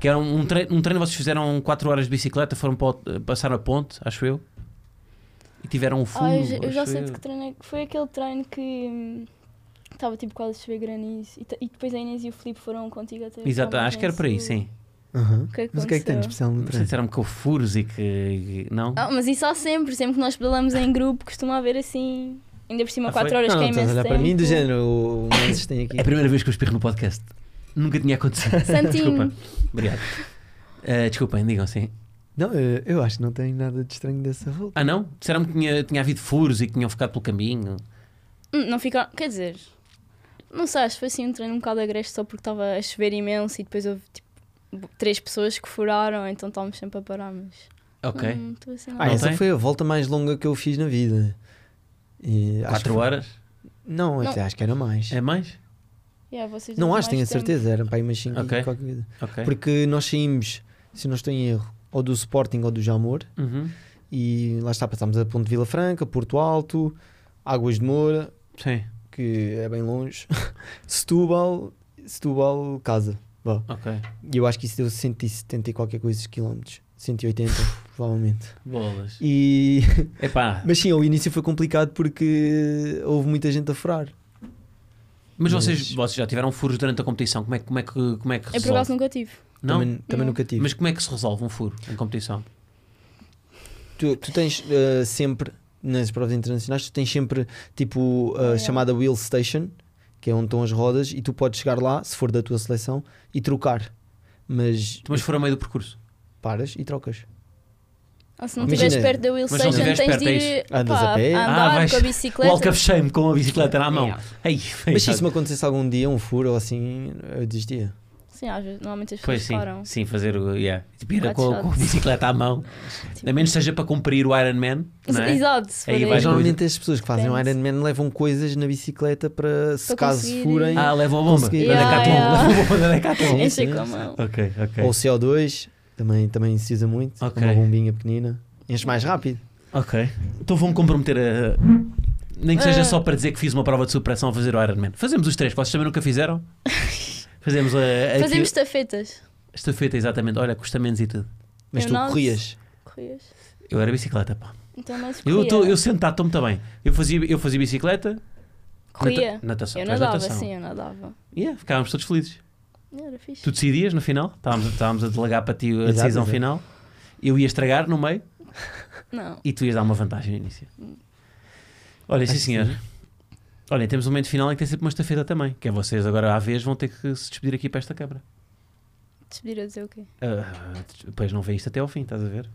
Speaker 1: Que era um, um treino, um treino vocês fizeram 4 horas de bicicleta, foram para o- eh, passar a ponte, acho eu. E tiveram um fundo.
Speaker 4: Ah, eu, já- eu já
Speaker 1: acho
Speaker 4: sei
Speaker 1: eu.
Speaker 4: de que treino é que foi aquele treino que hum, estava tipo quase a chover granizo e, ta- e depois a Inês e o Filipe foram contigo até
Speaker 1: Exato,
Speaker 4: ao
Speaker 1: acho que era por aí,
Speaker 4: Sul.
Speaker 1: sim.
Speaker 2: Aham.
Speaker 4: O que é que
Speaker 2: Mas o que é que tem de
Speaker 4: aconteceu?
Speaker 2: especial no
Speaker 1: Vocês
Speaker 2: treino?
Speaker 1: disseram-me que houve furos e que. Não?
Speaker 4: Ah, mas isso há sempre, sempre que nós pedalamos em grupo costuma haver assim, ainda por cima
Speaker 1: Ah,
Speaker 4: 4
Speaker 1: foi?
Speaker 4: horas
Speaker 2: Não,
Speaker 4: que é
Speaker 2: não, estás a
Speaker 4: imenso
Speaker 2: olhar
Speaker 4: tempo.
Speaker 2: para mim do género, o o Mendes tem aqui.
Speaker 1: É a primeira vez que eu espirro no podcast. Nunca tinha acontecido.
Speaker 4: Santinho.
Speaker 1: Desculpa. Obrigado. Eh, desculpem, digam sim.
Speaker 2: Não, eu, eu acho que não tem nada de estranho dessa volta.
Speaker 1: Ah, não? Disseram-me que tinha, tinha havido furos e que tinham ficado pelo caminho.
Speaker 4: Hum, Não fica, quer dizer, não sei, acho que foi assim um treino um bocado agreste só porque estava a chover imenso e depois houve tipo bo- três pessoas que furaram, então estávamos sempre a parar, mas
Speaker 1: Ok.
Speaker 4: não, não estou assim
Speaker 2: Ah,
Speaker 4: nada.
Speaker 1: Não
Speaker 2: essa
Speaker 1: tem?
Speaker 2: foi a volta mais longa que eu fiz na vida. E acho que
Speaker 1: Quatro
Speaker 2: foi-
Speaker 1: horas?
Speaker 2: Não, até acho que era mais.
Speaker 1: É mais?
Speaker 4: Yeah, vocês
Speaker 2: Não acho,
Speaker 4: deram é mais
Speaker 2: tenho a
Speaker 4: tempo.
Speaker 2: certeza, eram para aí umas 5
Speaker 1: Ok.
Speaker 2: qualquer coisa.
Speaker 1: Ok.
Speaker 2: Porque nós saímos, se não estou em erro, ou do Sporting ou do Jamor,
Speaker 1: Uhum.
Speaker 2: e lá está, passámos a Ponte de Vila Franca, Porto Alto, Águas de Moura,
Speaker 1: Sim.
Speaker 2: que é bem longe, Setúbal, Setúbal, Casa.
Speaker 1: Ok.
Speaker 2: E eu acho que isso deu 170 e qualquer coisa quilómetros, 180 provavelmente.
Speaker 1: Bolas.
Speaker 2: E...
Speaker 1: Epá.
Speaker 2: Mas sim, o início foi complicado porque houve muita gente a furar.
Speaker 1: Mas
Speaker 2: mas-
Speaker 1: vocês, vocês já tiveram furos durante a competição. Como é, que- como é que como é que
Speaker 4: Eu por acaso
Speaker 1: resolve?
Speaker 4: nunca tive.
Speaker 1: Não?
Speaker 2: Também, também
Speaker 4: Não.
Speaker 2: nunca tive.
Speaker 1: Mas como é que se resolve um furo em competição?
Speaker 2: Tu, tu tens eh, sempre, nas provas internacionais, tu tens sempre tipo a
Speaker 4: Ah, é.
Speaker 2: chamada wheel station, que é onde estão as rodas, e tu podes chegar lá, se for da tua seleção, e trocar. Mas
Speaker 1: Mas furo a meio do percurso.
Speaker 2: paras e trocas.
Speaker 4: Ah, se não
Speaker 2: Imagina-
Speaker 4: estiveres perto da Will
Speaker 1: Mas se não
Speaker 4: Station, tens
Speaker 1: estiveres perto,
Speaker 4: de
Speaker 1: é
Speaker 4: ir pá,
Speaker 2: Andas a pé.
Speaker 1: Ah,
Speaker 4: andar
Speaker 1: vais-
Speaker 4: com a bicicleta.
Speaker 1: Walk of shame com a bicicleta na mão.
Speaker 4: Yeah.
Speaker 1: Ei,
Speaker 2: Mas se isso me acontecesse algum dia, um furo ou assim, eu desistia.
Speaker 4: Sim, às vezes, normalmente as
Speaker 1: Pois
Speaker 4: pessoas
Speaker 1: sim,
Speaker 4: param.
Speaker 1: sim, fazer o. Yeah. Tipo, ir
Speaker 4: Bate
Speaker 1: com,
Speaker 4: shot.
Speaker 1: com a bicicleta à mão.
Speaker 4: Tipo
Speaker 1: A menos que seja para cumprir o Iron Man. Não é?
Speaker 4: Exato, se
Speaker 1: Aí
Speaker 4: for
Speaker 1: vai
Speaker 2: Mas
Speaker 4: isso.
Speaker 2: normalmente as pessoas que fazem o
Speaker 4: Depende.
Speaker 2: Iron Man levam coisas na bicicleta para se
Speaker 4: Para
Speaker 2: caso
Speaker 4: conseguir-
Speaker 2: furem
Speaker 1: Ah, levam a bomba.
Speaker 2: Conseguir.
Speaker 1: Da
Speaker 4: Yeah,
Speaker 1: Decathlon.
Speaker 4: yeah.
Speaker 1: Levam a bomba da Decathlon.
Speaker 2: Sim,
Speaker 4: Enche
Speaker 2: sim,
Speaker 4: com a mão.
Speaker 1: Ok, ok.
Speaker 2: ou CO2, também, também se usa muito, é
Speaker 1: Ok.
Speaker 2: uma bombinha pequenina, enche mais rápido.
Speaker 1: Ok. Então vão comprometer a. Nem que seja
Speaker 4: Ah.
Speaker 1: só para dizer que fiz uma prova de superação a fazer o Iron Man. Fazemos os três, vocês também nunca fizeram? Fazemos a.
Speaker 2: É
Speaker 1: a
Speaker 4: Fazemos estafetas.
Speaker 1: Esta feita, exatamente. Olha, custa menos e tudo.
Speaker 2: Mas
Speaker 4: Eu
Speaker 2: tu
Speaker 4: não-
Speaker 2: corrias.
Speaker 4: Corrias.
Speaker 1: Eu era bicicleta, pá.
Speaker 4: Então não se
Speaker 1: Eu,
Speaker 4: corria.
Speaker 1: tô, eu sentado, estou-me também. Eu fazia, eu fazia bicicleta,
Speaker 4: corria.
Speaker 1: nata- natação.
Speaker 4: Eu
Speaker 1: Tu és
Speaker 4: nadava,
Speaker 1: natação.
Speaker 4: sim, eu nadava.
Speaker 1: Yeah, ficávamos todos felizes.
Speaker 4: Era fixe.
Speaker 1: Tu decidias no final, estávamos, estávamos a delegar para ti a
Speaker 2: Exato,
Speaker 1: decisão
Speaker 2: exato.
Speaker 1: final. Eu ia estragar no meio
Speaker 4: Não.
Speaker 1: e tu ias dar uma vantagem no início. Olha, sim
Speaker 2: Acho que
Speaker 1: senhor. Olha, temos um momento final em que tem sempre uma estafeta também, que é vocês agora à vez vão ter que se despedir aqui para esta câmara.
Speaker 4: Despedir a dizer o quê?
Speaker 1: Ah, pois não vê isto até ao fim, estás a ver?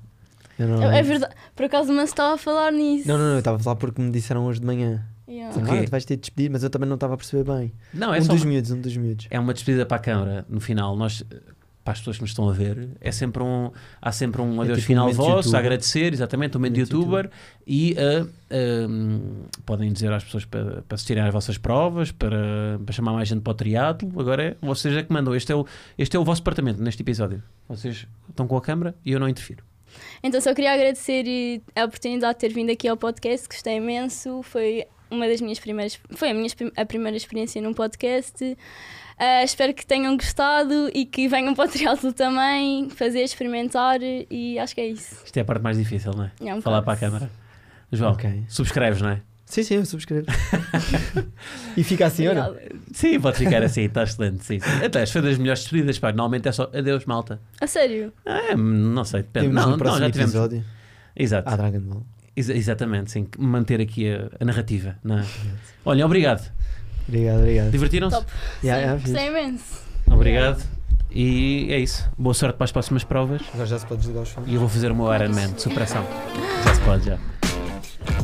Speaker 2: Eu não,
Speaker 4: É verdade. Por acaso o Manso estava a falar nisso.
Speaker 2: não, não, não, eu estava a falar porque me disseram hoje de manhã.
Speaker 4: Yeah.
Speaker 1: O
Speaker 2: Disseram,
Speaker 1: quê?
Speaker 2: "Ah, tu vais ter de despedir, mas eu também não estava a perceber bem.
Speaker 1: Não, é
Speaker 2: um
Speaker 1: só
Speaker 2: dos
Speaker 1: uma,
Speaker 2: miúdos, um dos miúdos.
Speaker 1: é uma despedida para a câmara. No final, nós, eh, para as pessoas que nos estão a ver, é sempre um, há sempre um
Speaker 2: É
Speaker 1: adeus
Speaker 2: tipo um
Speaker 1: final
Speaker 2: momento de
Speaker 1: vosso,
Speaker 2: youtuber.
Speaker 1: a agradecer, exatamente, um momento de
Speaker 2: Momento de
Speaker 1: youtuber. E ah, ahm, podem dizer às pessoas para, para assistirem às vossas provas, para, para chamar mais gente para o triatlo. Agora é, vocês é que mandam. Este é, o, este é o vosso departamento neste episódio. Vocês estão com a câmara e eu não interfiro.
Speaker 4: Então só queria agradecer eh, a oportunidade de ter vindo aqui ao podcast, gostei imenso. Foi uma das minhas primeiras, foi a minha exper- a primeira experiência num podcast. Ah, espero que tenham gostado e que venham para o Triatlo também, fazer, experimentar e acho que é isso.
Speaker 1: Isto é a parte mais difícil, não é?
Speaker 4: É um
Speaker 1: Falar
Speaker 4: bocado.
Speaker 1: para a câmara. João,
Speaker 2: Ok.
Speaker 1: subscreves, não é?
Speaker 2: Sim, sim, eu subscrevo. e fica assim, olha.
Speaker 4: Obrigada.
Speaker 1: Sim, pode ficar assim,
Speaker 2: tá
Speaker 1: está excelente. Sim, sim. Até as foi das melhores despedidas, pá. Normalmente é só adeus, malta.
Speaker 4: A sério,
Speaker 1: Ah, não sei, depende.
Speaker 2: Temos
Speaker 1: Não, não,
Speaker 2: no próximo
Speaker 1: já tivemos.
Speaker 2: episódio.
Speaker 1: Exato,
Speaker 2: Ah, Dragon Ball.
Speaker 1: ex- exatamente, sim. que Manter aqui a, a narrativa. Não é? Olha, obrigado.
Speaker 2: Obrigado, obrigado.
Speaker 1: Divertiram-se?
Speaker 4: Top.
Speaker 2: Yeah, yeah, fixe.
Speaker 4: gostei imenso.
Speaker 1: Obrigado. E é isso. Boa sorte para as próximas provas.
Speaker 2: Agora já se pode desligar os fones.
Speaker 1: E eu vou fazer o meu Iron Man de superação. Já se pode, já.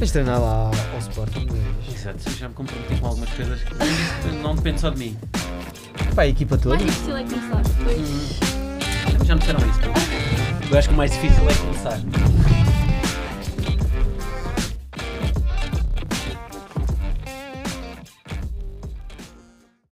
Speaker 2: Mas treinar lá ao Sporting. mas-
Speaker 1: Exato, já me comprometi com algumas coisas que não depende só de mim.
Speaker 2: Pá, a equipa toda.
Speaker 4: Mais difícil é começar. Depois...
Speaker 1: Já me disseram isso. Eu acho que o mais difícil é começar.